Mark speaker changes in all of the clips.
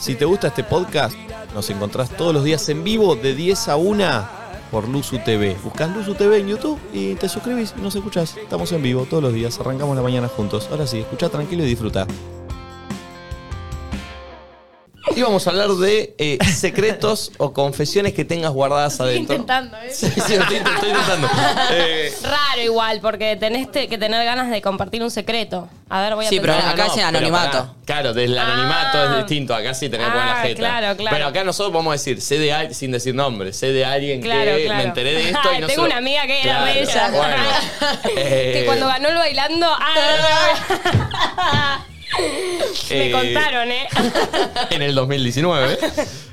Speaker 1: Si te gusta este podcast, nos encontrás todos los días en vivo de 10 a 1 por Luzu TV. Buscás Luzu TV en YouTube y te suscribís y nos escuchás. Estamos en vivo todos los días, arrancamos la mañana juntos. Ahora sí, escucha tranquilo y disfruta. Y vamos a hablar de eh, secretos o confesiones que tengas guardadas
Speaker 2: Estoy
Speaker 1: adentro.
Speaker 2: intentando, ¿eh?
Speaker 1: Sí, sí, lo estoy, intent- estoy intentando. Eh,
Speaker 2: Raro igual, porque tenés te- que tener ganas de compartir un secreto. A ver, voy a
Speaker 3: Sí, pero
Speaker 2: pensar.
Speaker 3: acá es
Speaker 1: pero
Speaker 3: anonimato.
Speaker 1: pará, claro, desde el anonimato
Speaker 2: Ah.
Speaker 1: es distinto. Acá sí tenés
Speaker 2: Ah,
Speaker 1: buena jeta.
Speaker 2: claro, claro.
Speaker 1: Pero acá nosotros podemos decir, sé de alguien, sin decir nombre, sé de alguien
Speaker 2: Claro,
Speaker 1: que
Speaker 2: claro.
Speaker 1: me enteré de esto y no
Speaker 2: Tengo
Speaker 1: se lo-
Speaker 2: una amiga que era
Speaker 1: Claro,
Speaker 2: re ella.
Speaker 1: bueno. Eh,
Speaker 2: Que cuando ganó el bailando. ah, me
Speaker 1: eh,
Speaker 2: contaron, ¿eh?
Speaker 1: En el 2019.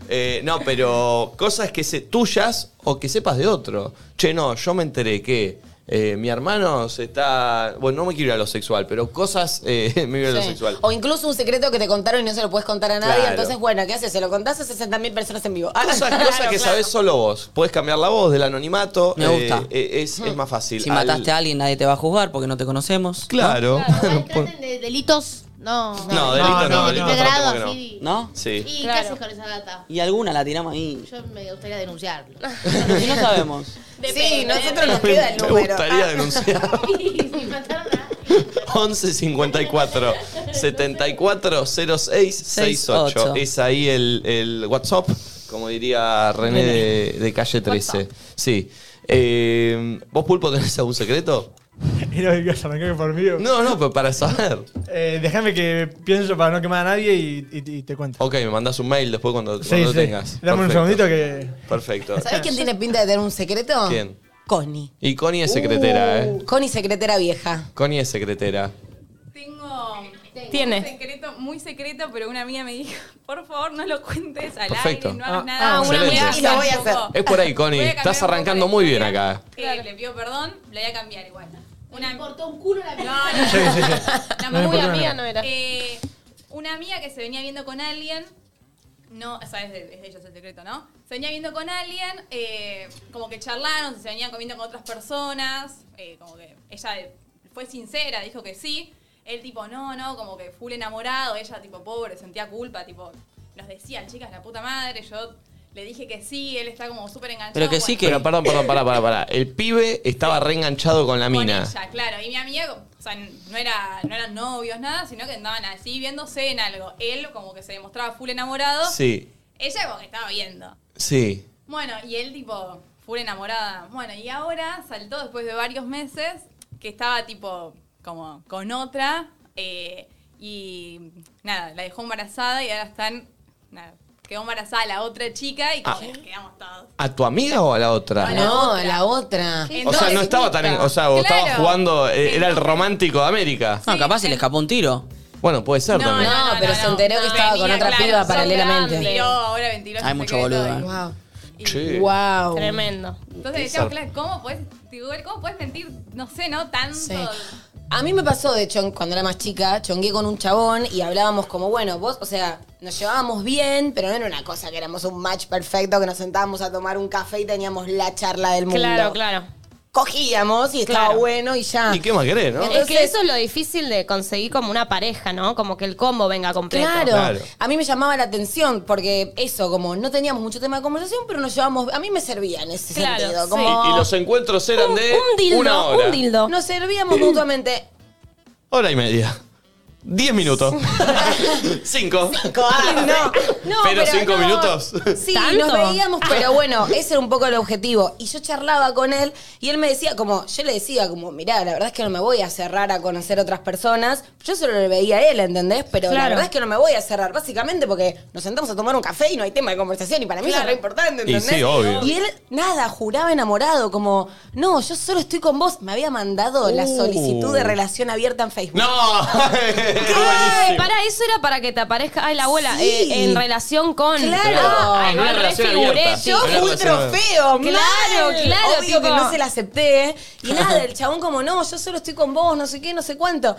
Speaker 1: Eh, no, pero cosas que se, tuyas o que sepas de otro. Che, no, yo me enteré que eh, mi hermano se está. Bueno, no me quiero ir a lo sexual, pero cosas. eh, me voy a lo
Speaker 4: Sí.
Speaker 1: sexual.
Speaker 4: O incluso un secreto que te contaron y no se lo puedes contar a nadie.
Speaker 1: Claro.
Speaker 4: Entonces, bueno, ¿qué haces? Se lo contás a 60.000 personas en vivo. Ah,
Speaker 1: Cosas, cosas que sabés solo vos. Podés cambiar la voz del anonimato.
Speaker 3: Me
Speaker 1: eh,
Speaker 3: gusta.
Speaker 1: eh, es, es más fácil.
Speaker 3: Si
Speaker 1: Al-
Speaker 3: mataste a alguien, nadie te va a juzgar porque no te conocemos.
Speaker 1: Claro.
Speaker 5: Igual traten de delitos, no.
Speaker 1: No, delito no,
Speaker 6: No, no,
Speaker 1: delito
Speaker 6: no.
Speaker 5: De
Speaker 1: tratemos
Speaker 5: grado
Speaker 1: que no.
Speaker 5: así.
Speaker 3: ¿No?
Speaker 1: Sí.
Speaker 5: ¿Y
Speaker 2: Claro.
Speaker 5: qué haces con esa data?
Speaker 3: Y alguna la tiramos ahí.
Speaker 5: Yo me gustaría denunciarlo.
Speaker 3: Y no sabemos.
Speaker 4: Sí,
Speaker 2: Depende.
Speaker 4: nosotros nos queda el
Speaker 1: Me
Speaker 4: número.
Speaker 1: gustaría
Speaker 4: Ah.
Speaker 1: denunciar.
Speaker 5: Me mataron a-
Speaker 1: 11 54 74 06 68. Es ahí el, el WhatsApp, como diría René de, de calle 13. Sí. Eh, ¿Vos, Pulpo, tenés algún secreto?
Speaker 6: Y no digas, arrancar por mí.
Speaker 1: No, no, pero para saber.
Speaker 6: Eh, déjame que pienso para no quemar a nadie y, y- y te cuento.
Speaker 1: Ok, me mandás un mail después cuando, cuando lo tengas.
Speaker 6: Dame un
Speaker 1: Perfecto.
Speaker 6: segundito que.
Speaker 1: Perfecto.
Speaker 4: ¿Sabés quién tiene pinta de tener un secreto?
Speaker 1: ¿Quién?
Speaker 4: Connie.
Speaker 1: Y Connie es secretera, ¿eh?
Speaker 4: Connie, secretera vieja.
Speaker 1: Connie es secretera.
Speaker 7: Tengo tengo
Speaker 2: Tiene.
Speaker 7: un secreto, muy secreto, pero una amiga me dijo, por favor, no lo cuentes al
Speaker 1: Perfecto.
Speaker 7: aire, no hagas
Speaker 6: Ah,
Speaker 7: nada.
Speaker 2: ah,
Speaker 1: una
Speaker 7: Excelente.
Speaker 1: amiga.
Speaker 4: Y lo voy a hacer.
Speaker 2: Oh.
Speaker 1: Es por ahí,
Speaker 7: Voy
Speaker 1: Connie.
Speaker 7: a cambiar un
Speaker 1: Estás
Speaker 7: poco
Speaker 1: arrancando
Speaker 7: la
Speaker 1: muy bien
Speaker 7: historia.
Speaker 1: acá.
Speaker 7: Eh, Le pido perdón, lo voy a cambiar igual.
Speaker 5: Me
Speaker 7: Una, no,
Speaker 5: importó un culo la
Speaker 7: no,
Speaker 5: vida.
Speaker 7: no.
Speaker 6: Sí, sí, sí. No
Speaker 7: Una
Speaker 6: me
Speaker 7: muy
Speaker 6: importa
Speaker 7: amiga.
Speaker 2: Mía no era.
Speaker 7: Eh, una amiga que se venía viendo con alguien, no, o sea, es de, es de ellos el secreto, ¿no? Se venía viendo con alguien, eh, como que charlaron, se venían comiendo con otras personas, eh, como que ella eh, fue sincera, dijo que sí. Él tipo, no, no, como que full enamorado, ella tipo pobre, sentía culpa, tipo, nos decían, chicas, la puta madre, yo le dije que sí, él está como súper enganchado.
Speaker 3: Pero que sí
Speaker 7: bueno,
Speaker 3: que-
Speaker 1: Pero perdón, perdón, pará, pará, pará. El pibe estaba reenganchado con la
Speaker 7: con
Speaker 1: mina.
Speaker 7: ella, claro. Y mi amiga, o sea, no, era, no eran novios, nada, sino que andaban así viéndose en algo. Él como que se demostraba full enamorado.
Speaker 1: Sí,
Speaker 7: Ella como que estaba viendo.
Speaker 1: sí.
Speaker 7: Bueno, y él tipo, full enamorada. Bueno, y ahora saltó después de varios meses que estaba tipo como con otra. eh, y nada, la dejó embarazada y ahora están... Nada, quedó embarazada la otra chica y como
Speaker 1: Ah.
Speaker 7: que quedamos todos.
Speaker 1: ¿A tu amiga o a la otra?
Speaker 7: A
Speaker 4: No,
Speaker 7: otra.
Speaker 4: la otra.
Speaker 1: O sea, no
Speaker 7: Entonces,
Speaker 1: estaba tan. en- O sea, o estaba
Speaker 7: Claro.
Speaker 1: jugando. eh, Era el romántico de América.
Speaker 3: No, capaz se le escapó un tiro.
Speaker 1: Bueno, puede ser también.
Speaker 4: no, pero se enteró que estaba con otra piba
Speaker 7: son
Speaker 4: paralelamente.
Speaker 7: grandes. Tiró, ahora 22
Speaker 3: Hay
Speaker 7: en
Speaker 3: mucho
Speaker 7: secreto
Speaker 3: boludo,
Speaker 7: y-
Speaker 3: eh.
Speaker 4: Wow.
Speaker 7: y-
Speaker 1: Che.
Speaker 4: Wow.
Speaker 2: Tremendo.
Speaker 7: Entonces decíamos, claro, ¿cómo puedes, ¿cómo puedes mentir, no sé, no tanto?
Speaker 4: Sí. A mí me pasó, de hecho, cuando era más chica, chongué con un chabón y hablábamos como, bueno, vos, o sea, nos llevábamos bien, pero no era una cosa que éramos un match perfecto, que nos sentábamos a tomar un café y teníamos la charla del mundo.
Speaker 2: Claro, claro.
Speaker 4: Cogíamos y estaba
Speaker 2: Claro.
Speaker 4: bueno y ya.
Speaker 1: ¿Y qué más querés, no?
Speaker 4: Entonces-
Speaker 2: es que eso es lo difícil de conseguir como una pareja, ¿no? Como que el combo venga completo.
Speaker 4: Claro.
Speaker 1: Claro.
Speaker 4: a mí me llamaba la atención porque eso, como no teníamos mucho tema de conversación, pero nos llevábamos, a mí me servía en ese
Speaker 2: Claro,
Speaker 4: sentido,
Speaker 2: sí.
Speaker 4: como
Speaker 1: Y, y los encuentros eran
Speaker 2: Un,
Speaker 1: de.
Speaker 2: un dildo,
Speaker 1: Eh, una hora.
Speaker 2: un dildo.
Speaker 4: nos servíamos mutuamente.
Speaker 1: Hora y media. Diez minutos. cinco.
Speaker 4: Ah, no. No,
Speaker 1: pero, cinco
Speaker 4: no.
Speaker 1: minutos.
Speaker 4: Sí,
Speaker 2: ¿Tanto?
Speaker 4: nos veíamos, pero bueno, ese era un poco el objetivo. Y yo charlaba con él y él me decía, como, yo le decía, como, mirá, la verdad es que no me voy a cerrar a conocer otras personas. Yo solo le veía a él, ¿entendés? Pero la
Speaker 2: Claro.
Speaker 4: verdad es que no me voy a cerrar, básicamente porque nos sentamos a tomar un café y no hay tema de conversación y para mí eso es re importante,
Speaker 1: Y
Speaker 4: ¿entendés?
Speaker 1: sí, obvio.
Speaker 4: Y él, nada, juraba enamorado, como, no, yo solo estoy con vos. Me había mandado la
Speaker 1: Uh.
Speaker 4: solicitud de relación abierta en Facebook.
Speaker 1: ¡No!
Speaker 2: Ay,
Speaker 1: Buenísimo.
Speaker 2: para eso era para que te aparezca, ay, la abuela,
Speaker 4: Sí.
Speaker 2: eh, en relación con.
Speaker 4: Claro.
Speaker 2: Ay,
Speaker 1: Una
Speaker 2: no, Ah, re
Speaker 1: relación abierta.
Speaker 2: figuretti.
Speaker 4: Yo
Speaker 1: Una
Speaker 4: fui un
Speaker 1: relación
Speaker 4: trofeo, mal.
Speaker 2: Claro, claro,
Speaker 4: Obvio que
Speaker 2: tipo-
Speaker 4: ¿eh? no se la acepté. Y nada, el chabón como, no, yo solo estoy con vos, no sé qué, no sé cuánto.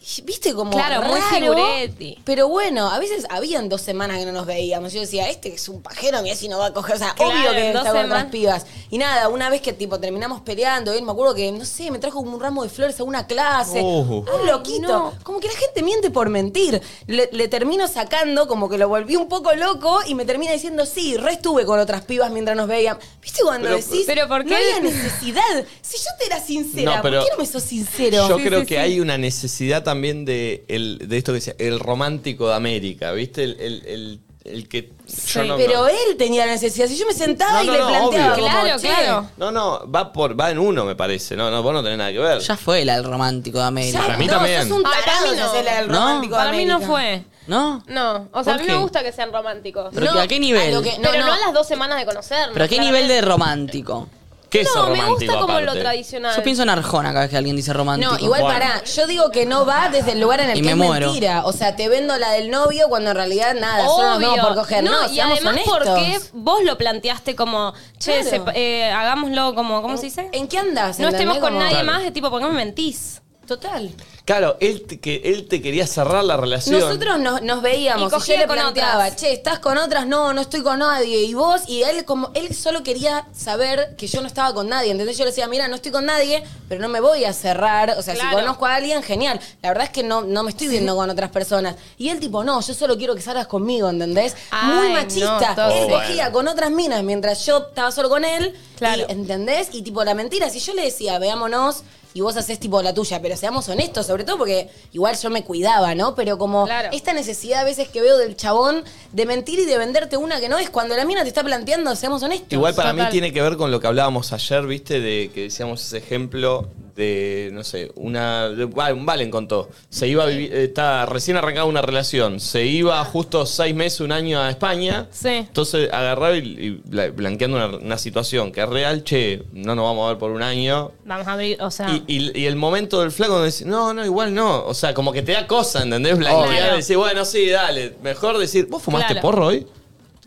Speaker 4: Y Viste como.
Speaker 2: Claro, muy
Speaker 4: raro,
Speaker 2: figuretti.
Speaker 4: Pero bueno, a veces habían dos semanas que no nos veíamos. Yo decía, este es un pajero, mira si no va a coger. O sea,
Speaker 2: Claro,
Speaker 4: obvio que
Speaker 2: en dos
Speaker 4: está con otras
Speaker 2: semanas.
Speaker 4: pibas. Y nada, una vez que tipo terminamos peleando, él me acuerdo que, no sé, me trajo como un ramo de flores a una clase.
Speaker 1: Oh.
Speaker 4: Un loquito.
Speaker 2: no.
Speaker 4: Como que la gente miente por mentir. Le, le termino sacando, como que lo volví un poco loco y me termina diciendo, sí, re estuve con otras pibas mientras nos veían. ¿Viste cuando
Speaker 1: Pero-
Speaker 4: decís?
Speaker 2: pero ¿por qué?
Speaker 4: No había necesidad. Si yo te era sincera,
Speaker 1: No, pero-
Speaker 4: ¿por qué no me sos sincero?
Speaker 1: Yo creo que hay una necesidad también de, el, de esto que decía, el romántico de América, ¿viste? El, el, el, el que... yo no-
Speaker 4: pero
Speaker 1: no-
Speaker 4: él tenía la necesidad. Si yo me sentaba
Speaker 1: No, no,
Speaker 4: y le
Speaker 1: no,
Speaker 4: planteaba.
Speaker 1: obvio.
Speaker 4: como,
Speaker 2: Claro,
Speaker 4: "Che,
Speaker 2: claro.
Speaker 1: No, no, va por va en uno, me parece. No, no, vos no tenés nada que ver.
Speaker 3: Ya fue el, el romántico de
Speaker 4: ya
Speaker 3: América.
Speaker 1: Para mí
Speaker 4: no,
Speaker 1: también.
Speaker 4: Sos un
Speaker 2: Ay, para
Speaker 4: tarado
Speaker 2: mí
Speaker 4: si
Speaker 2: no.
Speaker 4: haces la del
Speaker 3: No.
Speaker 4: romántico de
Speaker 2: Para mí no
Speaker 4: América.
Speaker 2: fue.
Speaker 3: ¿no.
Speaker 2: No, o sea, a
Speaker 3: ¿Por
Speaker 2: mí
Speaker 3: qué?
Speaker 2: me gusta que sean románticos.
Speaker 3: Pero que a qué nivel.
Speaker 4: a lo que- no,
Speaker 2: pero
Speaker 4: no.
Speaker 2: no. a las dos semanas de conocernos.
Speaker 3: Pero a qué nivel de romántico.
Speaker 1: ¿Qué es
Speaker 2: No, me
Speaker 1: romántico
Speaker 2: gusta como lo
Speaker 1: aparte?
Speaker 2: tradicional.
Speaker 3: Yo pienso en Arjona cada vez que alguien dice romántico.
Speaker 4: No, igual
Speaker 1: Bueno.
Speaker 4: pará. Yo digo que no va desde el lugar en el
Speaker 3: Y
Speaker 4: que
Speaker 3: me
Speaker 4: es
Speaker 3: muero.
Speaker 4: mentira. O sea, te vendo la del novio cuando en realidad nada, solo nos vemos por coger. No,
Speaker 2: y
Speaker 4: seamos
Speaker 2: además
Speaker 4: honestos.
Speaker 2: porque vos lo planteaste como, che,
Speaker 4: Claro.
Speaker 2: sepa- eh, hagámoslo como, ¿cómo se dice?
Speaker 4: ¿En qué andas?
Speaker 2: no estemos
Speaker 4: ¿Entendés?
Speaker 2: con
Speaker 4: Como-
Speaker 2: nadie
Speaker 1: Claro.
Speaker 2: más, de tipo, ¿por qué me mentís?
Speaker 4: Total.
Speaker 1: Claro, él te, que él te quería cerrar la relación.
Speaker 4: Nosotros nos, nos
Speaker 2: Y
Speaker 4: veíamos y,
Speaker 2: cogía
Speaker 4: yo le
Speaker 2: con
Speaker 4: planteaba,
Speaker 2: otras.
Speaker 4: che, ¿estás con otras? No, no estoy con nadie. Y vos, y él como, él solo quería saber que yo no estaba con nadie. Entonces yo le decía, mira, no estoy con nadie, pero no me voy a cerrar. O sea, si
Speaker 2: Claro.
Speaker 4: conozco a alguien, genial. La verdad es que no, no me estoy viendo con otras personas. Y él tipo, no, yo solo quiero que salgas conmigo, ¿entendés? Muy
Speaker 2: Ay,
Speaker 4: machista.
Speaker 2: no,
Speaker 4: él
Speaker 1: tóxico.
Speaker 4: cogía con otras minas mientras yo estaba solo con él.
Speaker 2: Claro.
Speaker 4: Y, ¿Entendés? Y tipo, la mentira, si yo le decía, veámonos, y vos haces tipo la tuya, pero seamos honestos, sobre todo porque igual yo me cuidaba, ¿no? Pero como
Speaker 2: Claro.
Speaker 4: esta necesidad a veces que veo del chabón de mentir y de venderte una que no es, cuando la mina te está planteando, seamos honestos.
Speaker 1: Igual para mí
Speaker 2: Total.
Speaker 1: tiene que ver con lo que hablábamos ayer, ¿viste? De que decíamos ese ejemplo de, no sé, una. de- ah, un Valen contó. Se iba a vivir. Está recién arrancaba una relación. Se iba justo seis meses, un año a España.
Speaker 2: Sí.
Speaker 1: Entonces agarraba y, y bla- blanqueando una, una situación que es real, che, no nos vamos a ver por un año.
Speaker 2: Vamos a abrir, o sea...
Speaker 1: Y, y- y el momento del flaco dice, no, no, igual no. O sea, como que te da cosa, ¿entendés? Blanquear,
Speaker 2: Obvio.
Speaker 1: y decir, bueno, sí, dale. Mejor decir, ¿vos fumaste
Speaker 2: Oh, Claro.
Speaker 1: porro hoy?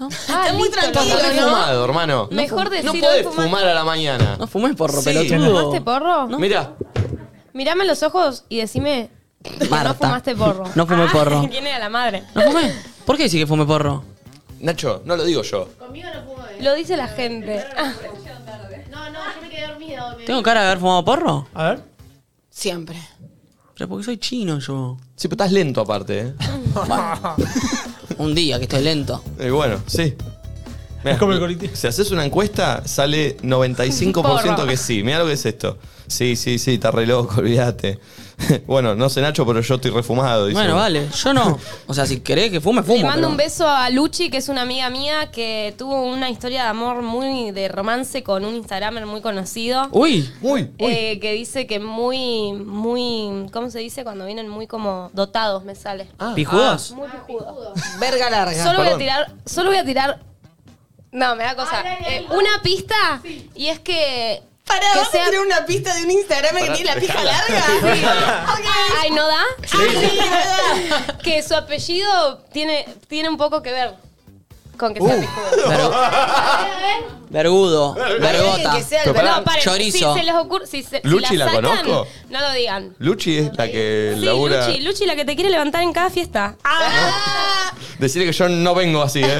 Speaker 2: Ah,
Speaker 4: está muy
Speaker 2: listo,
Speaker 4: tranquilo,
Speaker 2: listo.
Speaker 1: Estás re
Speaker 4: ¿no?
Speaker 1: fumado, hermano.
Speaker 2: Mejor
Speaker 1: no,
Speaker 2: decir,
Speaker 1: No
Speaker 2: hoy
Speaker 1: podés
Speaker 2: fumaste.
Speaker 1: fumar a la mañana.
Speaker 3: No fumes porro,
Speaker 1: Sí.
Speaker 3: pelotudo.
Speaker 2: ¿Fumaste porro?
Speaker 1: Mirá,
Speaker 2: Mirame los ojos y decime que
Speaker 3: Marta.
Speaker 2: no fumaste porro.
Speaker 3: No fumé porro.
Speaker 2: ¿Quién era la madre?
Speaker 3: ¿No fumé? ¿Por qué decís que fume porro?
Speaker 1: Nacho, no lo digo yo.
Speaker 5: Conmigo no fumo, eh.
Speaker 2: Lo dice la gente. Ah,
Speaker 5: No, no, yo me quedé dormido. me-
Speaker 3: ¿Tengo cara de haber fumado porro?
Speaker 6: A ver.
Speaker 4: Siempre.
Speaker 3: Pero porque soy chino yo.
Speaker 1: Sí, pero estás lento aparte, ¿eh?
Speaker 3: Un día que estoy lento.
Speaker 1: Y Eh, bueno, sí. Mirá,
Speaker 6: Es como el colectivo.
Speaker 1: Si haces una encuesta, sale 95%
Speaker 2: Porro.
Speaker 1: que sí. Mirá lo que es esto. Sí, sí, sí, está re loco, olvídate. bueno, no sé Nacho, pero yo estoy refumado. dice.
Speaker 3: Bueno, vale. Yo no. O sea, si querés que fume, fumo.
Speaker 2: Le mando
Speaker 3: pero-
Speaker 2: un beso a Luchi, que es una amiga mía que tuvo una historia de amor muy de romance con un Instagramer muy conocido.
Speaker 3: Uy.
Speaker 1: Uy, uy.
Speaker 2: eh, que dice que muy, muy, ¿cómo se dice? Cuando vienen muy como dotados, me sale.
Speaker 3: ¿Pijudos?
Speaker 2: Muy
Speaker 5: Ah,
Speaker 2: pijudo.
Speaker 4: Ah, Verga larga.
Speaker 2: Solo voy a
Speaker 1: perdón.
Speaker 2: tirar, solo voy a tirar, no, me da cosa.
Speaker 5: Ay, ay, ay,
Speaker 2: Eh, una pista y es que...
Speaker 4: Pará,
Speaker 2: que
Speaker 4: vamos
Speaker 2: sea-
Speaker 4: a tener una pista de un Instagram que
Speaker 1: Pará,
Speaker 4: tiene la pija
Speaker 1: dejala.
Speaker 4: larga.
Speaker 2: Ay, ¿no da? Ah,
Speaker 4: Sí, ¿verdad?
Speaker 2: Que su apellido tiene, tiene un poco que ver con que
Speaker 1: Uh,
Speaker 2: sea pijudo.
Speaker 3: Vergudo.
Speaker 4: Alguien
Speaker 3: Vergota.
Speaker 4: que sea el
Speaker 1: Pero pará.
Speaker 2: No, paren,
Speaker 3: Chorizo.
Speaker 2: si se les ocurre, si, se, si
Speaker 1: ¿Luchi la
Speaker 2: sacan,
Speaker 1: conozco?
Speaker 2: no lo digan.
Speaker 1: Luchi es la que
Speaker 2: Sí,
Speaker 1: labura.
Speaker 2: Luchi, Luchi la que te quiere levantar en cada fiesta.
Speaker 1: Decirle que yo no vengo así, ¿eh?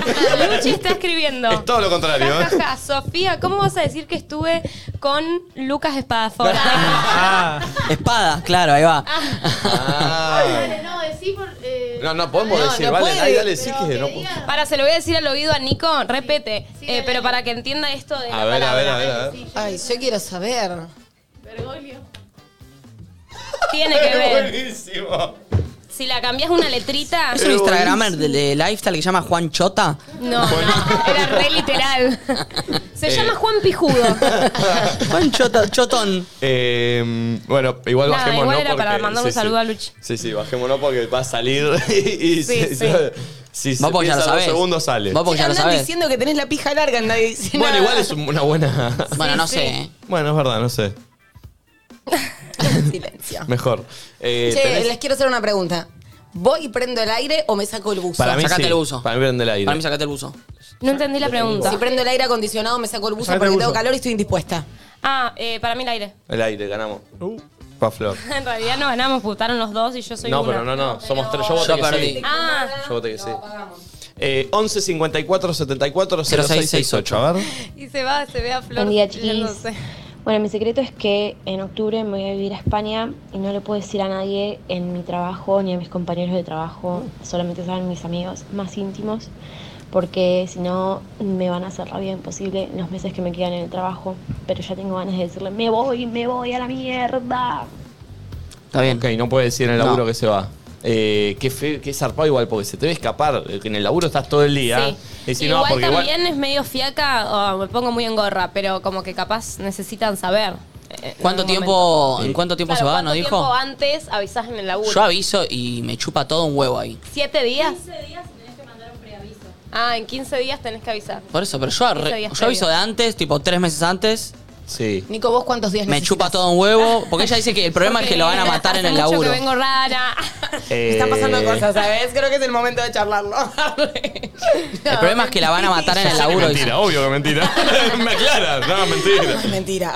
Speaker 2: Luchi está escribiendo.
Speaker 1: es todo lo contrario,
Speaker 2: Ja, ja,
Speaker 1: ¿eh?
Speaker 2: ja. Sofía, ¿cómo vas a decir que estuve con Lucas Espadafora?
Speaker 6: Ah,
Speaker 3: Espada, claro, ahí va.
Speaker 1: Ah.
Speaker 5: Dale, no, decí por. eh,
Speaker 1: No, no podemos
Speaker 4: No,
Speaker 1: decir,
Speaker 4: no
Speaker 1: vale,
Speaker 4: puede.
Speaker 1: ahí dale, sí
Speaker 5: pero
Speaker 1: que no.
Speaker 5: diga-
Speaker 2: Para, se lo voy a decir al oído a Nico, repete,
Speaker 5: sí,
Speaker 2: eh,
Speaker 5: dale.
Speaker 2: pero para que entienda esto de la
Speaker 1: A ver, a ver,
Speaker 2: palabra.
Speaker 1: a ver, a ver.
Speaker 5: Sí,
Speaker 4: Ay, yo quiero saber.
Speaker 5: Bergoglio.
Speaker 2: Tiene que ver.
Speaker 1: Buenísimo.
Speaker 2: Si la cambias una letrita,
Speaker 3: Es un Instagramer de, de lifestyle que se llama Juan Chota.
Speaker 2: no, no, era re literal. Se
Speaker 1: Eh.
Speaker 2: llama Juan Pijudo.
Speaker 3: Juan Chota, Chotón.
Speaker 1: Eh, bueno, igual
Speaker 2: Nada,
Speaker 1: bajémonos.
Speaker 2: igual era
Speaker 1: porque-
Speaker 2: para mandar un saludo a Luchi.
Speaker 1: Sí, sí, bajémonos porque va a salir y, y
Speaker 2: Sí,
Speaker 1: si-
Speaker 2: sí.
Speaker 1: si se
Speaker 3: Vos porque ya
Speaker 1: piensa
Speaker 3: lo
Speaker 1: dos
Speaker 3: sabés.
Speaker 1: segundos sale.
Speaker 3: Vos porque ya lo
Speaker 4: Andan
Speaker 3: sabés.
Speaker 4: diciendo que tenés la pija larga, nadie dice
Speaker 1: Bueno,
Speaker 4: nada.
Speaker 1: igual es un- una buena.
Speaker 3: Bueno, no
Speaker 2: sí.
Speaker 3: sé. ¿eh?
Speaker 1: Bueno, es verdad, no sé.
Speaker 4: Silencio.
Speaker 1: Mejor. Eh,
Speaker 4: Che,
Speaker 1: tenés-
Speaker 4: les quiero hacer una pregunta. ¿Voy y prendo el aire o me saco el buzo?
Speaker 1: para mí
Speaker 3: Sacate
Speaker 1: sí.
Speaker 3: el buzo.
Speaker 1: Para mí prende el aire.
Speaker 3: Para mí sacate el buzo.
Speaker 2: No entendí la pregunta.
Speaker 4: Si prendo el aire acondicionado, me saco el buzo
Speaker 6: Sacate
Speaker 4: porque
Speaker 6: el buzo.
Speaker 4: tengo calor y estoy indispuesta.
Speaker 2: Ah, eh, para mí el aire.
Speaker 1: El aire, ganamos.
Speaker 6: uh,
Speaker 1: Chispa Flor.
Speaker 2: En realidad no ganamos, votaron los dos y yo soy
Speaker 1: No,
Speaker 2: una.
Speaker 1: pero no, no. Somos tres. Yo
Speaker 3: Yo
Speaker 1: voté que
Speaker 3: perdí.
Speaker 1: sí.
Speaker 2: Ah,
Speaker 1: Yo voté que sí. Eh, 11 54 74 0668. A ver.
Speaker 7: Y se va, se ve a Flor.
Speaker 8: Buen día, chiquis.
Speaker 7: yéndose.
Speaker 8: Bueno, mi secreto es que en octubre me voy a vivir a España y no le puedo decir a nadie en mi trabajo ni a mis compañeros de trabajo, solamente saben mis amigos más íntimos, porque si no me van a hacer la vida imposible en los meses que me quedan en el trabajo. Pero ya tengo ganas de decirle, me voy, me voy a la mierda.
Speaker 3: Está bien.
Speaker 1: Ok, no puede decir en el laburo
Speaker 3: No.
Speaker 1: que se va. Eh, qué, fe, qué zarpado igual, porque se te debe escapar. eh, que En el laburo estás todo el día.
Speaker 2: sí.
Speaker 1: Y decís, no,
Speaker 2: igual
Speaker 1: porque igual-
Speaker 2: también es medio fiaca, o me pongo muy en gorra, pero como que capaz necesitan saber. eh, en
Speaker 3: ¿Cuánto
Speaker 2: algún
Speaker 3: tiempo,
Speaker 1: Sí.
Speaker 3: ¿En cuánto tiempo
Speaker 2: Claro,
Speaker 3: se va?
Speaker 2: ¿cuánto
Speaker 3: ¿No dijo?
Speaker 2: tiempo antes avisás en el laburo?
Speaker 3: Yo aviso y me chupa todo un huevo ahí.
Speaker 2: ¿Siete días? 15 días tenés que mandar un preaviso. Ah, en 15 días tenés que avisar.
Speaker 3: Por eso, pero yo, arre-
Speaker 2: 15 días
Speaker 3: yo aviso
Speaker 2: previos.
Speaker 3: de antes, tipo tres meses antes,
Speaker 1: Sí.
Speaker 4: Nico, ¿vos cuántos días
Speaker 3: me
Speaker 4: necesitas?
Speaker 3: chupa todo un huevo, porque ella dice que el problema es que lo van a matar en el
Speaker 2: Hace mucho
Speaker 3: laburo.
Speaker 2: que vengo rara.
Speaker 4: Me están pasando
Speaker 1: Eh,
Speaker 4: cosas, ¿sabes? Creo que es el momento de charlarlo.
Speaker 3: El problema es que la van a matar en el laburo. dice.
Speaker 1: Mentira, obvio que mentira. Me aclaras, no, mentira.
Speaker 4: Mentira.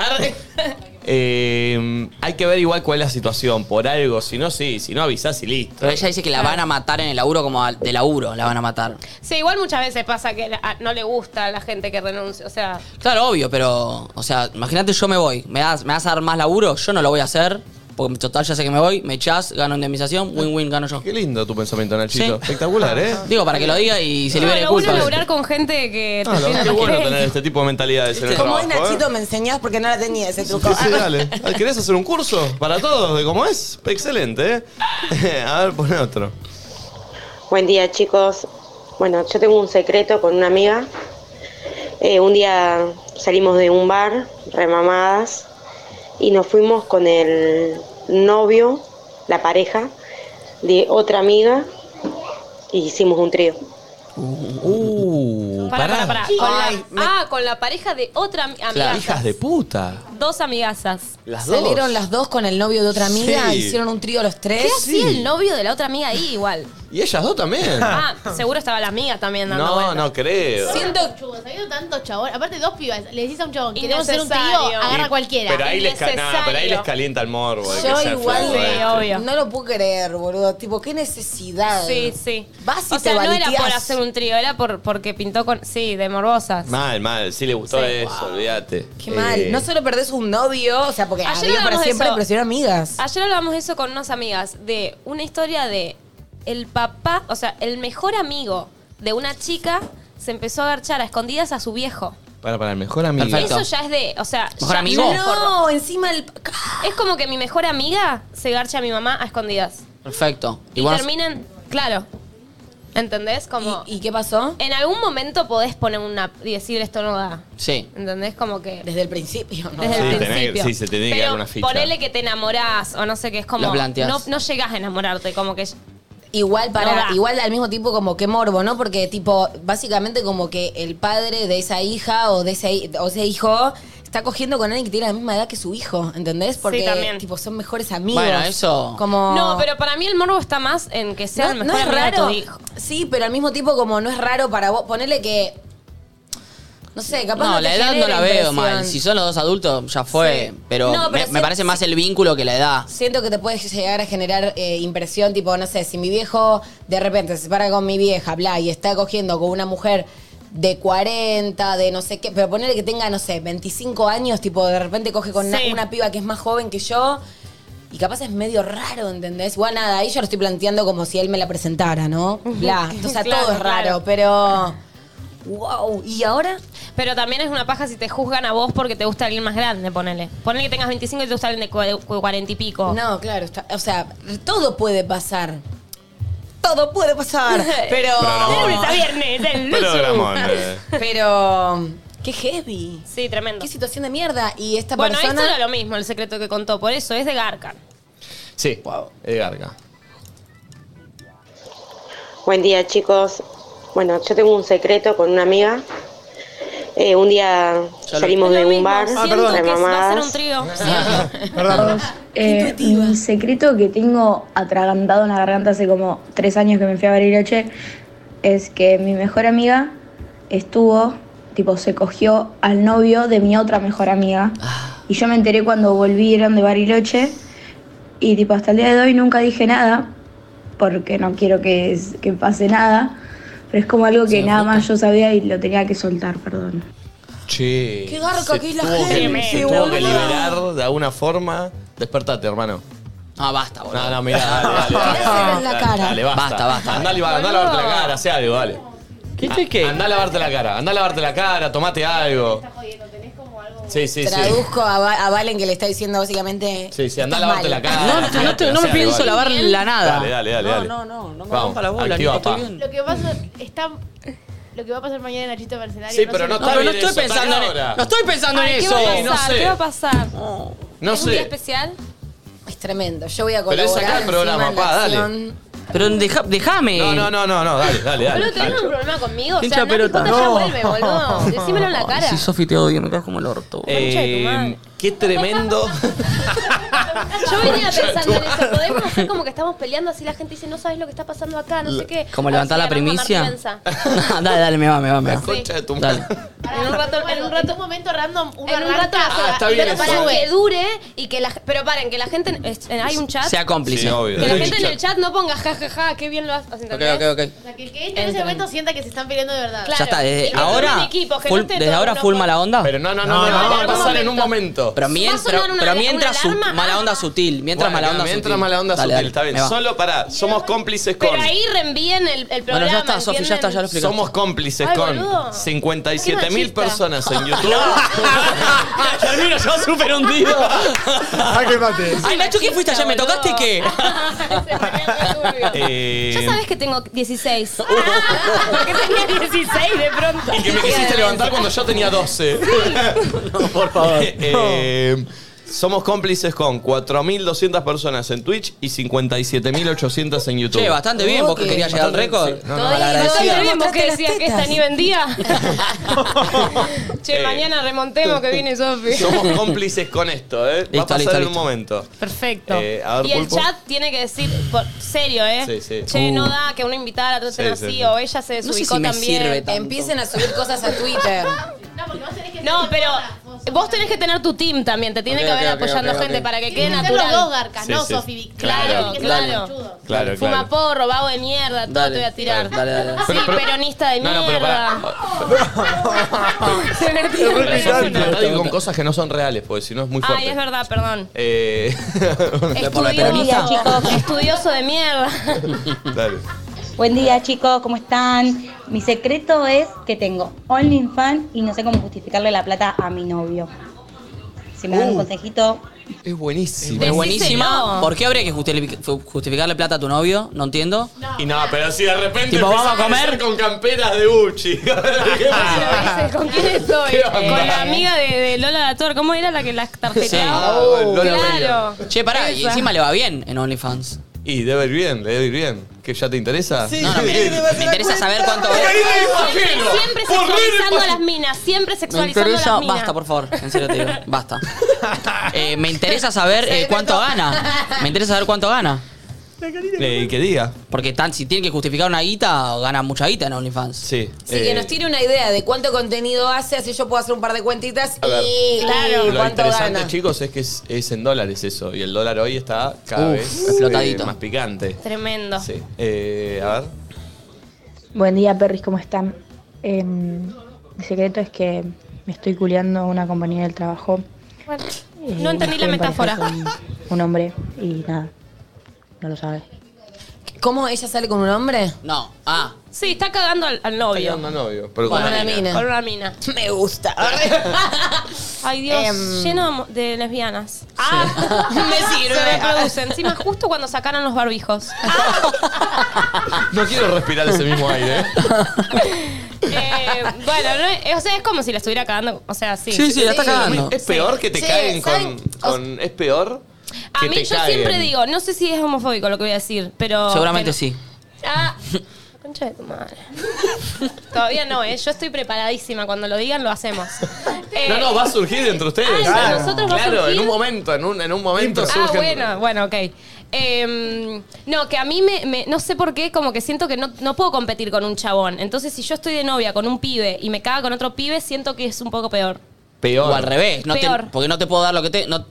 Speaker 1: Eh, hay que ver igual cuál es la situación, por algo. Si no, sí, si no avisás y listo.
Speaker 3: Pero ella dice que la van a matar en el laburo como al- de laburo, la van a matar.
Speaker 2: sí, igual muchas veces pasa que la- no le gusta a la gente que renuncia. O sea,
Speaker 3: Claro, obvio, pero, o sea, imagínate yo me voy, me das, me vas a dar más laburo, yo no lo voy a hacer, porque en total ya sé que me voy, me echás, gano indemnización, win-win, gano yo.
Speaker 1: Qué lindo tu pensamiento, Nachito.
Speaker 3: Sí.
Speaker 1: Espectacular, ¿eh?
Speaker 3: Digo, para que lo diga y se
Speaker 2: no,
Speaker 3: libere de
Speaker 2: lo bueno es
Speaker 3: culpas.
Speaker 2: laburar con gente que
Speaker 1: Ah, la
Speaker 2: te
Speaker 1: verdad,
Speaker 2: llena
Speaker 1: qué
Speaker 2: la
Speaker 1: bueno
Speaker 2: gente.
Speaker 1: tener este tipo de mentalidades en el
Speaker 4: Como
Speaker 1: trabajo.
Speaker 4: es Nachito,
Speaker 1: ¿eh?
Speaker 4: me enseñás porque no la tenía ese truco.
Speaker 1: Sí, sí, dale. Ah, ¿Querés hacer un curso para todos de cómo es? Excelente, ¿eh? A ver, pon otro.
Speaker 9: Buen día chicos. Bueno, yo tengo un secreto con una amiga. Eh, un día salimos de un bar, remamadas, y nos fuimos con el novio, la pareja, de otra amiga, y hicimos un trío.
Speaker 1: Uh,
Speaker 2: Pará, pará, pará. Con la-
Speaker 4: Ay, me-
Speaker 2: Ah, con la pareja de otra ami- amigaza.
Speaker 1: Hijas de puta.
Speaker 2: Dos amigazas.
Speaker 1: Las dos.
Speaker 4: Salieron las dos con el novio de otra amiga,
Speaker 1: Sí.
Speaker 4: hicieron un trío los
Speaker 2: ¿Qué
Speaker 4: tres.
Speaker 2: hacía el novio de la otra amiga ahí igual?
Speaker 1: Y ellas dos también.
Speaker 2: Ah, seguro estaba la amiga también dando
Speaker 1: no,
Speaker 2: vueltas.
Speaker 1: no creo.
Speaker 5: Siento chugas, ha habido tantos chabones. Aparte, dos pibas. Le decís a un chabón, queremos hacer un trío,
Speaker 2: Innecesario.
Speaker 5: agarra
Speaker 1: Y-
Speaker 5: cualquiera.
Speaker 1: Pero ahí, les ca-
Speaker 2: Innecesario.
Speaker 1: nah, pero ahí les calienta el morbo. de que
Speaker 4: Yo
Speaker 1: sea
Speaker 4: igual,
Speaker 1: flaco,
Speaker 2: Sí,
Speaker 1: ¿eh?
Speaker 2: obvio.
Speaker 4: No lo puedo creer, boludo. Tipo, qué necesidad.
Speaker 2: Sí, sí.
Speaker 4: Vas y
Speaker 2: o sea,
Speaker 4: te
Speaker 2: no era
Speaker 4: valiteás.
Speaker 2: por hacer un trío, era por porque pintó con. Sí, de morbosas.
Speaker 1: eh. Mal, mal. Sí le gustó
Speaker 2: Sí.
Speaker 1: eso, olvídate.
Speaker 4: Qué
Speaker 1: Eh,
Speaker 4: mal. No solo perdés un novio, o sea, porque
Speaker 2: Ayer
Speaker 4: amigas para
Speaker 2: hablamos de
Speaker 4: siempre,
Speaker 2: eso.
Speaker 4: pero si eran amigas.
Speaker 2: Ayer hablamos de eso con unas amigas, de una historia de el papá, o sea, el mejor amigo de una chica se empezó a agarchar a escondidas a su viejo.
Speaker 1: Para, para, el mejor amigo.
Speaker 3: Perfecto.
Speaker 2: Eso ya es de, o sea,
Speaker 3: ¿Mejor
Speaker 2: ya-
Speaker 3: amigo?
Speaker 2: ya es forro.
Speaker 4: No, encima el.
Speaker 2: Es como que mi mejor amiga se garcha a mi mamá a escondidas.
Speaker 3: Perfecto.
Speaker 2: Y,
Speaker 3: bueno,
Speaker 2: terminan, claro. ¿Entendés? Como
Speaker 4: ¿Y, y qué pasó?
Speaker 2: en algún momento podés poner una y decir esto no da.
Speaker 3: Sí.
Speaker 2: ¿Entendés? Como que
Speaker 4: Desde el principio, ¿no?
Speaker 2: desde
Speaker 1: Sí,
Speaker 2: el
Speaker 1: tenés que-
Speaker 2: principio.
Speaker 1: sí, se te tiene que
Speaker 2: Pero
Speaker 1: dar una ficha.
Speaker 2: Ponele que te enamorás o no sé qué, es como.
Speaker 3: La planteás.
Speaker 2: No, no llegás a enamorarte, como que.
Speaker 4: Igual para,
Speaker 2: No da.
Speaker 4: igual al mismo tipo como que morbo, ¿no? Porque tipo, básicamente como que el padre de esa hija o de ese, hi- o ese hijo está cogiendo con alguien que tiene la misma edad que su hijo, ¿entendés? Porque
Speaker 2: también.
Speaker 4: tipo son mejores amigos.
Speaker 3: Bueno, eso-
Speaker 4: Como
Speaker 2: No, pero para mí el morbo está más en que sea el mejor amigo de tu hijo.
Speaker 4: Sí, pero al mismo tipo como no es raro para vos ponerle que no sé, capaz
Speaker 3: No,
Speaker 4: no te
Speaker 3: la edad no
Speaker 4: genera
Speaker 3: la veo
Speaker 4: impresión.
Speaker 3: mal. Si son los dos adultos, ya fue.
Speaker 2: Sí.
Speaker 3: Pero,
Speaker 4: No,
Speaker 3: me,
Speaker 4: pero
Speaker 3: me
Speaker 4: sí-
Speaker 3: parece más el vínculo que la edad.
Speaker 4: Siento que te puede llegar a generar eh, impresión, tipo, no sé, si mi viejo de repente se separa con mi vieja, bla, y está cogiendo con una mujer de 40, de no sé qué, pero ponerle que tenga, no sé, 25 años, tipo, de repente coge con una,
Speaker 2: Sí.
Speaker 4: una piba que es más joven que yo, y capaz es medio raro, ¿entendés? Bueno, nada, ahí yo lo estoy planteando como si él me la presentara, ¿no? Bla, o sea,
Speaker 2: Claro,
Speaker 4: todo es raro,
Speaker 2: claro.
Speaker 4: pero... Wow, ¿y ahora?
Speaker 2: Pero también es una paja si te juzgan a vos porque te gusta alguien más grande, ponele. Ponele que tengas 25 y te gusta alguien de cu- cu- 40 y pico.
Speaker 4: No, claro, está- o sea, todo puede pasar. Todo puede pasar, pero...
Speaker 2: De lunes a viernes, el
Speaker 1: Programón, eh.
Speaker 4: Pero. Qué heavy.
Speaker 2: Sí, tremendo.
Speaker 4: Qué situación de mierda. Y esta
Speaker 2: Bueno,
Speaker 4: persona.
Speaker 2: esto era lo mismo, el secreto que contó. Por eso es de Garcan.
Speaker 1: Sí, es garga.
Speaker 9: Buen día chicos. Bueno, yo tengo un secreto con una amiga. Eh, un día
Speaker 3: lo-
Speaker 9: salimos
Speaker 2: Es
Speaker 9: de
Speaker 2: lo
Speaker 9: un
Speaker 2: mismo,
Speaker 9: bar,
Speaker 2: Siento que va a ser
Speaker 9: remamadas.
Speaker 2: un trío.
Speaker 6: Perdón.
Speaker 8: Eh, mi secreto que tengo atragantado en la garganta hace como tres años que me fui a Bariloche es que mi mejor amiga estuvo, tipo, se cogió
Speaker 10: Ah.
Speaker 8: al novio de mi otra mejor amiga. Y yo me enteré cuando volvieron de Bariloche
Speaker 11: Y tipo, hasta el día de hoy nunca dije nada, porque no quiero que, es- que pase nada. Pero es como algo que nada más yo sabía y lo tenía que soltar, perdón.
Speaker 1: Che.
Speaker 11: Qué garca
Speaker 1: se
Speaker 11: que es la
Speaker 1: tuvo
Speaker 11: gente,
Speaker 1: se tuvo que
Speaker 11: boludo.
Speaker 1: liberar de alguna forma. Despertate, hermano.
Speaker 3: No, basta, boludo.
Speaker 1: No, no, mirá, dale, dale.
Speaker 3: Tiráselo
Speaker 1: dale,
Speaker 3: en la
Speaker 1: Dale,
Speaker 3: cara.
Speaker 1: dale, basta.
Speaker 3: Basta, basta.
Speaker 1: Andá, a lavar- andá a lavarte la cara, hace algo, dale.
Speaker 3: ¿Qué
Speaker 1: te qué? Andá a lavarte la cara, andá a lavarte la cara, tomate algo. Sí, sí, sí.
Speaker 4: Traduzco a, Va- a Valen que le está diciendo básicamente.
Speaker 1: Sí, sí, andá a
Speaker 4: Estás
Speaker 1: lavarte la
Speaker 4: mal.
Speaker 1: cara.
Speaker 4: No, no,
Speaker 1: hace
Speaker 4: no
Speaker 1: algo,
Speaker 4: te- no me
Speaker 1: hace algo,
Speaker 4: pienso
Speaker 1: dale.
Speaker 4: lavar la nada.
Speaker 1: Dale, dale, dale.
Speaker 5: No,
Speaker 1: dale.
Speaker 5: no, no,
Speaker 1: no
Speaker 5: me rompa la bola,
Speaker 1: activa,
Speaker 5: Nico, estoy
Speaker 1: pa.
Speaker 5: bien. Lo que pasa está. Lo que va a pasar mañana en Nachito Mercenario.
Speaker 1: Sí, pero no está
Speaker 5: pero
Speaker 1: bien
Speaker 3: estoy
Speaker 1: eso, está
Speaker 3: pensando en-
Speaker 1: ahora.
Speaker 3: no estoy pensando
Speaker 2: Ay, ¿Qué va a
Speaker 1: No
Speaker 2: pasar? ¿Qué va a
Speaker 1: sé,
Speaker 2: pasar?
Speaker 1: no
Speaker 2: ¿Es un día
Speaker 1: sé.
Speaker 2: especial?
Speaker 4: Es tremendo. Yo voy a
Speaker 1: Pero
Speaker 4: colaborar.
Speaker 1: es acá el
Speaker 4: encima
Speaker 1: programa,
Speaker 4: en la
Speaker 1: pa, dale.
Speaker 4: acción.
Speaker 3: Pero deja- déjame.
Speaker 1: No, no, no, no, no, dale, dale, dale.
Speaker 2: Boludo, ¿tenés un problema conmigo? O
Speaker 3: Hincha
Speaker 2: sea, no
Speaker 3: pelota.
Speaker 2: pelota. ya
Speaker 3: No.
Speaker 2: vuelve, boludo. Decímelo en la cara.
Speaker 3: Si Sofi te odio, me caes como el orto.
Speaker 4: Eh,
Speaker 2: Concha de tu madre.
Speaker 1: qué tremendo.
Speaker 2: Yo venía pensando en eso. Podemos hacer como que estamos peleando así. La gente dice, no sabes lo que está pasando acá, no sé qué.
Speaker 3: Como levantar la
Speaker 2: Así ganamos
Speaker 3: primicia.
Speaker 2: Martín Benza.
Speaker 3: dale, dale, me va, me va, me va.
Speaker 1: concha de tu
Speaker 3: Dale.
Speaker 2: En un rato, en un rato,
Speaker 5: un momento random, uno
Speaker 2: en un rato,
Speaker 5: arranca-
Speaker 1: Ah, está bien
Speaker 2: pero
Speaker 1: eso.
Speaker 2: para que dure y que la, pero paren que la gente, es- hay un chat,
Speaker 3: Sea cómplice.
Speaker 1: Sí, obvio.
Speaker 2: que la gente en
Speaker 1: Chat.
Speaker 2: el chat no ponga jajaja, ja, ja, qué bien lo haces,
Speaker 3: Ok,
Speaker 2: ¿entendés?
Speaker 3: ok, ok.
Speaker 5: O sea, que el que entre en ese momento sienta que se están peleando de verdad.
Speaker 2: Claro.
Speaker 3: Ya está,
Speaker 2: Y
Speaker 3: desde
Speaker 2: que formen
Speaker 3: ahora.
Speaker 2: equipo, que no
Speaker 3: full-
Speaker 2: esté
Speaker 3: desde
Speaker 2: todo
Speaker 3: ahora
Speaker 2: uno
Speaker 3: full
Speaker 2: por-
Speaker 3: mala onda.
Speaker 1: Pero no, no, no, no,
Speaker 2: no,
Speaker 1: va a
Speaker 2: no,
Speaker 1: pasar
Speaker 2: no,
Speaker 1: en un momento.
Speaker 3: Pero, mien-
Speaker 2: a
Speaker 3: pero,
Speaker 2: sonar una-
Speaker 3: pero
Speaker 2: una
Speaker 3: mientras su-
Speaker 2: alarma?
Speaker 3: mala onda sutil, mientras
Speaker 1: Bueno,
Speaker 3: mala onda
Speaker 1: mientras
Speaker 3: sutil.
Speaker 1: mala onda
Speaker 3: Dale,
Speaker 1: sutil,
Speaker 3: dale,
Speaker 1: está bien.
Speaker 3: me va.
Speaker 1: Solo para, somos cómplices con.
Speaker 2: Pero ahí reenvíen el, el programa.
Speaker 3: Bueno, ya está, Sofi, ya está, ya lo expliqué.
Speaker 1: Somos cómplices
Speaker 2: Ay,
Speaker 1: con
Speaker 2: boludo.
Speaker 1: 57
Speaker 2: Qué
Speaker 1: mil
Speaker 2: machista.
Speaker 1: personas en YouTube.
Speaker 3: Termino yo súper hundido.
Speaker 6: Ay, que mate.
Speaker 3: Ay, Nacho, ¿qué fuiste allá? ¿Me tocaste qué?
Speaker 1: Eh,
Speaker 2: Ya sabes Ah, que tengo 16. ¿Por qué tenía 16 de pronto?
Speaker 1: Y que me quisiste levantar cuando yo tenía 12. no, por favor. Eh, somos cómplices con 4.200 personas en Twitch y 57.800 en YouTube.
Speaker 3: Che, bastante bien, vos que
Speaker 4: Ok.
Speaker 3: querías llegar al récord.
Speaker 1: No,
Speaker 2: Todo bien,
Speaker 3: Mal
Speaker 2: todo
Speaker 3: agradecida.
Speaker 2: bien, vos que decías que esta ni vendía. che,
Speaker 1: Eh.
Speaker 2: mañana remontemos que viene Sofi.
Speaker 1: Somos cómplices con esto, ¿eh? Va a
Speaker 3: Listo,
Speaker 1: pasar
Speaker 3: listo,
Speaker 1: en un
Speaker 3: listo.
Speaker 1: momento.
Speaker 2: Perfecto.
Speaker 1: Eh, a ver,
Speaker 2: y el
Speaker 1: Pulpo.
Speaker 2: chat tiene que decir, por serio, ¿eh?
Speaker 1: Sí, sí.
Speaker 2: Che, no da que una invitada la traten
Speaker 1: Sí,
Speaker 2: así
Speaker 1: sí, sí.
Speaker 2: o ella se
Speaker 3: No sé
Speaker 2: desubicó
Speaker 3: si me
Speaker 2: también.
Speaker 3: sirve tanto.
Speaker 4: Empiecen a subir cosas a Twitter.
Speaker 5: No, porque vos tenés que
Speaker 2: No,
Speaker 5: ser
Speaker 2: pero
Speaker 5: persona, vos sos
Speaker 2: vos tenés que tener tu team también, te tiene
Speaker 3: Ok,
Speaker 2: que haber
Speaker 3: ok, ok,
Speaker 2: apoyando
Speaker 3: ok,
Speaker 2: gente
Speaker 3: ok.
Speaker 2: para que quede
Speaker 5: Tienen que ser los dos
Speaker 2: natural.
Speaker 5: garcas,
Speaker 1: Sí,
Speaker 5: no
Speaker 1: sí.
Speaker 5: Sofi Vic.
Speaker 2: Claro,
Speaker 5: Tienen que ser
Speaker 2: claro.
Speaker 5: conchudos.
Speaker 1: Claro,
Speaker 2: Fuma
Speaker 1: claro.
Speaker 2: porro, vago de mierda, todo
Speaker 3: Dale,
Speaker 2: te voy a tirar.
Speaker 3: dale, dale, dale.
Speaker 2: Sí,
Speaker 1: Pero- pero-
Speaker 2: peronista de
Speaker 1: No,
Speaker 2: mierda.
Speaker 1: no, pero pará.
Speaker 2: Se metió en
Speaker 1: Pero
Speaker 2: re-
Speaker 1: Sofi, tratá de ir con cosas que no son reales, porque si no es muy fuerte.
Speaker 2: Ay, es verdad, perdón.
Speaker 1: Eh,
Speaker 3: por la
Speaker 2: Estudioso, chicos, estudioso de mierda.
Speaker 1: dale.
Speaker 10: Buen día chicos, ¿cómo están? Mi secreto es que tengo OnlyFans y no sé cómo justificarle la plata a mi novio. Si me dan un consejito,
Speaker 1: Es buenísimo.
Speaker 3: Es buenísima.
Speaker 2: Decíselo.
Speaker 3: ¿Por qué habría que justific- justificarle plata a tu novio? No entiendo.
Speaker 1: Y nada, pero si de repente
Speaker 3: Tipo,
Speaker 1: empezás
Speaker 3: ¿vamos a comer?
Speaker 1: aparecer con camperas de Gucci. ¿Qué pasa?
Speaker 2: ¿Con quién estoy?
Speaker 1: ¿Qué onda?
Speaker 2: Con la amiga de, de Lola Lator. ¿Cómo era la que las
Speaker 1: Ah,
Speaker 2: tarpeteaba?
Speaker 1: bueno, Lola Meyer.
Speaker 2: claro.
Speaker 3: Che, pará, y
Speaker 2: Esa.
Speaker 3: encima le va bien en OnlyFans.
Speaker 1: Y debe ir bien, le debe ir bien. ¿Que ya te interesa?
Speaker 3: No, no, me, me interesa saber cuánto.
Speaker 2: Siempre, siempre sexualizando
Speaker 1: pues.
Speaker 2: a las minas, siempre
Speaker 3: Me
Speaker 2: sexualizando a
Speaker 3: interesa.
Speaker 2: las minas.
Speaker 3: Basta, por favor. En serio te digo. Basta. Eh, me interesa saber eh, cuánto gana. Me interesa saber cuánto gana.
Speaker 1: Eh, que diga.
Speaker 3: Porque tan, si tiene que justificar una guita, gana mucha guita en OnlyFans.
Speaker 1: Sí.
Speaker 4: Sí, que
Speaker 1: Eh,
Speaker 4: nos tire una idea de cuánto contenido hace, así yo puedo hacer un par de cuentitas
Speaker 1: A ver.
Speaker 4: y, y
Speaker 1: Lo
Speaker 4: cuánto
Speaker 1: interesante,
Speaker 4: gana.
Speaker 1: chicos, es que es, es en dólares eso. Y el dólar hoy está cada
Speaker 3: Uf,
Speaker 1: vez eh,
Speaker 3: explotadito.
Speaker 1: más picante.
Speaker 2: Tremendo.
Speaker 1: Sí. Eh, a ver.
Speaker 11: Buen día, perris, ¿cómo están? Em, mi secreto es que me estoy culeando a una compañera del trabajo. Eh,
Speaker 2: No entendí la
Speaker 11: estoy en
Speaker 2: metáfora.
Speaker 11: pareja con Un hombre y nada, no lo sabe.
Speaker 4: ¿Cómo ella sale con un hombre?
Speaker 3: No. Ah.
Speaker 2: Sí, está cagando al, al
Speaker 1: Está
Speaker 2: novio.
Speaker 1: quedando novio. Pero
Speaker 4: Con
Speaker 1: con
Speaker 4: una
Speaker 1: la mina.
Speaker 4: mina.
Speaker 2: Con una mina.
Speaker 4: Me gusta.
Speaker 2: Ay, Dios,
Speaker 4: Em.
Speaker 2: lleno de lesbianas. Ah, me sirve. Se reproducen. Encima, justo cuando sacaron los barbijos.
Speaker 1: No quiero respirar ese mismo aire. ¿eh?
Speaker 2: Eh, bueno, no es- o sea, es como si la estuviera cagando. O sea, sí.
Speaker 3: Sí, sí, la está
Speaker 4: Sí.
Speaker 3: cagando.
Speaker 1: Es peor que te
Speaker 4: Sí,
Speaker 1: caguen con,
Speaker 4: ¿saben?
Speaker 1: con- Es peor
Speaker 2: A
Speaker 1: que
Speaker 2: mí
Speaker 1: te
Speaker 2: yo
Speaker 1: caguen.
Speaker 2: siempre digo, no sé si es homofóbico lo que voy a decir, pero...
Speaker 3: Seguramente
Speaker 2: pero-
Speaker 3: sí.
Speaker 2: Ah, concha de tu madre. Todavía no, ¿eh? Yo estoy preparadísima. Cuando lo digan, lo hacemos. Eh,
Speaker 1: No, no, va a surgir entre ustedes.
Speaker 2: Ah, entre
Speaker 1: Claro.
Speaker 2: nosotros va a
Speaker 1: Claro, en
Speaker 2: surgir.
Speaker 1: un momento, en un, en un momento
Speaker 2: Ah,
Speaker 1: surge.
Speaker 2: bueno, bueno, ok. Em, no, que a mí me, me- No sé por qué, como que siento que no, no puedo competir con un chabón. Entonces, si yo estoy de novia con un pibe y me caga con otro pibe, siento que es un poco peor.
Speaker 1: Peor.
Speaker 3: O al revés. No te-
Speaker 2: Peor.
Speaker 3: porque no te puedo dar lo que te. no- no-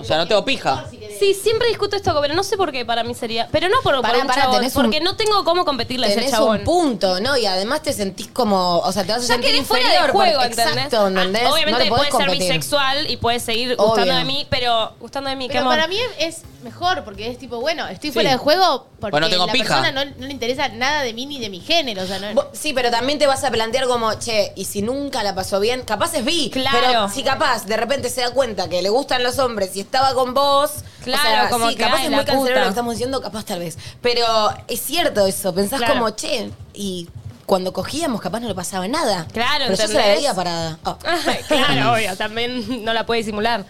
Speaker 3: o sea, no tengo pija.
Speaker 2: Sí, Sí, siempre discuto esto, pero no sé por qué para mí sería. Pero no por,
Speaker 4: Pará,
Speaker 2: por un
Speaker 4: pará,
Speaker 2: chabón,
Speaker 4: tenés un-
Speaker 2: porque no tengo cómo competirle a ese
Speaker 4: Tenés
Speaker 2: chabón.
Speaker 4: un punto, ¿no? Y además te sentís como. O sea, te vas a
Speaker 2: ya
Speaker 4: sentir
Speaker 2: quedé
Speaker 4: inferior.
Speaker 2: fuera del juego,
Speaker 4: porque-
Speaker 2: ¿entendés?
Speaker 4: Exacto, ¿entendés?
Speaker 2: Ah,
Speaker 4: no
Speaker 2: obviamente
Speaker 4: le podés
Speaker 2: puede ser
Speaker 4: competir.
Speaker 2: bisexual y puede seguir gustando
Speaker 4: Obvio.
Speaker 2: de mí, pero gustando de mí,
Speaker 5: Pero
Speaker 2: ¿qué amor?
Speaker 5: para mí es mejor, porque es tipo, bueno, estoy
Speaker 2: Sí.
Speaker 5: fuera de juego porque
Speaker 2: Bueno,
Speaker 4: tengo
Speaker 5: la
Speaker 4: pija.
Speaker 5: persona no, no le interesa nada de mí ni de mi género. O sea, no,
Speaker 4: Bo- Sí, pero también te vas a plantear como, che, y si nunca la pasó bien, capaz es bi.
Speaker 5: Claro.
Speaker 4: Pero si capaz de repente se da cuenta que le gustan los hombres y estaba con vos.
Speaker 2: Claro,
Speaker 4: o sea,
Speaker 2: como
Speaker 4: sí,
Speaker 2: que,
Speaker 4: capaz
Speaker 2: ay,
Speaker 4: es
Speaker 2: la
Speaker 4: muy canceroso
Speaker 2: puta.
Speaker 4: lo que estamos diciendo, capaz tal vez. Pero es cierto eso, pensás
Speaker 2: Claro.
Speaker 4: como, che, y cuando cogíamos capaz no le pasaba nada.
Speaker 2: Claro,
Speaker 4: Pero yo se la
Speaker 2: ¿entendés?
Speaker 4: veía parada. Oh.
Speaker 2: Ah, claro, obvio, también no la puede disimular.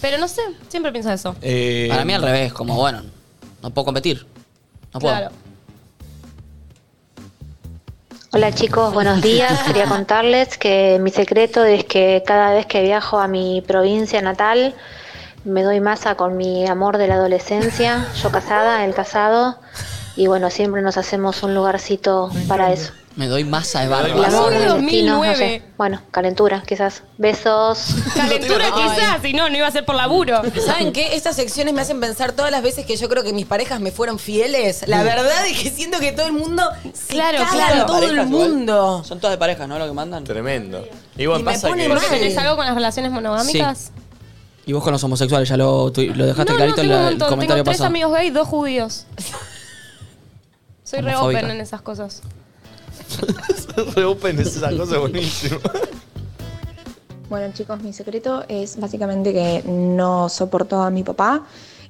Speaker 2: Pero no sé, siempre pienso eso.
Speaker 3: Para mí al revés, como bueno, no puedo competir. No puedo.
Speaker 2: Claro.
Speaker 12: Hola chicos, buenos días. Quería contarles que mi secreto es que cada vez que viajo a mi provincia natal me doy masa con mi amor de la adolescencia, yo casada, él casado, y bueno, siempre nos hacemos un lugarcito para eso.
Speaker 3: Me doy masa de barba.
Speaker 12: El amor del destino, no sé. Bueno, calentura quizás. Besos.
Speaker 2: Calentura quizás, si no, no iba a ser por laburo.
Speaker 4: ¿Saben qué? Estas secciones me hacen pensar todas las veces que yo creo que mis parejas me fueron fieles. La verdad es que siento que todo el mundo se caga en todo el
Speaker 3: Parejas
Speaker 4: mundo.
Speaker 3: igual. Son todas de parejas, ¿no? Lo que mandan.
Speaker 1: Tremendo. Igual
Speaker 3: Y me
Speaker 1: pasa
Speaker 3: pone
Speaker 1: que.
Speaker 3: mal.
Speaker 2: ¿Porque tenés algo con las relaciones monogámicas?
Speaker 3: Y vos con los homosexuales, ya lo, tu- lo
Speaker 2: No,
Speaker 3: dejaste
Speaker 2: no,
Speaker 3: clarito en
Speaker 2: tengo
Speaker 3: la-
Speaker 2: un
Speaker 3: el
Speaker 2: montón. Tengo
Speaker 3: comentario
Speaker 2: tres
Speaker 3: pasado.
Speaker 2: amigos gay y dos judíos. Soy re
Speaker 3: Homofóbica.
Speaker 2: open en esas cosas.
Speaker 1: Reopen es esa cosa buenísima.
Speaker 13: Bueno chicos, mi secreto es básicamente que no soporto a mi papá,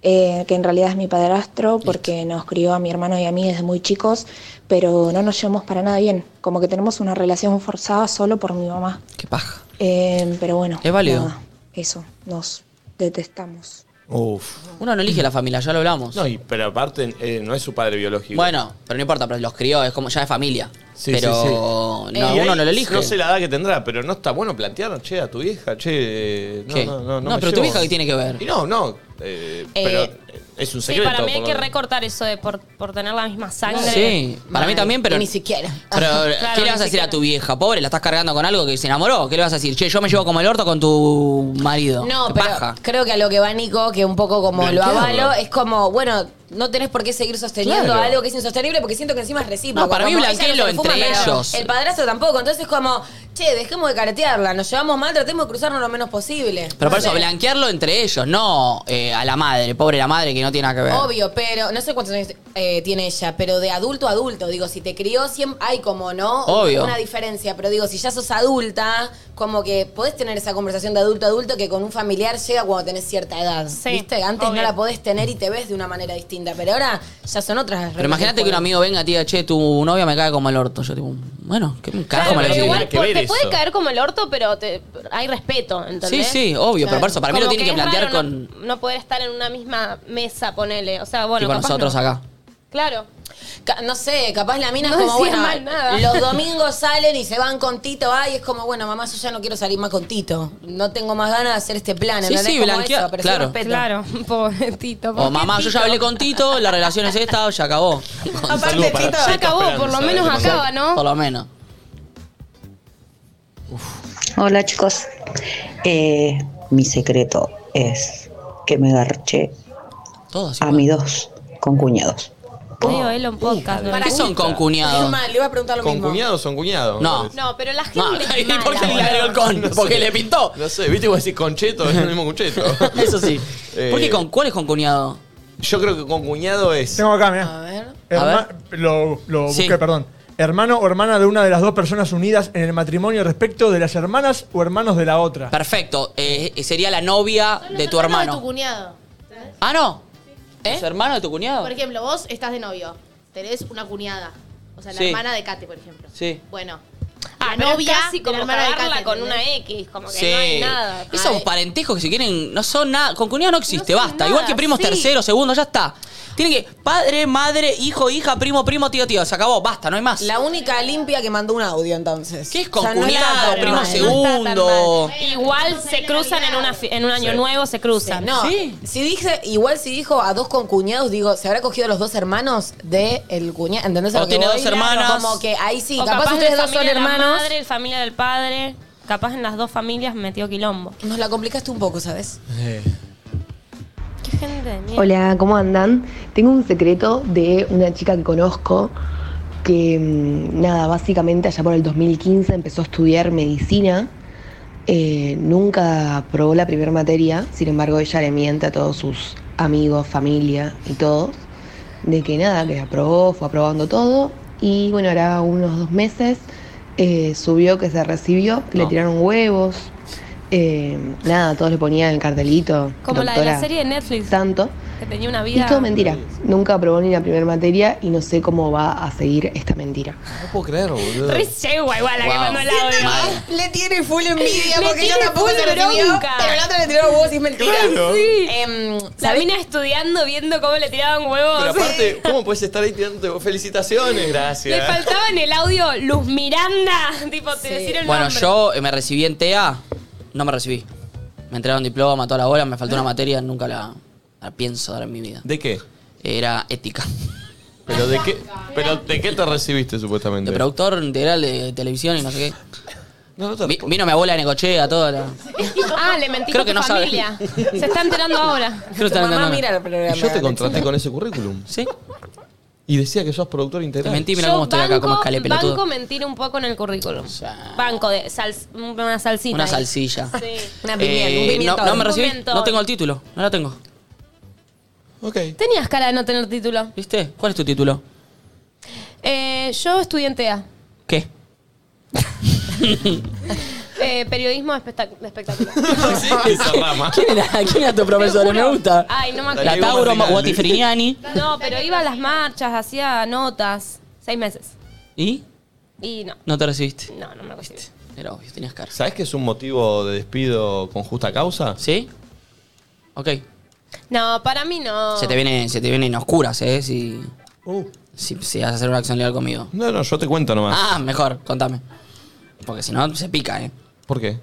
Speaker 13: eh, que en realidad es mi padrastro porque nos crió a mi hermano y a mí desde muy chicos, pero no nos llevamos para nada bien, como que tenemos una relación forzada solo por mi mamá.
Speaker 3: Qué paja.
Speaker 13: Eh, pero bueno,
Speaker 3: Es válido.
Speaker 13: nada, eso, nos detestamos.
Speaker 1: Uf.
Speaker 3: Uno no elige la familia, ya lo hablamos.
Speaker 1: No, y- pero aparte eh, no es su padre biológico.
Speaker 3: Bueno, pero no importa, pero los crió, es como ya es familia.
Speaker 1: Sí,
Speaker 3: pero
Speaker 1: sí, sí.
Speaker 3: No,
Speaker 1: Eh, Y
Speaker 3: uno
Speaker 1: ahí
Speaker 3: no lo elige.
Speaker 1: No sé la edad que tendrá, pero no está bueno plantear, che, a tu vieja, che. eh, No,
Speaker 3: ¿Qué?
Speaker 1: no, no.
Speaker 3: No,
Speaker 1: me
Speaker 3: pero tu
Speaker 1: llevo.
Speaker 3: vieja, ¿qué tiene que ver?
Speaker 1: Y no, no. eh,
Speaker 2: Eh,
Speaker 1: pero eh, es un
Speaker 2: Sí,
Speaker 1: secreto.
Speaker 2: para mí hay
Speaker 1: por
Speaker 2: que
Speaker 1: lo-
Speaker 2: recortar eso de por, por tener la misma sangre. Ah,
Speaker 3: Sí, para mí también, pero.
Speaker 4: Ni siquiera.
Speaker 3: Pero,
Speaker 2: Claro,
Speaker 3: ¿qué le
Speaker 2: ni
Speaker 3: vas a decir a tu vieja? Pobre, la estás cargando con algo que se enamoró. ¿Qué le vas a decir? Che, yo me llevo como el orto con tu marido.
Speaker 4: No,
Speaker 3: Qué
Speaker 4: pero
Speaker 3: paja.
Speaker 4: creo que a lo que va Nico, que un poco como lo
Speaker 3: Blanquearlo.
Speaker 4: avalo, es como, bueno, no tenés por qué seguir sosteniendo
Speaker 3: Claro.
Speaker 4: algo que es insostenible porque siento que encima es recíproco.
Speaker 3: No, para mí
Speaker 4: Como ella
Speaker 3: blanquealo
Speaker 4: se fuma,
Speaker 3: entre
Speaker 4: pero
Speaker 3: ellos.
Speaker 4: El padrastro tampoco, entonces como, che, dejemos de caretearla, nos llevamos mal, tratemos de cruzarnos lo menos posible.
Speaker 3: Pero por
Speaker 4: No
Speaker 3: eso,
Speaker 4: sé.
Speaker 3: blanquearlo entre ellos, no eh, a la madre, pobre la madre que no tiene nada que ver.
Speaker 4: Obvio, pero no sé cuántos años eh, tiene ella, pero de adulto a adulto, digo, si te crió, siempre hay como, ¿no?
Speaker 3: Obvio.
Speaker 4: Una diferencia, pero digo, si ya sos adulta, como que podés tener esa conversación de adulto a adulto que con un familiar llega cuando tenés cierta edad. ¿Viste? Antes
Speaker 2: obvio.
Speaker 4: no la podés tener y te ves de una manera distinta, pero ahora ya son otras. reglas
Speaker 3: Pero imagínate
Speaker 4: del
Speaker 3: que un
Speaker 4: juego.
Speaker 3: amigo venga y te diga, che, tu novia me cae como el orto. Yo digo, bueno, ¿qué me cae como el
Speaker 2: pero
Speaker 3: orto?
Speaker 2: igual por- te puede caer como el orto, pero te- hay respeto,
Speaker 3: Sí,
Speaker 2: ¿entendés?
Speaker 3: sí, obvio, pero
Speaker 2: Claro.
Speaker 3: por eso, para mí lo
Speaker 2: Como
Speaker 3: tiene que
Speaker 2: es
Speaker 3: plantear
Speaker 2: raro
Speaker 3: con
Speaker 2: No, no poder estar en una misma mesa, ponele. O sea, bueno,
Speaker 3: tipo
Speaker 2: capaz
Speaker 3: nosotros
Speaker 2: no.
Speaker 3: acá.
Speaker 2: Claro.
Speaker 4: Ca- no sé, capaz la mina
Speaker 2: No
Speaker 4: es como,
Speaker 2: decía
Speaker 4: bueno,
Speaker 2: mal nada.
Speaker 4: los domingos salen y se van con Tito, ay, es como, bueno, mamá, yo ya no quiero salir más con Tito. No tengo más ganas de hacer este plan,
Speaker 3: Sí,
Speaker 4: ¿entendés?
Speaker 3: sí,
Speaker 4: Como
Speaker 3: blanquea-
Speaker 4: eso, pero sin
Speaker 3: claro.
Speaker 4: respeto.
Speaker 2: Claro, pobrecito.
Speaker 3: O mamá, yo ya hablé con Tito, la relación es esta, ya acabó. Con
Speaker 2: Aparte,
Speaker 3: saludo para
Speaker 2: Tito, ya
Speaker 3: Tito
Speaker 2: acabó, por lo
Speaker 3: Esperanza,
Speaker 2: menos
Speaker 3: le mandamos-
Speaker 2: acaba, ¿no?
Speaker 3: Por lo menos.
Speaker 14: Hola chicos, Eh, mi secreto es que me garché a mis dos concuñados.
Speaker 2: Medio Elon Podcast.
Speaker 3: ¿Para qué son con cuñados?
Speaker 4: Mal, le iba a preguntar lo
Speaker 1: ¿Con
Speaker 4: mismo.
Speaker 1: cuñados son cuñados?
Speaker 3: No.
Speaker 1: me parece.
Speaker 2: No, pero la gente
Speaker 3: No,
Speaker 2: es
Speaker 3: ¿y
Speaker 2: mala.
Speaker 3: por qué le agregó el con?
Speaker 1: No
Speaker 3: Porque
Speaker 1: sé.
Speaker 3: le pintó.
Speaker 1: No sé, viste, vos decís concheto, es el mismo concheto.
Speaker 3: Eso sí. ¿Por qué con, ¿Cuál es con cuñado?
Speaker 1: Yo creo que con cuñado es.
Speaker 6: Tengo acá, mirá. Herma- Lo, lo
Speaker 1: Sí.
Speaker 6: busqué, perdón. Hermano o hermana de una de las dos personas unidas en el matrimonio respecto de las hermanas o hermanos de la otra.
Speaker 3: Perfecto, eh, sería la novia de tu
Speaker 5: No de tu
Speaker 3: hermano.
Speaker 5: cuñado.
Speaker 3: Ah, no. ¿Es hermano de tu cuñado?
Speaker 5: Por ejemplo, vos estás de novio, tenés una cuñada. O sea, la
Speaker 3: Sí.
Speaker 5: hermana de Kate, por ejemplo.
Speaker 3: Sí.
Speaker 5: Bueno.
Speaker 2: Ah,
Speaker 5: la
Speaker 2: pero es
Speaker 5: novia
Speaker 2: casi
Speaker 5: de
Speaker 2: como
Speaker 5: la hermana de
Speaker 2: cagarla
Speaker 5: Kate,
Speaker 2: con
Speaker 5: ¿entendés?
Speaker 2: una X, como que no hay nada.
Speaker 3: Esos parentescos que si quieren no son nada. Con cuñado no existe, basta. Igual que primos
Speaker 2: sí.
Speaker 3: terceros, segundos, ya está. Tienen que padre, madre, hijo, hija, primo, primo, tío, tío. Se acabó, basta, no hay más.
Speaker 4: La única limpia que mandó un audio entonces. ¿Qué
Speaker 3: es con cuñado, primo
Speaker 2: No
Speaker 3: segundo.
Speaker 2: está tan mal. Igual se cruzan en, una fi- en un año
Speaker 4: Sí.
Speaker 2: nuevo, se cruzan.
Speaker 4: No, si dije, igual si dijo a dos concuñados, digo, ¿se habrá cogido a los dos hermanos de el cuñado? ¿Entendés a
Speaker 3: O
Speaker 4: lo que
Speaker 3: tiene
Speaker 4: voy?
Speaker 3: dos hermanas.
Speaker 4: Como que ahí sí,
Speaker 2: O
Speaker 4: capaz,
Speaker 2: de
Speaker 4: ustedes dos
Speaker 2: familia
Speaker 4: son
Speaker 2: de la
Speaker 4: hermanos.
Speaker 2: madre, el familia del padre. Capaz en las dos familias metió quilombo.
Speaker 4: Nos la complicaste un poco, ¿sabes?
Speaker 1: Eh.
Speaker 4: Qué
Speaker 2: gente de mierda.
Speaker 15: Hola, ¿cómo andan? Tengo un secreto de una chica que conozco que, mm, nada, básicamente allá por el 2015 empezó a estudiar medicina. Eh, nunca probó la primera materia, sin embargo ella le miente a todos sus amigos, familia y todos, de que nada, que aprobó, fue aprobando todo y bueno, ahora unos dos meses eh, subió que se recibió, que
Speaker 2: No.
Speaker 15: le tiraron huevos, eh, nada, todos le ponían el cartelito.
Speaker 2: Como la de la
Speaker 15: doctora
Speaker 2: serie de Netflix.
Speaker 15: Tanto.
Speaker 2: Que tenía una
Speaker 15: Y
Speaker 2: vida.
Speaker 15: es todo mentira. Nunca aprobó ni la primera materia y no sé cómo va a seguir esta mentira.
Speaker 1: No puedo creer, boludo.
Speaker 2: Re yegua igual la que
Speaker 15: Wow.
Speaker 2: mandó el audio.
Speaker 4: Le tiene full envidia
Speaker 2: Le
Speaker 4: porque ella
Speaker 2: tiene
Speaker 4: tampoco
Speaker 2: full
Speaker 4: se recibió.
Speaker 2: bronca.
Speaker 4: Pero la otra le tiró los huevos y es mentira.
Speaker 1: Claro.
Speaker 4: Sí.
Speaker 2: La mina estudiando, viendo cómo le tiraban huevos.
Speaker 1: Pero aparte, ¿cómo puedes estar ahí tirando felicitaciones?
Speaker 2: Le
Speaker 1: Gracias.
Speaker 2: faltaba en el audio Luz Miranda. Tipo, te decir el
Speaker 3: Bueno,
Speaker 2: nombre.
Speaker 3: yo eh, me recibí en TEA, no me recibí. Me entregaron diploma, toda la bola, me
Speaker 2: Ah.
Speaker 3: faltó una materia, nunca la, la pienso dar en mi vida.
Speaker 1: ¿De qué?
Speaker 3: Era ética.
Speaker 1: ¿Pero de qué, pero de qué te recibiste supuestamente?
Speaker 3: De productor integral de televisión y no sé qué.
Speaker 1: No,
Speaker 3: Vi- vino mi abuela de Necochea, todo. la-
Speaker 2: Ah, le mentí
Speaker 3: Creo
Speaker 2: a
Speaker 3: que
Speaker 2: tu
Speaker 3: no sabe.
Speaker 2: familia. Se está enterando ahora.
Speaker 3: que está enterando ahora.
Speaker 2: el programa.
Speaker 1: Y yo te contraté con ese currículum.
Speaker 3: Sí.
Speaker 1: Y decía que sos productor integral.
Speaker 3: Te mentí, mirá Yo cómo estoy acá,
Speaker 2: Banco,
Speaker 3: cómo escalé, pelotudo.
Speaker 2: banco mentir un poco en el currículum. Banco de sal- una salsita.
Speaker 3: Una
Speaker 2: ahí.
Speaker 3: salsilla.
Speaker 2: Sí. Una pimienta,
Speaker 3: Eh,
Speaker 2: un pimiento.
Speaker 3: no, no me recibí,
Speaker 2: Un pimiento.
Speaker 3: no tengo el título, no la tengo.
Speaker 2: Tenías cara de no tener título.
Speaker 3: ¿Viste? ¿Cuál es tu título?
Speaker 2: Eh, yo estudié en TEA.
Speaker 3: ¿Qué?
Speaker 2: Eh, periodismo espectac- espectacular.
Speaker 1: Esa rama.
Speaker 3: ¿Quién era, quién era tu profesor? Me gusta.
Speaker 2: Ay, no me acuerdo.
Speaker 3: La Tauro Ma- Guatifriniani.
Speaker 2: No, pero iba a las marchas, hacía notas. Seis meses.
Speaker 3: ¿Y?
Speaker 2: Y no.
Speaker 3: No te recibiste.
Speaker 2: No, no me recibí.
Speaker 3: Era obvio, tenías cara.
Speaker 1: ¿Sabés que es un motivo de despido con justa causa?
Speaker 3: ¿Sí? Ok.
Speaker 2: No, para mí no.
Speaker 3: Se te viene, se te vienen oscuras, eh, si, si, si vas a hacer una acción legal conmigo.
Speaker 1: Uh. No, no, yo te cuento nomás.
Speaker 3: Ah, mejor, contame. Porque si no, se pica, eh.
Speaker 1: ¿Por qué?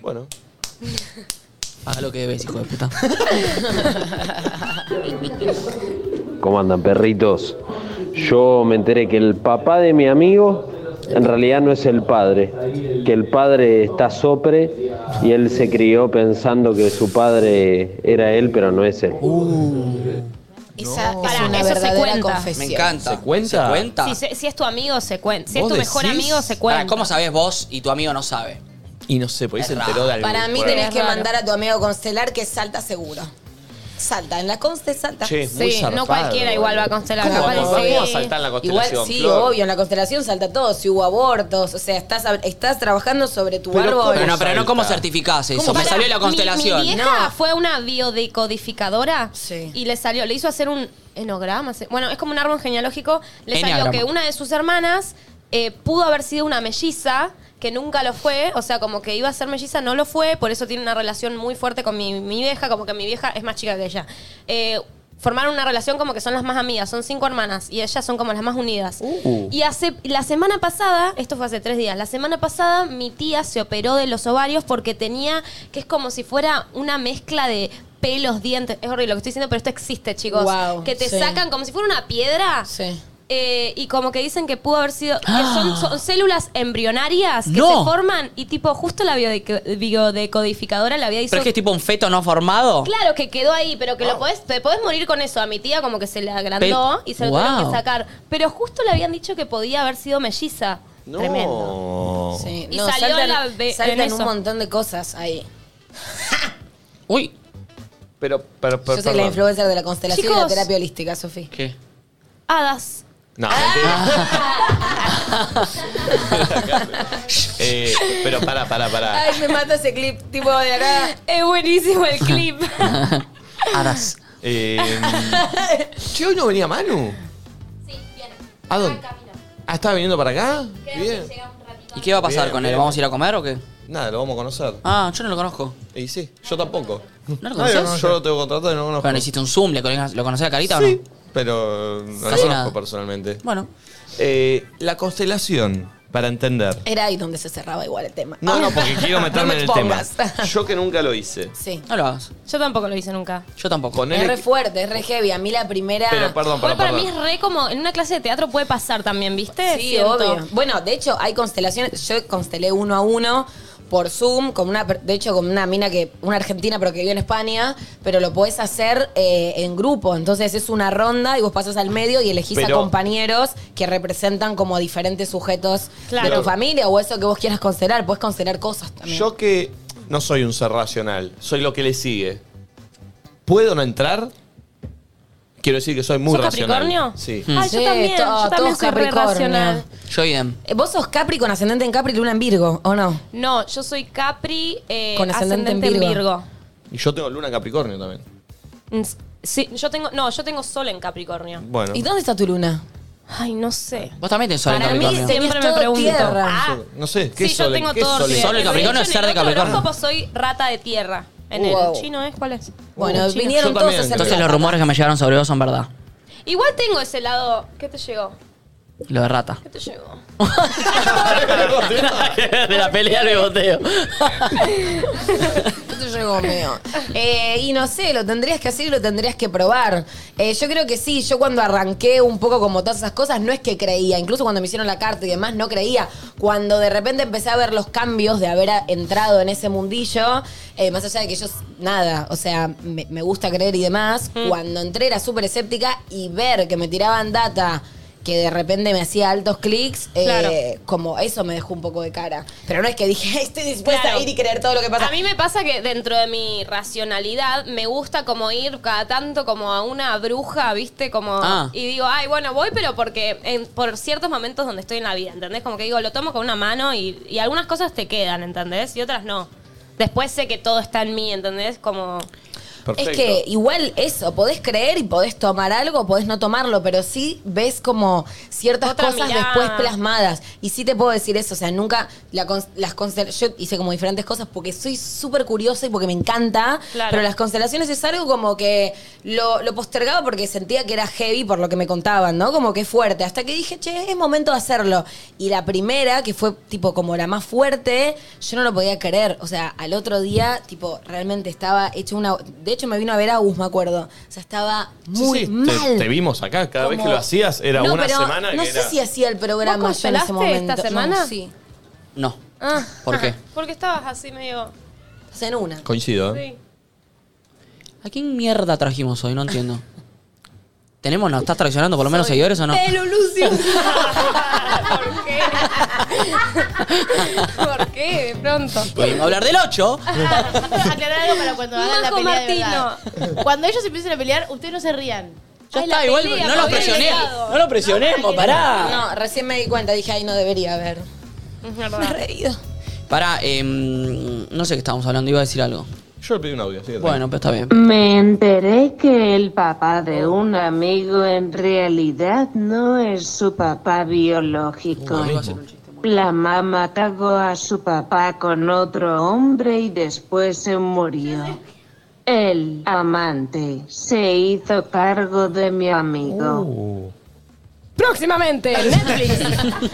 Speaker 1: Bueno.
Speaker 3: Haga lo que debes, hijo de puta.
Speaker 16: ¿Cómo andan, perritos? Yo me enteré que el papá de mi amigo en realidad no es el padre, que el padre está sopre y él se crió pensando que su padre era él, pero no es él.
Speaker 1: Uh.
Speaker 4: Esa es
Speaker 2: Pará,
Speaker 4: una
Speaker 2: eso se
Speaker 4: verdadera
Speaker 2: cuenta.
Speaker 4: confesión.
Speaker 1: ¿Se cuenta?
Speaker 3: ¿Se cuenta?
Speaker 2: Si, se- si es tu amigo, se cuenta. Si es
Speaker 1: ¿Vos
Speaker 2: tu mejor
Speaker 1: decís?
Speaker 2: amigo, se cuenta.
Speaker 3: Pará, ¿Cómo sabés vos y tu amigo no sabe?
Speaker 1: Y no sé, porque
Speaker 3: Es
Speaker 1: se
Speaker 3: raro.
Speaker 1: enteró de algo.
Speaker 4: Para mí
Speaker 1: Por-
Speaker 4: tenés que
Speaker 2: raro.
Speaker 4: mandar a tu amigo a constelar que salta seguro. Salta, en la conste salta.
Speaker 1: Che, es muy
Speaker 2: Sí,
Speaker 1: zarpado,
Speaker 2: no cualquiera igual va a constelar.
Speaker 1: ¿Cómo
Speaker 2: Capaz
Speaker 1: vamos,
Speaker 2: sí.
Speaker 1: vamos a saltar en la
Speaker 4: Igual
Speaker 1: constelación?
Speaker 4: sí,
Speaker 1: Flor?
Speaker 4: obvio, en la constelación salta todo, si hubo abortos, o sea, estás, estás trabajando sobre tu árbol.
Speaker 3: Pero no, pero no cómo certificás eso. Me
Speaker 2: Pará,
Speaker 3: salió la
Speaker 2: mi-
Speaker 3: constelación.
Speaker 2: Mi, vieja fue a una biodecodificadora y le salió, le hizo hacer un enograma. se- Bueno, es como un árbol genealógico. Le
Speaker 3: Eneagrama.
Speaker 2: salió que una de sus hermanas eh, pudo haber sido una melliza que nunca lo fue, o sea, como que iba a ser melliza, no lo fue, por eso tiene una relación muy fuerte con mi, mi vieja, como que mi vieja es más chica que ella. Eh, formaron una relación como que son las más amigas, son cinco hermanas y ellas son como las más unidas. Y hace, la semana pasada, esto fue hace tres días, la semana pasada mi tía se operó de los ovarios porque tenía, que es como si fuera una mezcla de pelos, dientes, es horrible lo que estoy diciendo, pero esto existe, chicos.
Speaker 4: Guau,
Speaker 2: que te
Speaker 4: sí.
Speaker 2: sacan como si fuera una piedra. Eh, y como que dicen que pudo haber sido. Que
Speaker 4: Ah.
Speaker 2: son, son células embrionarias que se
Speaker 3: No.
Speaker 2: forman y, tipo, justo la biodeco- biodecodificadora la había dicho.
Speaker 3: ¿Pero es que es tipo un feto no formado?
Speaker 2: Claro que quedó ahí, pero que lo podés, te podés morir con eso. A mi tía como que se le agrandó
Speaker 3: Pe-
Speaker 2: y se lo tuvieron
Speaker 3: Wow.
Speaker 2: que sacar. Pero justo le habían dicho que podía haber sido melliza. Tremendo.
Speaker 1: No.
Speaker 4: Sí,
Speaker 2: Y
Speaker 4: no,
Speaker 2: salió
Speaker 4: saltan,
Speaker 2: la be-
Speaker 4: saltan
Speaker 2: en
Speaker 4: un
Speaker 2: eso.
Speaker 4: montón de cosas ahí.
Speaker 3: Uy.
Speaker 1: Pero, pero, pero
Speaker 4: Yo soy la
Speaker 1: perdón.
Speaker 4: influencer de la constelación y la
Speaker 2: Chicos.
Speaker 4: terapia holística, Sofía.
Speaker 3: ¿Qué?
Speaker 2: Hadas.
Speaker 1: No, mentira. Eh, pero pará, pará, pará.
Speaker 4: Ay, me mata ese clip, tipo de la nada.
Speaker 2: Es buenísimo el clip.
Speaker 3: Hadas.
Speaker 1: Eh, che, hoy no venía Manu. ¿A dónde? Ah, ¿estaba viniendo para acá? Bien.
Speaker 3: ¿Y qué va a pasar
Speaker 1: Bien,
Speaker 3: con él?
Speaker 1: bien.
Speaker 3: ¿Vamos a ir a comer o qué?
Speaker 1: Nada, lo vamos a conocer.
Speaker 3: Ah, yo no lo conozco.
Speaker 1: Y sí, yo tampoco.
Speaker 3: ¿No lo
Speaker 1: Nadie
Speaker 3: conoces?
Speaker 1: Yo lo tengo contratado y no lo conozco.
Speaker 3: Bueno, hiciste un Zoom, ¿le cono- ¿lo conocés a Carita
Speaker 1: Sí,
Speaker 3: o no?
Speaker 1: pero eh, no lo
Speaker 3: Casi nada.
Speaker 1: conozco personalmente.
Speaker 3: Bueno.
Speaker 1: Eh, la constelación, para entender.
Speaker 4: Era ahí donde se cerraba igual el
Speaker 2: Ah,
Speaker 4: tema.
Speaker 1: No, no, porque quiero
Speaker 4: me
Speaker 1: meterme en el tema.
Speaker 4: expongas.
Speaker 1: Yo que nunca lo hice.
Speaker 4: Sí.
Speaker 3: No lo hagas.
Speaker 2: Yo tampoco lo hice nunca.
Speaker 3: Yo tampoco.
Speaker 4: Es re
Speaker 1: Ponele.
Speaker 4: fuerte, es re heavy. A mí la primera.
Speaker 1: Pero perdón,
Speaker 2: Igual
Speaker 1: perdón,
Speaker 2: para mí
Speaker 1: perdón.
Speaker 2: es re como. En una clase de teatro puede pasar también, ¿viste?
Speaker 4: Sí,
Speaker 2: Siento.
Speaker 4: obvio. Bueno, de hecho, hay constelaciones. Yo constelé uno a uno. por Zoom, con una, per- de hecho con una mina que, una argentina pero que vive en España, pero lo podés hacer eh, en grupo. Entonces es una ronda y vos pasás al medio y elegís
Speaker 1: Pero-
Speaker 4: a compañeros que representan como diferentes sujetos
Speaker 1: Claro.
Speaker 4: de tu familia o eso que vos quieras considerar. Podés considerar cosas también.
Speaker 1: Yo que no soy un ser racional, soy lo que le sigue. ¿Puedo no entrar? Quiero decir que soy muy
Speaker 4: ¿Sos
Speaker 1: racional.
Speaker 4: Capricornio?
Speaker 1: Sí.
Speaker 2: Ah,
Speaker 4: Ay, yo también, yo también soy re racional.
Speaker 3: Mm. Yo idem.
Speaker 4: Eh, ¿Vos sos Capri con ascendente en Capri y luna en Virgo, o no?
Speaker 2: No, yo soy Capri, eh,
Speaker 4: Con
Speaker 2: ascendente,
Speaker 4: ascendente en
Speaker 2: en Virgo.
Speaker 4: Virgo.
Speaker 1: Y yo tengo luna en Capricornio también.
Speaker 2: Mm, Sí, yo tengo, no, yo tengo sol en Capricornio.
Speaker 1: Bueno.
Speaker 4: ¿Y dónde está tu luna?
Speaker 2: Ay, no sé.
Speaker 3: Vos también tenés sol en
Speaker 2: Para mí
Speaker 3: Capricornio.
Speaker 2: siempre
Speaker 4: Tenés
Speaker 2: me
Speaker 4: todo
Speaker 2: pregunto.
Speaker 4: tierra.
Speaker 2: Ah,
Speaker 1: No sé, ¿qué
Speaker 2: sí,
Speaker 1: sol?
Speaker 2: yo tengo
Speaker 1: ¿Qué
Speaker 2: todo
Speaker 1: sol es?
Speaker 2: tierra.
Speaker 3: Sol en Capricornio es ser de
Speaker 2: Yo en el
Speaker 3: Capricornio.
Speaker 2: horóscopo soy rata de tierra. En
Speaker 4: Wow.
Speaker 2: el chino es, ¿cuál es?
Speaker 4: Bueno,
Speaker 2: Chino.
Speaker 4: vinieron todos a hacer
Speaker 3: Entonces los rumores que me llegaron sobre vos son verdad.
Speaker 2: Igual tengo ese lado. ¿Qué te llegó?
Speaker 3: Lo de rata.
Speaker 2: ¿Qué te llegó?
Speaker 3: de la pelea del boteo.
Speaker 2: Ah.
Speaker 4: Esto llegó mío. Eh, y no sé, lo tendrías que hacer y lo tendrías que probar. Eh, yo creo que sí, yo cuando arranqué un poco como todas esas cosas, no es que creía. Incluso cuando me hicieron la carta y demás, no creía. Cuando de repente empecé a ver los cambios de haber a- entrado en ese mundillo, eh, más allá de que yo, s- nada, o sea, me, me gusta creer y demás,
Speaker 2: Mm.
Speaker 4: cuando entré era súper escéptica y ver que me tiraban data que de repente me hacía altos clics, eh,
Speaker 2: Claro.
Speaker 4: como eso me dejó un poco de cara. Pero no es que dije, estoy dispuesta
Speaker 2: Claro.
Speaker 4: a ir y creer todo lo que pasa.
Speaker 2: A mí me pasa que dentro de mi racionalidad me gusta como ir cada tanto como a una bruja, ¿viste? Como
Speaker 4: Ah.
Speaker 2: y digo, "Ay, bueno, voy, pero porque en- por ciertos momentos donde estoy en la vida, ¿entendés? Como que digo, lo tomo con una mano y, y algunas cosas te quedan, ¿entendés? Y otras no. Después sé que todo está en mí, ¿entendés? Como
Speaker 4: Es que igual eso, podés creer y podés tomar algo, podés no tomarlo, pero sí ves como ciertas
Speaker 2: Otra
Speaker 4: cosas
Speaker 2: mirada.
Speaker 4: después plasmadas. Y sí te puedo decir eso, o sea, nunca la cons- las constel- yo hice como diferentes cosas porque soy súper curiosa y porque me encanta,
Speaker 2: Claro.
Speaker 4: pero las constelaciones es algo como que lo, lo postergaba porque sentía que era heavy por lo que me contaban, ¿no? Como que fuerte, hasta que dije, che, es momento de hacerlo. Y la primera, que fue tipo como la más fuerte, yo no lo podía creer, o sea, al otro día, tipo, realmente estaba hecho una... De hecho, me vino a ver Agus, me acuerdo, o sea, estaba muy
Speaker 1: Sí, sí, te-
Speaker 4: mal.
Speaker 1: Te, vimos acá, cada vez
Speaker 4: Como-
Speaker 1: que lo hacías era
Speaker 4: No,
Speaker 1: una
Speaker 4: pero
Speaker 1: semana
Speaker 4: No
Speaker 1: que
Speaker 4: sé
Speaker 1: era-
Speaker 4: si hacía el programa
Speaker 2: ¿Vos
Speaker 4: yo en ese
Speaker 2: congelaste
Speaker 4: momento.
Speaker 2: esta semana?
Speaker 4: No, sí.
Speaker 3: No.
Speaker 2: Ah,
Speaker 3: ¿Por qué?
Speaker 2: porque estabas así medio
Speaker 4: Estás en una.
Speaker 1: Coincido, ¿eh?
Speaker 2: Sí.
Speaker 3: ¿A quién mierda trajimos hoy? No entiendo. ¿Tenemos, nos estás traicionando por lo menos seguidores o no?
Speaker 2: Pelo, Lucio. ¿Por qué? ¿Por qué? De pronto.
Speaker 3: Podemos hablar del 8.
Speaker 5: Aclarar algo para cuando hagan la
Speaker 2: Majo
Speaker 5: pelea de verdad. Cuando ellos empiecen a pelear, ustedes no se rían.
Speaker 3: Ya está, igual no los presioné. No los presionemos, pará.
Speaker 4: No, recién me di cuenta, dije, ay, no debería haber.
Speaker 2: Es verdad.
Speaker 3: Pará, em, no sé qué estábamos hablando, iba a decir algo.
Speaker 1: Yo le pedí un audio, así que
Speaker 3: Bueno, pero está bien.
Speaker 17: Me enteré que el papá de un amigo en realidad no es su papá biológico. La mamá cagó a su papá con otro hombre y después se murió. El amante se hizo cargo de mi amigo.
Speaker 2: Oh. Próximamente, Netflix.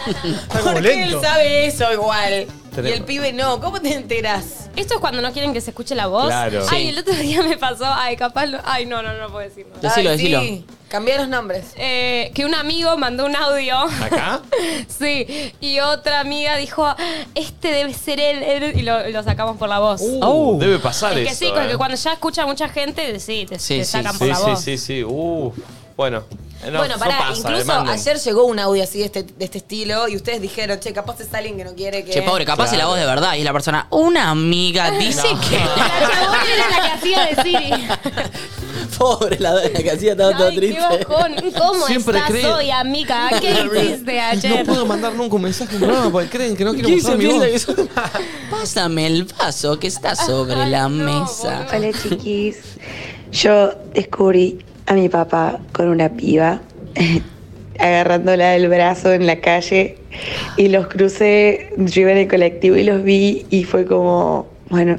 Speaker 4: Porque él sabe eso igual. Y
Speaker 2: Tenemos.
Speaker 4: el pibe no. ¿Cómo te enteras?
Speaker 2: Esto es cuando no quieren que se escuche la voz.
Speaker 3: Claro.
Speaker 2: Ay,
Speaker 3: Sí.
Speaker 2: el otro día me pasó. Ay, capaz. lo- ay, no, no, no puedo decirlo.
Speaker 3: Decilo,
Speaker 4: Ay,
Speaker 3: decilo.
Speaker 4: sí. Cambié los nombres.
Speaker 2: Eh, que un amigo mandó un audio.
Speaker 1: ¿Acá?
Speaker 2: Sí. Y otra amiga dijo: Este debe ser él. él", y lo, lo sacamos por la voz.
Speaker 1: Uh, debe pasar
Speaker 2: es que
Speaker 1: eso.
Speaker 2: sí, porque
Speaker 1: ¿eh?
Speaker 2: cuando ya escucha mucha gente, sí, te, te sacan por
Speaker 1: sí,
Speaker 2: la
Speaker 1: sí,
Speaker 2: voz.
Speaker 1: sí, sí. Uh, bueno. eh, no,
Speaker 4: bueno,
Speaker 1: no
Speaker 4: pará,
Speaker 1: pasa,
Speaker 4: incluso
Speaker 1: demanden.
Speaker 4: ayer llegó un audio así de este, de este estilo y ustedes dijeron, che, capaz es alguien que no quiere que.
Speaker 3: Che, pobre, capaz es la voz de verdad y es la persona. Una amiga dice que.
Speaker 2: Chabón era la que hacía de Siri.
Speaker 3: pobre, la, la que hacía estaba todo
Speaker 2: Ay, qué
Speaker 3: triste.
Speaker 2: bajón. ¿Cómo
Speaker 1: Siempre
Speaker 2: estás
Speaker 1: cree-
Speaker 2: hoy, amiga? ¿Qué hiciste ayer?
Speaker 1: No puedo mandar nunca un mensaje en programa porque creen que no quiero
Speaker 3: ¿Qué
Speaker 1: mostrar
Speaker 3: hice?
Speaker 1: mi voz.
Speaker 3: ¿Qué hice? Pásame el vaso que está sobre la mesa.
Speaker 11: Hola chiquis. Yo descubrí a mi papá con una piba, agarrándola del brazo en la calle y los crucé, yo iba en el colectivo y los vi y fue como, bueno,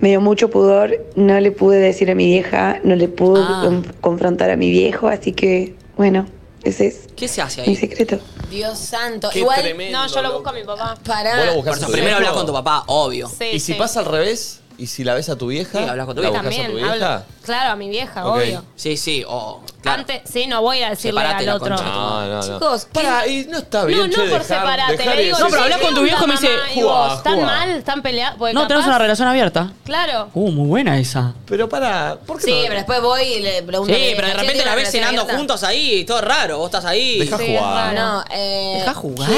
Speaker 11: me dio mucho pudor, no le pude decir a mi vieja, no le pude
Speaker 3: Ah.
Speaker 11: con- confrontar a mi viejo, así que bueno, ese es
Speaker 3: ¿Qué se hace
Speaker 11: mi
Speaker 3: ahí?
Speaker 11: secreto.
Speaker 4: Dios santo.
Speaker 1: Qué
Speaker 4: igual.
Speaker 1: tremendo,
Speaker 2: no, yo lo busco a mi papá.
Speaker 4: Pará.
Speaker 1: Vos lo buscás
Speaker 3: Por eso,
Speaker 1: en tu teléfono.
Speaker 3: primero hablas con tu papá, obvio.
Speaker 2: Sí,
Speaker 1: Y si
Speaker 2: sí.
Speaker 1: pasa al revés, ¿Y si la ves a tu vieja?
Speaker 3: Sí, hablas con tu
Speaker 1: ¿La
Speaker 3: vieja.
Speaker 1: buscas a tu
Speaker 3: También,
Speaker 1: vieja?
Speaker 3: hablo-
Speaker 2: Claro, a mi vieja,
Speaker 1: Ok.
Speaker 2: Ah, obvio.
Speaker 3: Sí, sí, o.
Speaker 2: Antes, sí, no voy a decirle
Speaker 3: Separate
Speaker 2: al
Speaker 3: la
Speaker 2: otro.
Speaker 3: concha de tu
Speaker 1: No,
Speaker 3: madre.
Speaker 1: no, no.
Speaker 2: Chicos,
Speaker 1: Pará, y no está bien,
Speaker 2: No,
Speaker 1: che,
Speaker 2: no por
Speaker 1: dejar-
Speaker 2: separate.
Speaker 1: dejar
Speaker 2: le digo,
Speaker 1: eso. No, pero hablá
Speaker 2: ¿qué
Speaker 1: con tu
Speaker 2: onda,
Speaker 1: viejo, me dice,
Speaker 2: mamá? Y
Speaker 1: "Jugá,
Speaker 2: vos, ¿Están
Speaker 1: jugá".
Speaker 2: mal? ¿Están peleados?
Speaker 3: No, tenemos una relación abierta.
Speaker 2: Claro.
Speaker 3: Uh, muy buena esa.
Speaker 1: Pero para, ¿por
Speaker 4: Sí, pero después voy y le pregunto.
Speaker 3: Sí, pero de repente la ves cenando juntos ahí, todo raro, vos estás ahí.
Speaker 1: Dejá Sí, es jugar. raro.
Speaker 4: No, eh.
Speaker 3: Dejá jugar.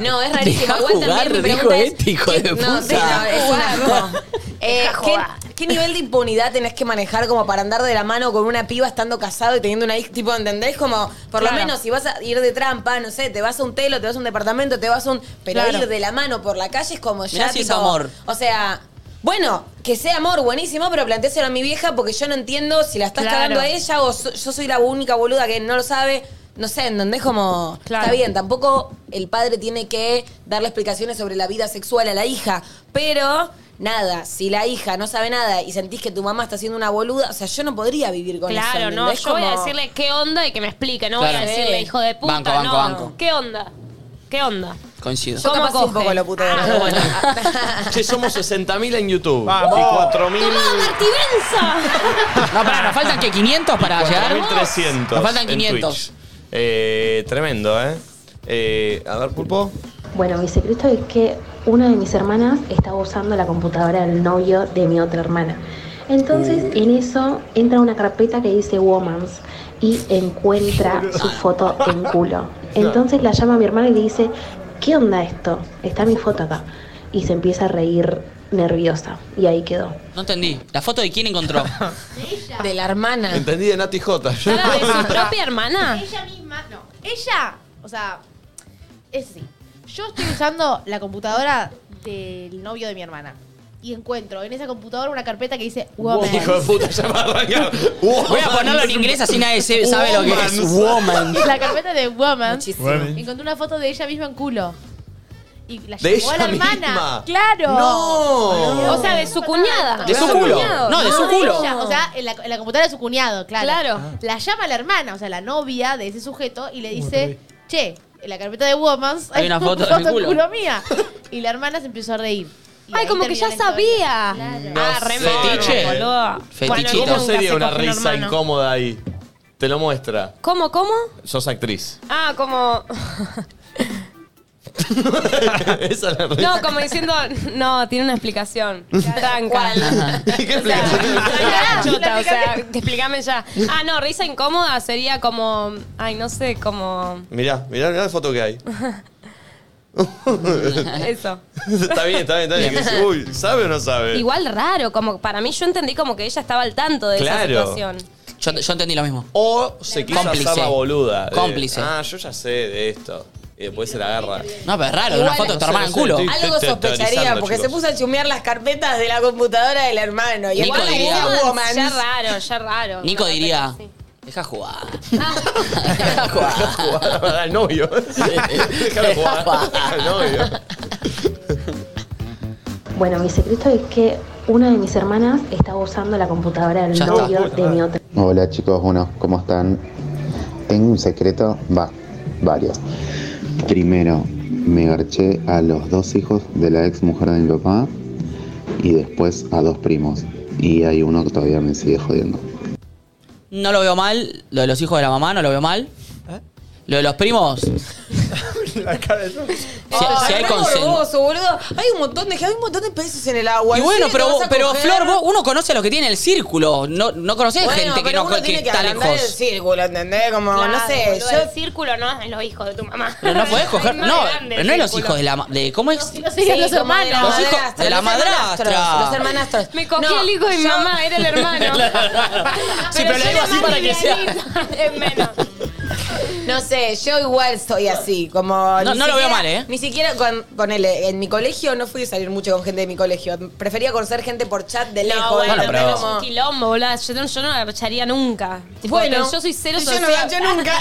Speaker 4: No, es rarísimo.
Speaker 3: Dejá
Speaker 4: Igual
Speaker 3: jugar,
Speaker 4: también mi
Speaker 3: dijo
Speaker 4: pregunta es.
Speaker 3: este hijo de
Speaker 4: No, sí, no,
Speaker 3: puta.
Speaker 4: es una- no. Eh, ¿qué, qué nivel de impunidad tenés que manejar como para andar de la mano con una piba estando casado y teniendo una hija? Tipo, ¿entendés? Como, por
Speaker 2: Claro.
Speaker 4: lo menos, si vas a ir de trampa, no sé, te vas a un telo, te vas a un departamento, te vas a un. Pero
Speaker 3: Claro.
Speaker 4: ir de la mano por la calle es como ya.
Speaker 3: Mirá si es
Speaker 4: tipo,
Speaker 3: amor.
Speaker 4: O sea. Bueno, que sea amor, buenísimo, pero planteéselo a mi vieja porque yo no entiendo si la estás
Speaker 2: Claro.
Speaker 4: cagando a ella o so- yo soy la única boluda que no lo sabe. No sé, en donde es como. Está bien, tampoco el padre tiene que darle explicaciones sobre la vida sexual a la hija, pero. Nada, si la hija no sabe nada y sentís que tu mamá está siendo una boluda, o sea, yo no podría vivir con eso.
Speaker 2: Claro, no,
Speaker 4: ¿entendés?
Speaker 2: yo voy a
Speaker 4: Como-
Speaker 2: decirle qué onda y que me explique, no voy a
Speaker 4: Claro.
Speaker 2: decirle hijo de puta,
Speaker 3: Banco, banco,
Speaker 2: no.
Speaker 3: banco.
Speaker 2: ¿Qué onda? ¿Qué onda?
Speaker 3: Coincido.
Speaker 2: ¿Cómo
Speaker 4: capaz sí un
Speaker 2: coge?
Speaker 4: poco lo puteo, pero bueno.
Speaker 1: Che, somos 60.000 en YouTube.
Speaker 6: Vamos.
Speaker 1: Y 4.000.
Speaker 3: No, pará, nos faltan que 500 para llegar.
Speaker 1: 4.300.
Speaker 3: Nos faltan
Speaker 1: en
Speaker 3: 500.
Speaker 1: Twitch. Eh, tremendo, ¿eh? ¿eh? A ver, pulpo.
Speaker 12: Bueno, mi secreto es que una de mis hermanas estaba usando la computadora del novio de mi otra hermana. Entonces, en eso entra una carpeta que dice Womans y encuentra su foto en culo. Entonces la llama a mi hermana y le dice, ¿qué onda esto? Está mi foto acá. Y se empieza a reír nerviosa. Y ahí quedó.
Speaker 3: No entendí. ¿La foto de quién encontró?
Speaker 4: De la hermana.
Speaker 1: Entendí de Nati J. Yo-
Speaker 2: Pará, ¿De su propia hermana?
Speaker 5: Ella misma, no. Ella, o sea, es así. Yo estoy usando la computadora del novio de mi hermana. Y encuentro en esa computadora una carpeta que dice Woman.
Speaker 1: Hijo de puta, ya me arrancaron.
Speaker 3: Voy a ponerlo en inglés así nadie se- sabe lo que es. Woman.
Speaker 5: La carpeta de Woman.
Speaker 3: Muchísimo. Woman.
Speaker 5: Encontré una foto de ella misma en culo. Y la
Speaker 3: ¿De
Speaker 5: llevó a la
Speaker 3: ella
Speaker 5: hermana.
Speaker 3: misma?
Speaker 5: ¡Claro!
Speaker 1: No.
Speaker 2: O sea, de su cuñada.
Speaker 3: De su culo. No, de su culo. Ah.
Speaker 5: ella, o sea, en la, en la computadora de su cuñado, claro.
Speaker 2: Claro.
Speaker 5: La llama la hermana, o sea, la novia de ese sujeto, y le dice, che, en la carpeta de Womans
Speaker 3: Hay una foto de mi
Speaker 5: en
Speaker 3: culo".
Speaker 5: culo mía. Y la hermana se empezó a reír.
Speaker 2: Ay, como que ya sabía. ah, re
Speaker 1: sé.
Speaker 2: fetiche. boludo.
Speaker 3: Fetichito.
Speaker 1: ¿Cómo
Speaker 2: nunca
Speaker 1: sería
Speaker 2: se
Speaker 1: una
Speaker 2: cogió un
Speaker 1: risa
Speaker 2: hermano.
Speaker 1: incómoda ahí? Te lo muestra.
Speaker 2: ¿Cómo, cómo?
Speaker 1: Sos actriz.
Speaker 2: Ah, como...
Speaker 1: Esa es la risa.
Speaker 2: No, como diciendo... No, tiene una explicación. Tranca.
Speaker 1: ¿Qué explica?
Speaker 2: Tranca, chuta, o sea, te explícame ya. Ah, no, risa incómoda sería como... Ay, no sé, como...
Speaker 1: Mirá, mirá, mirá la foto que hay.
Speaker 2: Eso.
Speaker 1: está bien, está bien, está bien. Que- Uy, ¿sabe o no sabe?
Speaker 2: Igual raro, como para mí yo entendí como que ella estaba al tanto de esa
Speaker 1: Claro.
Speaker 2: situación.
Speaker 3: Yo, yo entendí lo mismo.
Speaker 1: O se quiso
Speaker 3: Cómplice.
Speaker 1: hacer la boluda. de,
Speaker 3: Cómplice.
Speaker 1: Ah, yo ya sé de esto. Y después se la agarra.
Speaker 3: No, pero es raro, una foto de
Speaker 1: No sé,
Speaker 3: tu hermana
Speaker 1: no
Speaker 3: en
Speaker 1: sé,
Speaker 3: culo.
Speaker 1: estoy-
Speaker 4: Algo
Speaker 1: estoy
Speaker 4: sospecharía
Speaker 1: teorizando,
Speaker 4: porque se
Speaker 1: chicos.
Speaker 4: puso a chumear las carpetas de la computadora del hermano. Y
Speaker 3: Nico
Speaker 4: igual
Speaker 3: diría-
Speaker 4: la Woman.
Speaker 2: Ya raro, ya raro.
Speaker 3: Nico
Speaker 2: No,
Speaker 3: diría, deja jugar. Deja jugar.
Speaker 1: jugar al novio. Déjalo jugar al novio.
Speaker 12: Bueno, mi secreto es que una de mis hermanas estaba usando la computadora del
Speaker 18: Ya está.
Speaker 12: novio de mi otra.
Speaker 18: Hola chicos, bueno, ¿cómo están? Tengo un secreto, va, varios. Primero, me garché a los dos hijos de la ex mujer de mi papá y después a dos primos. Y hay uno que todavía me sigue jodiendo.
Speaker 3: No lo veo mal. Lo de los hijos de la mamá no lo veo mal. Lo de los primos.
Speaker 6: La cara de Sofi.
Speaker 3: Si- si
Speaker 4: Ah,
Speaker 3: hay
Speaker 4: re
Speaker 3: consen-
Speaker 4: morboso, boludo. Hay un montón de hay un montón de peces en el agua.
Speaker 3: Y
Speaker 4: ¿En
Speaker 3: bueno,
Speaker 4: serio
Speaker 3: pero,
Speaker 4: te
Speaker 3: vos-
Speaker 4: vas a
Speaker 3: pero
Speaker 4: coger?
Speaker 3: Flor, vos- uno conoce a los que tiene el círculo. No, no conoces
Speaker 4: Bueno,
Speaker 3: gente que,
Speaker 4: pero
Speaker 3: no,
Speaker 4: uno
Speaker 3: que
Speaker 4: tiene que
Speaker 3: está
Speaker 4: agrandar el
Speaker 3: lejos.
Speaker 4: círculo, ¿entendés? Como, no sé,
Speaker 2: boludo,
Speaker 4: yo...
Speaker 2: El círculo no es los hijos de tu mamá.
Speaker 3: Pero no podés coger.
Speaker 2: más
Speaker 3: No,
Speaker 2: grande
Speaker 3: pero no es los
Speaker 2: círculo.
Speaker 3: hijos de la. ma- De, ¿Cómo es?
Speaker 2: Sí, los
Speaker 4: como de
Speaker 2: hermanos.
Speaker 3: Los hijos
Speaker 4: madrastra,
Speaker 3: de la
Speaker 4: los hermanastros,
Speaker 3: madrastra.
Speaker 4: Los hermanastros.
Speaker 2: Me cogí el hijo de mi mamá, era el hermano.
Speaker 3: Sí, pero le digo así para que sea.
Speaker 4: No sé, yo igual soy así, como... No,
Speaker 3: no lo veo mal, ¿eh?
Speaker 4: Ni siquiera con, con él. En mi colegio no fui a salir mucho con gente de mi colegio. Prefería conocer gente por chat de lejos.
Speaker 2: No, bueno,
Speaker 4: ¿entendés?
Speaker 2: pero es
Speaker 4: Como-
Speaker 2: un quilombo, boludo. Yo, no- yo no la apacharía nunca. Tipo,
Speaker 4: Bueno,
Speaker 2: yo soy cero
Speaker 4: yo no
Speaker 2: social.
Speaker 4: yo nunca.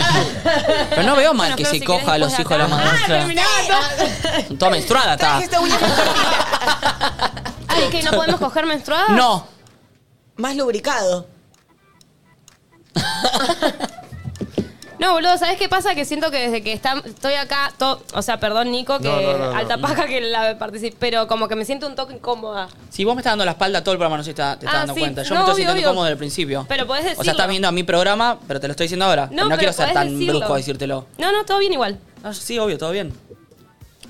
Speaker 3: Pero no veo mal
Speaker 2: Bueno,
Speaker 3: que
Speaker 2: Flor,
Speaker 3: se
Speaker 2: si
Speaker 3: coja a
Speaker 2: querés Ah,
Speaker 3: los hijos
Speaker 2: después
Speaker 3: de la madrastra. Toda menstruada está.
Speaker 4: Ah,
Speaker 2: Ay, que no podemos coger menstruadas.
Speaker 3: No.
Speaker 4: Más lubricado.
Speaker 2: No, boludo, ¿sabes qué pasa? Que siento que desde que está- estoy acá, to- o sea, perdón, Nico, que
Speaker 3: No, no, no, no.
Speaker 2: alta paja que la participé, pero como que me siento un toque incómoda.
Speaker 3: Si vos me estás dando la espalda todo el programa, no sé si está- te estás
Speaker 2: Ah,
Speaker 3: dando
Speaker 2: sí.
Speaker 3: cuenta.
Speaker 2: No,
Speaker 3: Yo me estoy
Speaker 2: obvio,
Speaker 3: sintiendo
Speaker 2: obvio.
Speaker 3: cómodo desde el principio.
Speaker 2: Pero podés
Speaker 3: O sea,
Speaker 2: decirlo.
Speaker 3: estás viendo a mi programa, pero te lo estoy diciendo ahora.
Speaker 2: No,
Speaker 3: Pero No,
Speaker 2: pero
Speaker 3: quiero ser
Speaker 2: podés
Speaker 3: tan
Speaker 2: decirlo.
Speaker 3: brusco a decírtelo.
Speaker 2: No, no, todo bien igual.
Speaker 3: No, sí, obvio, todo bien.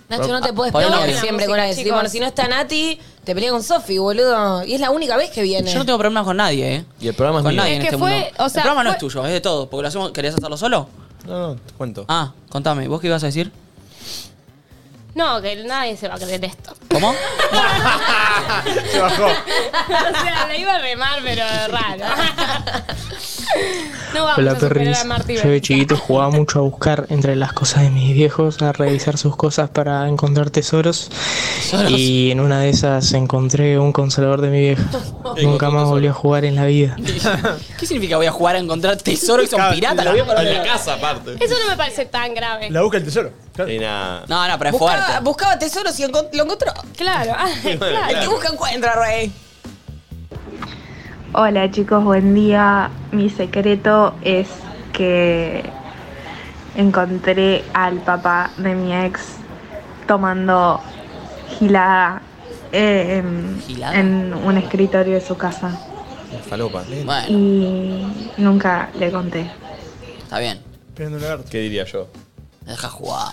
Speaker 4: Nacho, no te
Speaker 3: Ah,
Speaker 4: puedes
Speaker 3: ponle una
Speaker 4: pelear
Speaker 3: canción.
Speaker 4: siempre con
Speaker 2: Música,
Speaker 4: él. Sí,
Speaker 2: chicos.
Speaker 4: bueno, si no está Nati, te peleé con Sofi, boludo. Y es la única vez que viene.
Speaker 3: Yo no tengo problemas con nadie, ¿eh?
Speaker 1: Y el programa
Speaker 3: Con
Speaker 1: mío.
Speaker 3: nadie
Speaker 1: Es
Speaker 3: en
Speaker 1: que
Speaker 3: este
Speaker 1: fue-
Speaker 3: mundo.
Speaker 1: o sea,
Speaker 3: el programa no
Speaker 1: fue-
Speaker 3: es tuyo, es de todo. Porque lo hacemos, ¿Querías hacerlo solo?
Speaker 1: No, no, te cuento.
Speaker 3: Ah, contame, ¿vos qué ibas a decir?
Speaker 2: No, que nadie se va a creer esto.
Speaker 3: ¿Cómo?
Speaker 6: Se bajó.
Speaker 2: o sea, la iba a remar, pero raro. no vamos
Speaker 19: Hola
Speaker 2: a superar
Speaker 19: perris,
Speaker 2: a Marty
Speaker 19: yo de chiquito jugaba mucho a buscar entre las cosas de mis viejos, a revisar sus cosas para encontrar tesoros y en una de esas encontré un consolador de mi vieja. Nunca más volví a jugar en la vida.
Speaker 3: ¿Qué significa voy a jugar a encontrar tesoro y son
Speaker 6: Claro,
Speaker 3: piratas?
Speaker 6: lo voy a parar en la
Speaker 1: casa, aparte.
Speaker 2: Eso no me parece tan grave.
Speaker 6: La busca el tesoro.
Speaker 1: Y nada.
Speaker 3: No, no, pero es
Speaker 4: Buscaba,
Speaker 3: fuerte.
Speaker 4: buscaba tesoros y encon- lo encontró.
Speaker 2: Claro.
Speaker 4: claro. El que busca encuentra, rey.
Speaker 20: Hola chicos, buen día. Mi secreto es que encontré al papá de mi ex tomando gilada, eh, en-
Speaker 3: ¿Gilada?
Speaker 20: en un escritorio de su casa.
Speaker 1: Falopa.
Speaker 20: Y nunca le conté.
Speaker 3: Está bien.
Speaker 1: ¿Qué diría yo?
Speaker 3: Deja jugar.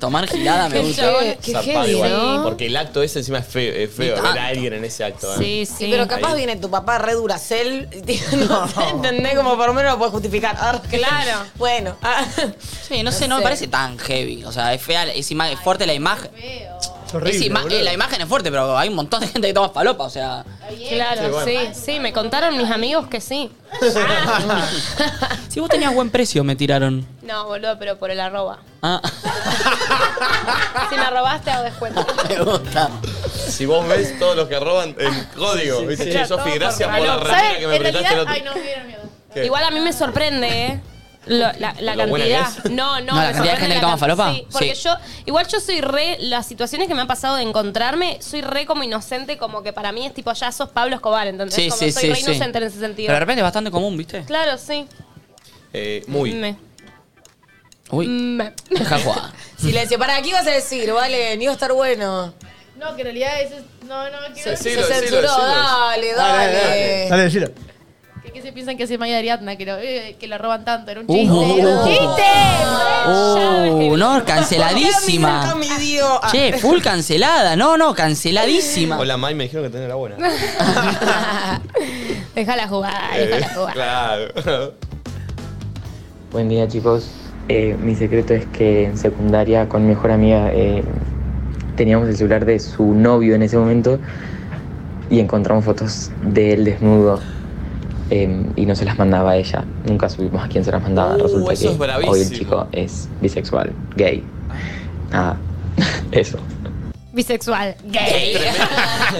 Speaker 3: Tomar gilada me
Speaker 1: Qué
Speaker 3: gusta.
Speaker 1: chabón,
Speaker 4: Qué
Speaker 1: zarpado
Speaker 4: heavy,
Speaker 1: igual.
Speaker 4: ¿no?
Speaker 1: Porque el acto ese encima es feo, es feo
Speaker 4: Ni
Speaker 1: ver
Speaker 4: tanto.
Speaker 1: a alguien en ese acto. ¿eh?
Speaker 4: Sí, sí. Pero capaz
Speaker 1: Ahí.
Speaker 4: viene tu papá re duracel. y te- No, sé, ¿entendés? Como por lo menos lo puedes justificar. Ah,
Speaker 2: Claro.
Speaker 4: Bueno. ah.
Speaker 3: Sí, no sé, no me
Speaker 4: sé.
Speaker 3: parece tan heavy. O sea, es fea, es, ima- es fuerte la imagen. Es
Speaker 4: horrible,
Speaker 3: ima-
Speaker 4: boludo.
Speaker 3: eh, la imagen es fuerte, pero hay un montón de gente que toma palopa, o sea.
Speaker 2: Claro,
Speaker 3: Sí, bueno.
Speaker 2: sí, sí, me contaron mis amigos que sí.
Speaker 3: si vos tenías buen precio, me tiraron.
Speaker 2: No, boludo, pero por el arroba.
Speaker 3: Ah,
Speaker 2: Si me robaste, hago descuento.
Speaker 3: me gusta.
Speaker 1: Si vos ves todos los que roban el código,
Speaker 3: sí,
Speaker 1: dice,
Speaker 3: sí.
Speaker 1: che,
Speaker 3: Claro,
Speaker 1: Sofi,
Speaker 3: todo
Speaker 1: gracias
Speaker 3: por
Speaker 1: por la
Speaker 3: valor.
Speaker 1: remera
Speaker 2: ¿Sabes?
Speaker 1: que me
Speaker 2: En
Speaker 1: prestaste el
Speaker 2: realidad,
Speaker 1: otro.
Speaker 2: ay,
Speaker 5: no vieron mierda.
Speaker 1: ¿Qué?
Speaker 2: Igual a mí me sorprende, ¿eh? Lo- la la
Speaker 3: Lo buena que
Speaker 2: cantidad.
Speaker 3: es.
Speaker 2: No, no.
Speaker 3: No, la
Speaker 2: me
Speaker 3: cantidad de
Speaker 2: sorprende
Speaker 3: gente que
Speaker 2: la
Speaker 3: toma
Speaker 2: can-
Speaker 3: falopa.
Speaker 2: Sí, porque
Speaker 3: Sí.
Speaker 2: yo, igual yo soy re, las situaciones que me han pasado de encontrarme, soy re como inocente, como que para mí es tipo, ya sos Pablo Escobar, ¿entendés?
Speaker 3: Sí,
Speaker 2: como
Speaker 3: sí,
Speaker 2: soy
Speaker 3: sí,
Speaker 2: re
Speaker 3: sí.
Speaker 2: inocente en ese sentido.
Speaker 3: Pero de repente es bastante común, ¿viste?
Speaker 2: Claro, sí.
Speaker 1: Eh, muy.
Speaker 2: Me.
Speaker 3: Uy.
Speaker 2: Me.
Speaker 3: Deja jugar.
Speaker 4: Silencio. ¿Para qué vas a decir? Vale, ni va a estar bueno.
Speaker 5: No, que en realidad eso es. No, no, que.
Speaker 4: Se censuró. Dale, dale.
Speaker 6: Dale, decilo.
Speaker 5: Que, que se piensan que hace Maya Ariadna, que lo, eh, que lo roban tanto. Era un
Speaker 3: Uh.
Speaker 5: chiste. ¡Era un chiste!
Speaker 3: Uh, no, canceladísima.
Speaker 4: Mi Dios. Ah.
Speaker 3: Che, full cancelada. No, no, canceladísima.
Speaker 1: Hola, May, me dijeron que tenés la buena.
Speaker 2: Déjala jugar,
Speaker 1: Eh,
Speaker 2: déjala jugar.
Speaker 1: claro.
Speaker 21: Buen día chicos. Eh, mi secreto es que en secundaria con mi mejor amiga eh, teníamos el celular de su novio en ese momento y encontramos fotos de él desnudo eh, y no se las mandaba a ella. Nunca supimos a quién se las mandaba.
Speaker 1: Uh,
Speaker 21: Resulta
Speaker 1: eso es
Speaker 21: que
Speaker 1: bravísimo.
Speaker 21: hoy el chico es bisexual, gay. Nada, eso.
Speaker 2: Bisexual. Gay.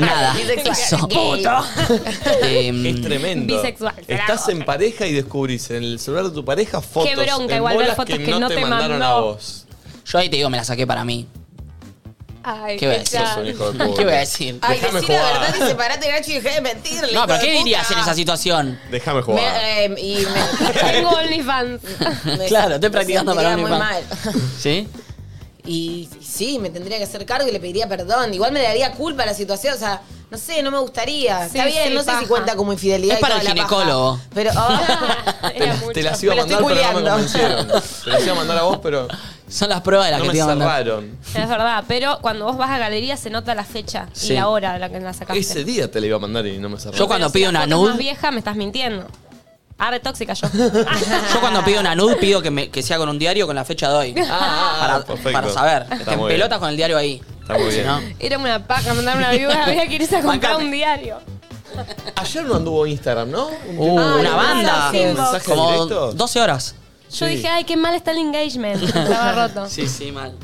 Speaker 3: Nada.
Speaker 2: Bisexual.
Speaker 3: Eso.
Speaker 2: Gay.
Speaker 3: Em,
Speaker 1: es tremendo.
Speaker 2: Bisexual,
Speaker 1: Estás en pareja y descubrís en el celular de tu pareja fotos.
Speaker 2: Qué bronca
Speaker 1: en
Speaker 2: igual ver
Speaker 1: bolas
Speaker 2: fotos
Speaker 1: que,
Speaker 2: que
Speaker 1: no,
Speaker 2: no
Speaker 1: te,
Speaker 2: te
Speaker 1: mandaron
Speaker 2: mandó.
Speaker 1: a vos.
Speaker 3: Yo ahí te digo, me la saqué para mí.
Speaker 2: Ay,
Speaker 3: ¿Qué voy a decir?
Speaker 2: chan.
Speaker 1: Sos un hijo de puta.
Speaker 3: ¿Qué voy a decir?
Speaker 4: Ay,
Speaker 3: Déjame
Speaker 4: decí la
Speaker 3: jugar.
Speaker 4: verdad y separate, Nacho, y dejé de mentirle.
Speaker 3: No, pero ¿qué
Speaker 4: diría
Speaker 3: dirías en esa situación?
Speaker 1: Déjame
Speaker 4: Me, eh, y me,
Speaker 2: Tengo OnlyFans.
Speaker 4: me-
Speaker 3: Claro, estoy practicando
Speaker 4: me
Speaker 3: para
Speaker 4: sentiría muy mal.
Speaker 3: OnlyFans. ¿Sí?
Speaker 4: Y, y sí, me tendría que hacer cargo y le pediría perdón. Igual me daría culpa a la situación, o sea, no sé, no me gustaría.
Speaker 2: Sí,
Speaker 4: Está bien,
Speaker 2: sí,
Speaker 4: no sé
Speaker 2: paja.
Speaker 4: si cuenta como infidelidad.
Speaker 3: Es
Speaker 4: y
Speaker 3: para
Speaker 4: toda
Speaker 3: el
Speaker 4: la paja.
Speaker 3: ginecólogo.
Speaker 4: Pero, ah,
Speaker 1: Te las iba a
Speaker 4: Me la estoy
Speaker 1: mandar, pero no me
Speaker 4: culiando.
Speaker 1: convencieron. Te las iba a mandar a vos, pero.
Speaker 3: Son las pruebas de las
Speaker 1: no
Speaker 3: que
Speaker 1: me
Speaker 3: te iba a mandar.
Speaker 1: cerraron.
Speaker 2: Es verdad, pero cuando vos vas a galería se nota la fecha
Speaker 1: Sí.
Speaker 2: y la hora a la que la sacaste.
Speaker 1: Ese día te la iba a mandar y no me cerraron.
Speaker 3: Yo cuando pido una
Speaker 2: Foto más
Speaker 3: nude,
Speaker 2: vieja me estás mintiendo. Arre tóxica yo.
Speaker 3: yo cuando pido una nude pido que, me- que sea con un diario con la fecha de hoy. para,
Speaker 1: Ah, perfecto.
Speaker 3: para saber.
Speaker 1: Está
Speaker 3: Que estén
Speaker 1: muy bien.
Speaker 3: pelotas con el diario ahí.
Speaker 1: Está muy
Speaker 3: Si
Speaker 1: bien.
Speaker 3: no-
Speaker 2: Era una paja mandar una viuda, había que irse a comprar un diario.
Speaker 1: Ayer no anduvo Instagram, ¿no?
Speaker 3: Uh, una banda.
Speaker 1: ¿Un mensaje
Speaker 3: Como
Speaker 1: directo?
Speaker 3: 12 horas.
Speaker 2: Ah, Yo dije, ay, qué mal está el engagement. Estaba roto.
Speaker 3: Sí, sí, mal.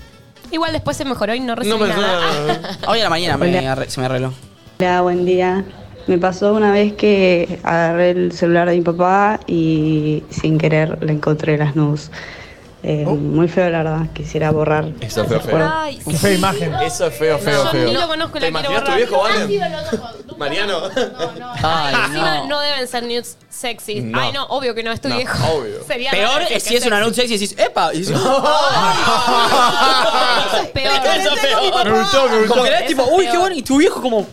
Speaker 2: Igual después se mejoró y no recibí
Speaker 3: No me-
Speaker 2: nada.
Speaker 3: Hoy a la mañana me
Speaker 22: Hola.
Speaker 3: arre- se me arregló.
Speaker 22: Hola, buen día. Me pasó una vez que agarré el celular de mi papá y sin querer le encontré las nudes. Eh, Muy feo, la verdad. Quisiera borrar.
Speaker 1: Eso es feo, feo.
Speaker 22: Recuerdo.
Speaker 1: Eso es feo, feo,
Speaker 2: Yo
Speaker 1: feo.
Speaker 2: ni lo conozco y
Speaker 1: ¿Te
Speaker 2: la quiero
Speaker 1: imaginas tu
Speaker 2: borrar.
Speaker 1: viejo, Valen?
Speaker 5: Nunca
Speaker 1: Mariano.
Speaker 4: Ah.
Speaker 2: Ay, encima no deben ser nudes sexy.
Speaker 1: No.
Speaker 2: Ay, no, obvio que no, estoy
Speaker 1: No,
Speaker 2: viejo.
Speaker 1: obvio.
Speaker 2: Sería
Speaker 3: Peor
Speaker 2: raro que
Speaker 3: es si es
Speaker 2: sexy.
Speaker 3: una noche y decís, ¡epa! Y decís, "Ah".
Speaker 2: Peor.
Speaker 3: Eso es peor.
Speaker 1: Me gustó, me gustó.
Speaker 3: Como que era tipo, uy, qué bueno. Y tu viejo como.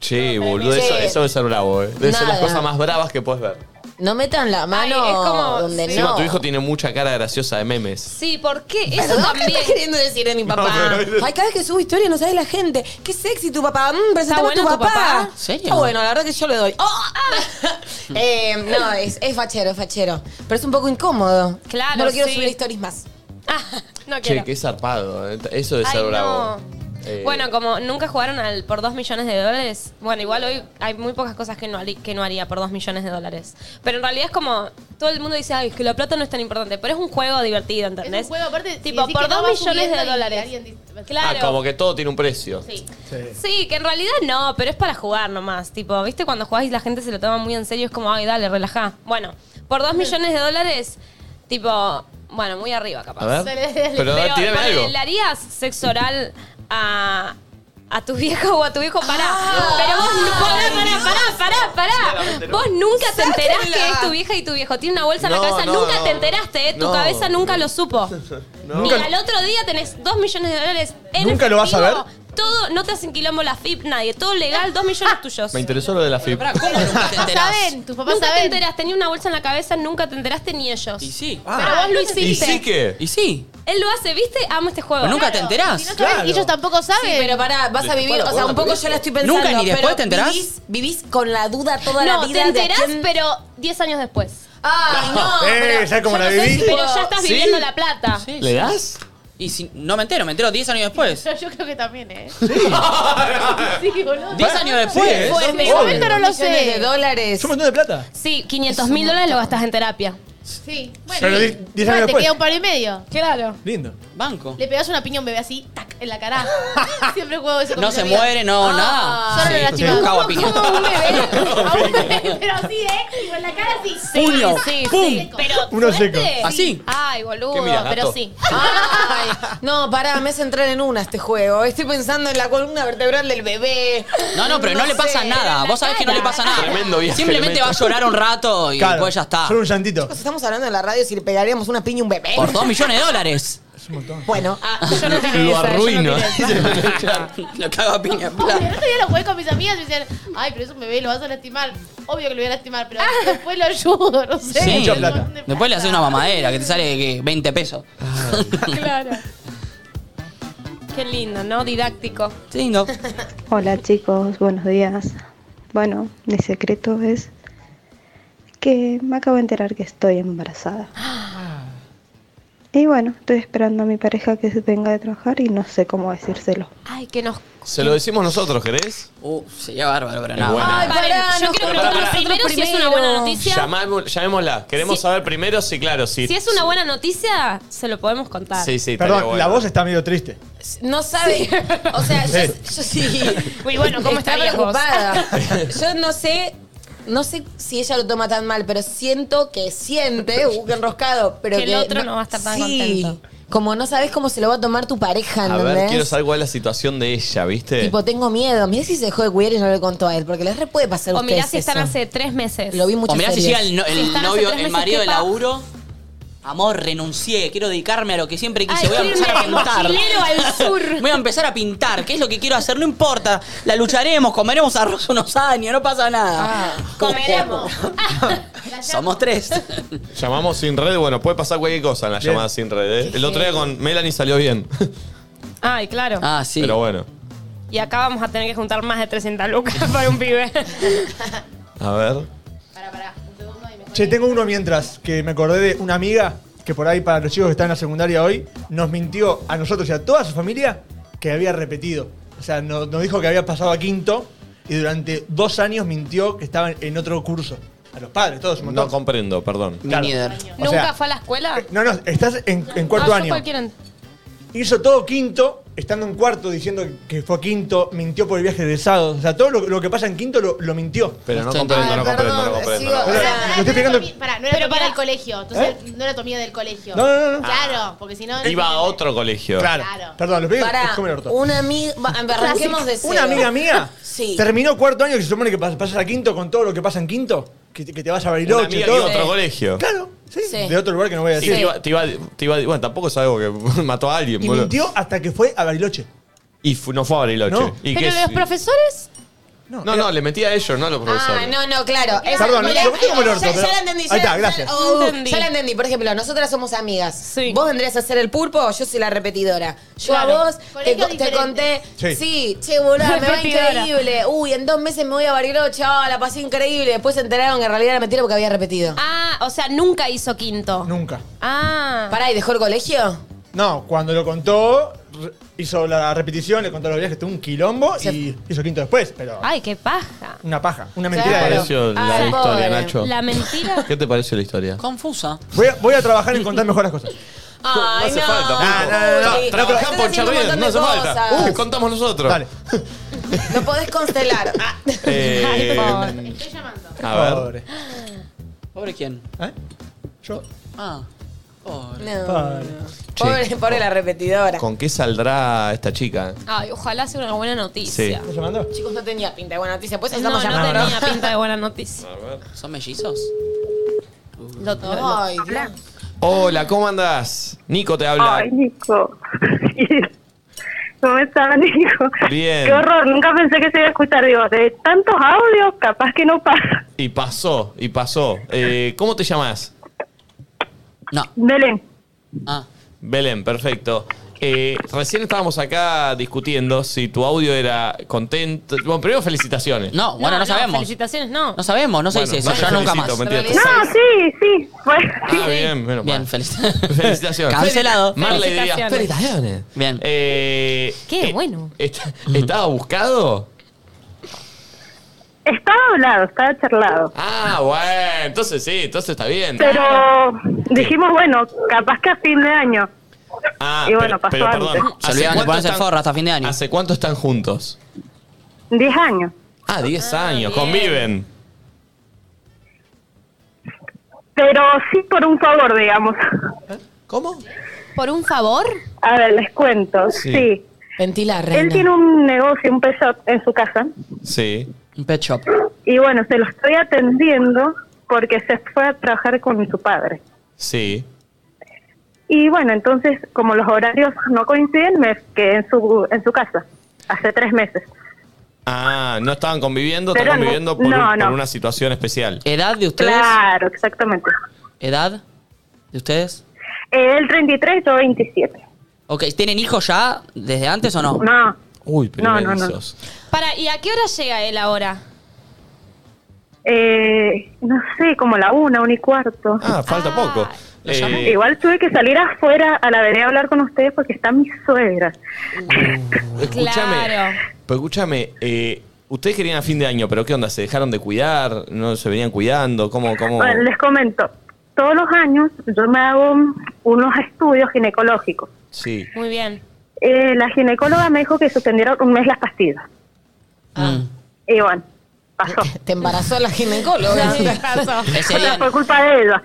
Speaker 1: Che, boludo, eso,
Speaker 4: Sí.
Speaker 1: eso debe ser bravo, eh. Debe ser
Speaker 4: Nada.
Speaker 1: las cosas más bravas que puedes ver.
Speaker 4: No metan la mano
Speaker 2: Ay, es como-
Speaker 4: donde
Speaker 2: sí.
Speaker 1: Encima
Speaker 4: no.
Speaker 1: tu hijo tiene mucha cara graciosa de memes.
Speaker 2: Sí, ¿por qué? Eso
Speaker 4: Perdón, ¿qué
Speaker 2: también.
Speaker 4: estás queriendo decir de mi papá?
Speaker 1: No, pero-
Speaker 4: Ay, cada vez que subo historia no sabes la gente. Qué sexy tu papá. Mmm, presentamos
Speaker 2: bueno
Speaker 4: tu
Speaker 2: tu
Speaker 4: papá.
Speaker 2: papá?
Speaker 3: ¿Serio?
Speaker 4: Está bueno, la verdad que yo le doy. ¡Oh! Ah. Eh, no, es, es fachero, es fachero. Pero es un poco incómodo.
Speaker 2: Claro,
Speaker 4: No lo quiero
Speaker 2: sí. Ah,
Speaker 4: subir a stories más.
Speaker 2: No
Speaker 1: Che,
Speaker 2: quiero.
Speaker 1: qué zarpado. eh. Eso debe
Speaker 2: Ay,
Speaker 1: ser
Speaker 2: no.
Speaker 1: bravo. Eh,
Speaker 2: Bueno, como nunca jugaron al por 2 millones de dólares, bueno, igual hoy hay muy pocas cosas que no, harí- que no haría por 2 millones de dólares. Pero en realidad es como, todo el mundo dice, ay, es que la plata no es tan importante, pero es un juego divertido, ¿entendés?
Speaker 5: Es un juego, aparte, si
Speaker 2: Tipo,
Speaker 5: decís
Speaker 2: por
Speaker 5: que no,
Speaker 2: 2
Speaker 5: va
Speaker 2: millones
Speaker 5: subiendo
Speaker 2: de
Speaker 5: y
Speaker 2: dólares.
Speaker 5: alguien dice-
Speaker 1: ah,
Speaker 2: Claro.
Speaker 1: como que todo tiene un precio.
Speaker 2: Sí. Sí, que en realidad no, pero es para jugar nomás. Tipo, ¿viste? Cuando jugás y la gente se lo toma muy en serio, es como, ay, dale, relajá. Bueno, por dos millones de dólares, tipo, bueno, muy arriba capaz.
Speaker 1: A ver. Dale, dale, dale. Pero, tirame
Speaker 2: ponele,
Speaker 1: algo.
Speaker 2: ¿Le harías sexo oral a, a tu viejo o a tu viejo? Pará.
Speaker 1: Ah.
Speaker 2: pero vos, no- pará, pará, pará, pará, pará. Vos nunca te enterás que es tu vieja y tu viejo. Tiene una bolsa en
Speaker 1: No,
Speaker 2: la cabeza.
Speaker 1: no,
Speaker 2: nunca
Speaker 1: no.
Speaker 2: te enteraste, ¿eh? Tu
Speaker 1: No.
Speaker 2: cabeza nunca lo supo.
Speaker 1: No.
Speaker 2: Y al otro día tenés dos millones de dólares en
Speaker 1: ¿Nunca lo vas a
Speaker 2: efectivo. Todo, no te hacen quilombo la FIP, nadie. Todo legal, dos millones tuyos.
Speaker 1: Ah. Me interesó lo de la FIP.
Speaker 2: ¿Saben? Tus papás nunca te enteras, tenía una bolsa en la cabeza, nunca te enteraste ni ellos. Ah. Y
Speaker 3: sí.
Speaker 2: Pero vos lo hiciste.
Speaker 1: Ah. ¿Y sí que?
Speaker 3: Y sí.
Speaker 2: Él lo hace, ¿viste? Amo este juego.
Speaker 3: Pero nunca te enterás.
Speaker 2: y
Speaker 3: Claro.
Speaker 2: ellos
Speaker 5: tampoco
Speaker 4: saben. pero pará, vas a
Speaker 3: Les
Speaker 4: vivir.
Speaker 3: chupa la
Speaker 4: O sea,
Speaker 3: bola,
Speaker 4: un poco
Speaker 3: pero
Speaker 4: yo la estoy
Speaker 3: nunca,
Speaker 4: pensando.
Speaker 3: ni después
Speaker 4: pero
Speaker 3: te enterás.
Speaker 4: Vivís, vivís con la duda toda la
Speaker 2: No,
Speaker 4: vida.
Speaker 2: te enterás,
Speaker 4: de a quién-
Speaker 2: pero 10 años después.
Speaker 4: Ay,
Speaker 3: no, Eh, pero ¿sabes cómo yo la no sé viví? si
Speaker 2: Pero
Speaker 3: puedo-
Speaker 2: ya Ah, estás
Speaker 3: ¿Sí?
Speaker 2: viviendo la plata.
Speaker 3: ¿Le das? Y si, no me entero, me entero 10 años después.
Speaker 5: Yo, yo creo que también, ¿eh? sí, boludo.
Speaker 3: 10 años después.
Speaker 5: Sí, Pues, en mi
Speaker 3: obvio.
Speaker 5: momento no lo sé.
Speaker 4: Millones de dólares.
Speaker 5: Es un
Speaker 6: montón de plata.
Speaker 2: Sí, 500 mil dólares lo gastas en terapia.
Speaker 5: Sí. Bueno,
Speaker 6: Pero di-
Speaker 5: y-
Speaker 6: diez años
Speaker 5: bueno, te
Speaker 6: después.
Speaker 5: queda un par y medio.
Speaker 2: Claro.
Speaker 6: Lindo.
Speaker 3: Banco.
Speaker 5: Le pegas una piña a un bebé así, tac, en la cara. Siempre juego eso con
Speaker 3: No
Speaker 5: mis
Speaker 3: se
Speaker 5: amigas.
Speaker 3: muere, no,
Speaker 5: Ah,
Speaker 3: nada.
Speaker 5: Solo
Speaker 3: Sí,
Speaker 5: la
Speaker 3: sí.
Speaker 5: chica.
Speaker 3: Cago a piña.
Speaker 5: ¿Cómo un bebé? A un bebé, pero así, ¿eh? Con la cara así.
Speaker 2: Sí,
Speaker 3: Puño.
Speaker 2: sí,
Speaker 3: Pum.
Speaker 2: sí. Pero
Speaker 3: Uno
Speaker 2: fuerte,
Speaker 3: seco.
Speaker 2: sí.
Speaker 3: ¿Así?
Speaker 2: Ay, boludo,
Speaker 3: ¿Qué mirás,
Speaker 2: pero
Speaker 3: gato?
Speaker 2: sí.
Speaker 4: Ay, no, pará, me hace entrar en una este juego. Estoy pensando en la columna vertebral del bebé.
Speaker 3: No, no, pero no, le pasa
Speaker 4: sé.
Speaker 3: nada. Vos sabés que no le pasa nada.
Speaker 1: Tremendo viaje
Speaker 3: Simplemente
Speaker 1: le
Speaker 3: va a
Speaker 1: meto.
Speaker 3: llorar un rato y
Speaker 1: Claro.
Speaker 3: después ya está.
Speaker 6: Solo un llantito.
Speaker 4: Chicos, estamos hablando en la radio si le pegaríamos una piña a un bebé.
Speaker 3: Por 2 millones Ah, de dólares.
Speaker 4: Bueno,
Speaker 2: yo no tenía
Speaker 3: Lo
Speaker 2: esa, yo no
Speaker 3: arruino.
Speaker 2: tenía
Speaker 3: Lo cago a piña.
Speaker 5: Obvio, el otro día lo jugué con mis amigas y me decían, ay, pero es un bebé, lo vas a lastimar. Obvio que lo voy a lastimar,
Speaker 2: Ah.
Speaker 5: pero después lo ayudo, no sé.
Speaker 3: Sí.
Speaker 5: Mucha plata.
Speaker 3: Después le haces una mamadera que te sale ¿qué? 20 pesos.
Speaker 2: Claro. Qué lindo, ¿no? Didáctico.
Speaker 3: lindo.
Speaker 7: Hola chicos, buenos días. Bueno, mi secreto es que me acabo de enterar que estoy embarazada. Y bueno, estoy esperando a mi pareja que se venga de trabajar y no sé cómo decírselo.
Speaker 2: Ay, que nos.
Speaker 1: Se lo decimos nosotros, ¿querés?
Speaker 3: Uh, sería bárbaro, pero
Speaker 1: Es
Speaker 3: nada.
Speaker 1: buena.
Speaker 2: Ay,
Speaker 4: pará,
Speaker 2: Paren, yo
Speaker 4: nos
Speaker 2: quiero
Speaker 4: contamos
Speaker 2: preguntar
Speaker 4: nosotros
Speaker 2: primero si es una
Speaker 4: primero.
Speaker 2: buena noticia.
Speaker 1: Llamamo- llamémosla. Queremos saber primero si, claro, si.
Speaker 2: Si es una buena noticia, se lo podemos contar.
Speaker 1: Sí, sí, estaría
Speaker 6: Perdón,
Speaker 1: bueno.
Speaker 6: la voz está medio triste.
Speaker 4: No sabe. O sea, yo, yo sí.
Speaker 2: Uy, bueno, ¿cómo
Speaker 4: Está
Speaker 2: estarías vos?
Speaker 4: preocupada. Yo no sé. No sé si ella lo toma tan mal, pero siento que siente, uh, qué enroscado, pero
Speaker 2: Que
Speaker 4: que,
Speaker 2: el otro no va a estar tan
Speaker 4: sí, Como no sabes cómo se lo va a tomar tu pareja,
Speaker 1: A ver,
Speaker 4: ¿entendés?
Speaker 1: quiero saber cuál es la situación de ella, ¿viste?
Speaker 4: Tipo, tengo miedo. Mirá si se dejó de cuidar y no le contó a él, porque les re puede pasar a
Speaker 2: O mirá
Speaker 4: ustedes
Speaker 2: si están
Speaker 4: eso.
Speaker 2: hace tres meses.
Speaker 4: Lo vi mucho.
Speaker 3: O mirá si
Speaker 4: series.
Speaker 3: llega el, no- el
Speaker 4: Sí, están hace
Speaker 3: novio,
Speaker 4: tres
Speaker 3: el
Speaker 4: meses,
Speaker 3: marido
Speaker 4: ¿qué
Speaker 3: de
Speaker 4: pasa?
Speaker 3: laburo. Amor, renuncié, quiero dedicarme a lo que siempre quise.
Speaker 2: Ay,
Speaker 3: voy a
Speaker 2: quiero
Speaker 3: empezar a
Speaker 2: irme de
Speaker 3: pintar.
Speaker 2: mochilero al sur.
Speaker 3: voy a empezar a pintar, ¿qué es lo que quiero hacer? No importa, la lucharemos, comeremos arroz unos años, no pasa nada.
Speaker 2: comeremos.
Speaker 3: Somos tres.
Speaker 1: Llamamos sin red, bueno, puede pasar cualquier cosa en la llamada sin red. ¿eh? El otro día con Melanie salió bien.
Speaker 2: Ay, claro.
Speaker 3: Ah, sí.
Speaker 1: Pero bueno,
Speaker 2: Y acá vamos a tener que juntar más de 300 lucas para un pibe.
Speaker 1: a ver.
Speaker 6: Che, tengo uno mientras que me acordé de una amiga que por ahí para los chicos que están en la secundaria hoy nos mintió a nosotros y a toda su familia que había repetido. O sea, no- nos dijo que había pasado a quinto y durante dos años mintió que estaba en otro curso. A los padres, todos un montón.
Speaker 1: No comprendo, perdón.
Speaker 6: Claro. O
Speaker 2: ¿Nunca
Speaker 6: sea,
Speaker 2: fue a la escuela?
Speaker 6: no, no, estás en, en cuarto
Speaker 2: No, yo
Speaker 6: año.
Speaker 2: cualquiera-
Speaker 6: Hizo todo quinto estando en cuarto diciendo que fue a quinto, mintió por el viaje de sábado. O sea, todo lo, lo que pasa en quinto lo, lo mintió.
Speaker 1: Pero no comprendo, no comprendo, no comprendo. no
Speaker 6: Ahora,
Speaker 1: comprendo.
Speaker 6: lo estoy explicando.
Speaker 5: Pará, no era tu amiga del colegio. Entonces, no era tu amiga del colegio.
Speaker 6: ¿Eh? No, no, no, no.
Speaker 5: Claro, porque si no.
Speaker 1: Iba a otro colegio.
Speaker 6: Claro. Perdón, lo expliqué.
Speaker 4: Para
Speaker 6: es como el orto.
Speaker 4: una amiga. Arranquemos de cero.
Speaker 6: Una amiga mía
Speaker 4: Sí.
Speaker 6: terminó cuarto año que se supone que pas- pasas a quinto con todo lo que pasa en quinto. Que, te- que te vas a Bariloche.
Speaker 1: Una amiga
Speaker 6: todo.
Speaker 1: que iba a otro colegio.
Speaker 6: Claro, sí, De otro lugar que no voy a
Speaker 1: Y
Speaker 6: decir.
Speaker 1: te iba, te iba- te iba- bueno, tampoco es algo que mató a alguien,
Speaker 6: Y
Speaker 1: boludo.
Speaker 6: mintió hasta que fue a Bariloche.
Speaker 1: Y fu- no fue a Bariloche.
Speaker 6: No.
Speaker 1: ¿Y
Speaker 2: Pero
Speaker 1: qué-
Speaker 2: los profesores.
Speaker 1: no, no, le metí a ellos, no a los
Speaker 4: Ah,
Speaker 1: profesores.
Speaker 4: no, no, claro. Es-
Speaker 1: Perdón, lo metí como el orto,
Speaker 4: ya, ya
Speaker 1: pero-
Speaker 4: la entendí. ya
Speaker 1: Ahí está,
Speaker 4: la-
Speaker 1: gracias.
Speaker 4: Oh,
Speaker 1: Entendí.
Speaker 4: Ya la entendí. Por ejemplo, nosotras somos amigas. Vos vendrías a ser el pulpo, yo soy la repetidora. Yo
Speaker 2: Claro.
Speaker 4: a vos te,
Speaker 2: Colegio
Speaker 4: co- te
Speaker 2: diferente.
Speaker 4: conté,
Speaker 2: Sí.
Speaker 4: sí, che, boludo, me va
Speaker 2: Repetidora.
Speaker 4: increíble. Uy, en dos meses me voy a Bariloche, oh, la pasé increíble. Después se enteraron que en realidad era mentira porque había repetido.
Speaker 2: Ah, o sea, nunca hizo quinto.
Speaker 6: Nunca.
Speaker 2: Ah.
Speaker 4: Pará, ¿y dejó el colegio?
Speaker 6: No, cuando lo contó, re- hizo la repetición, le contó los viajes, tuvo un quilombo y hizo quinto después, pero
Speaker 2: Ay, qué paja.
Speaker 6: una paja, una
Speaker 1: ¿Qué te
Speaker 6: mentira. de
Speaker 1: pareció la
Speaker 2: Ah,
Speaker 1: historia,
Speaker 2: pobre.
Speaker 1: Nacho?
Speaker 2: La mentira.
Speaker 1: ¿Qué te pareció la historia?
Speaker 3: Confusa.
Speaker 6: Voy a, voy a trabajar en contar mejor las cosas.
Speaker 4: Ay,
Speaker 1: hace falta,
Speaker 6: Ah,
Speaker 1: Pulpo.
Speaker 6: no, no, no.
Speaker 1: Sí. Trabajá por Charlie, no hace falta. Uh, contamos nosotros.
Speaker 6: Dale.
Speaker 4: Lo podés constelar. Ah.
Speaker 1: Eh,
Speaker 5: Estoy llamando.
Speaker 1: a ver.
Speaker 6: Pobre.
Speaker 3: ¿Pobre quién?
Speaker 6: ¿Eh? Yo.
Speaker 3: Ah. Pobre.
Speaker 4: No.
Speaker 6: Pobre.
Speaker 1: Che,
Speaker 4: Pobre, pobre la repetidora.
Speaker 1: ¿Con qué saldrá esta chica? eh?
Speaker 2: Ay, ojalá sea una buena noticia.
Speaker 1: Sí. ¿Estás
Speaker 6: llamando?
Speaker 4: Chicos, no tenía pinta de buena noticia. Pues
Speaker 2: No, no
Speaker 4: estamos llamando.
Speaker 2: tenía pinta de buena noticia.
Speaker 3: ¿Son mellizos?
Speaker 2: Lo, lo-
Speaker 4: Ay, Dios.
Speaker 1: Hola, ¿cómo andás? Nico te habla.
Speaker 8: Ay, Nico. ¿Cómo estás, Nico?
Speaker 1: Bien.
Speaker 8: Qué horror, nunca pensé que se iba a escuchar. Digo, de tantos audios, capaz que no pasa.
Speaker 1: Y pasó, y pasó. Eh, ¿Cómo te llamas?
Speaker 8: Belén.
Speaker 3: Ah.
Speaker 1: Belén, perfecto. Eh, recién estábamos acá discutiendo si tu audio era contento. Bueno, primero felicitaciones.
Speaker 3: No, bueno, no, sabemos.
Speaker 2: Felicitaciones, no.
Speaker 3: No sabemos, no sé
Speaker 1: Bueno,
Speaker 3: si eso,
Speaker 1: no te
Speaker 3: ya nunca
Speaker 1: felicito,
Speaker 3: más.
Speaker 1: mentira.
Speaker 8: No, sí, sí. Bueno,
Speaker 1: Ah, bien, menos
Speaker 3: Bien,
Speaker 1: mal.
Speaker 3: feliz.
Speaker 1: Felicitaciones.
Speaker 3: Cancelado.
Speaker 1: Marley diría,
Speaker 3: Felicitaciones.
Speaker 1: felicitaciones. Bien. Eh,
Speaker 8: Qué
Speaker 1: bueno. ¿Estaba buscado?
Speaker 8: estaba hablado, estaba charlado.
Speaker 1: Ah, bueno, entonces sí, entonces está bien.
Speaker 8: Pero dijimos, bueno, capaz que a fin de año.
Speaker 1: Ah,
Speaker 8: y
Speaker 1: pero-
Speaker 8: bueno, pasó
Speaker 1: pero
Speaker 8: antes.
Speaker 1: perdón.
Speaker 3: Se olvidaron de ponerse el forro hasta fin de año.
Speaker 1: ¿Hace cuánto están juntos?
Speaker 8: Diez años.
Speaker 1: Ah, 10 años, conviven.
Speaker 8: Pero sí por un favor, digamos.
Speaker 1: ¿Cómo?
Speaker 2: ¿Por un favor?
Speaker 8: A ver, les cuento. Sí.
Speaker 4: Ventila,
Speaker 8: Él tiene un negocio, un pet shop en su casa.
Speaker 1: Sí.
Speaker 3: Un pet shop.
Speaker 8: Y bueno, se lo estoy atendiendo porque se fue a trabajar con su padre.
Speaker 1: Sí.
Speaker 8: Y bueno, entonces, como los horarios no coinciden, me quedé en su, en su casa hace tres meses.
Speaker 1: Ah, no estaban conviviendo, están
Speaker 8: Pero no-
Speaker 1: conviviendo por,
Speaker 8: no,
Speaker 1: un-
Speaker 8: no.
Speaker 1: por una situación especial.
Speaker 3: ¿Edad de ustedes?
Speaker 8: Claro, exactamente.
Speaker 3: ¿Edad de ustedes?
Speaker 8: Él 33, yo 27.
Speaker 3: Ok, ¿tienen hijos ya desde antes o no?
Speaker 8: No.
Speaker 1: Uy,
Speaker 8: primerizos.
Speaker 2: Para, ¿y a qué hora llega él ahora?
Speaker 8: Eh, no sé, como la una, una y cuarto.
Speaker 1: Ah, falta poco. Eh,
Speaker 8: Igual tuve que salir afuera a la vereda a hablar con ustedes porque está mi suegra.
Speaker 1: escúchame, pero escúchame, eh, ustedes querían a fin de año, pero ¿qué onda? ¿Se dejaron de cuidar? ¿No se venían cuidando? ¿Cómo? cómo?
Speaker 8: Bueno, les comento. Todos los años yo me hago unos estudios ginecológicos.
Speaker 1: Sí.
Speaker 2: Muy bien.
Speaker 8: Eh, la ginecóloga me dijo que suspendieron un mes las pastillas. Y bueno, pasó.
Speaker 4: Te embarazó la ginecóloga.
Speaker 8: O sea, fue culpa de ella.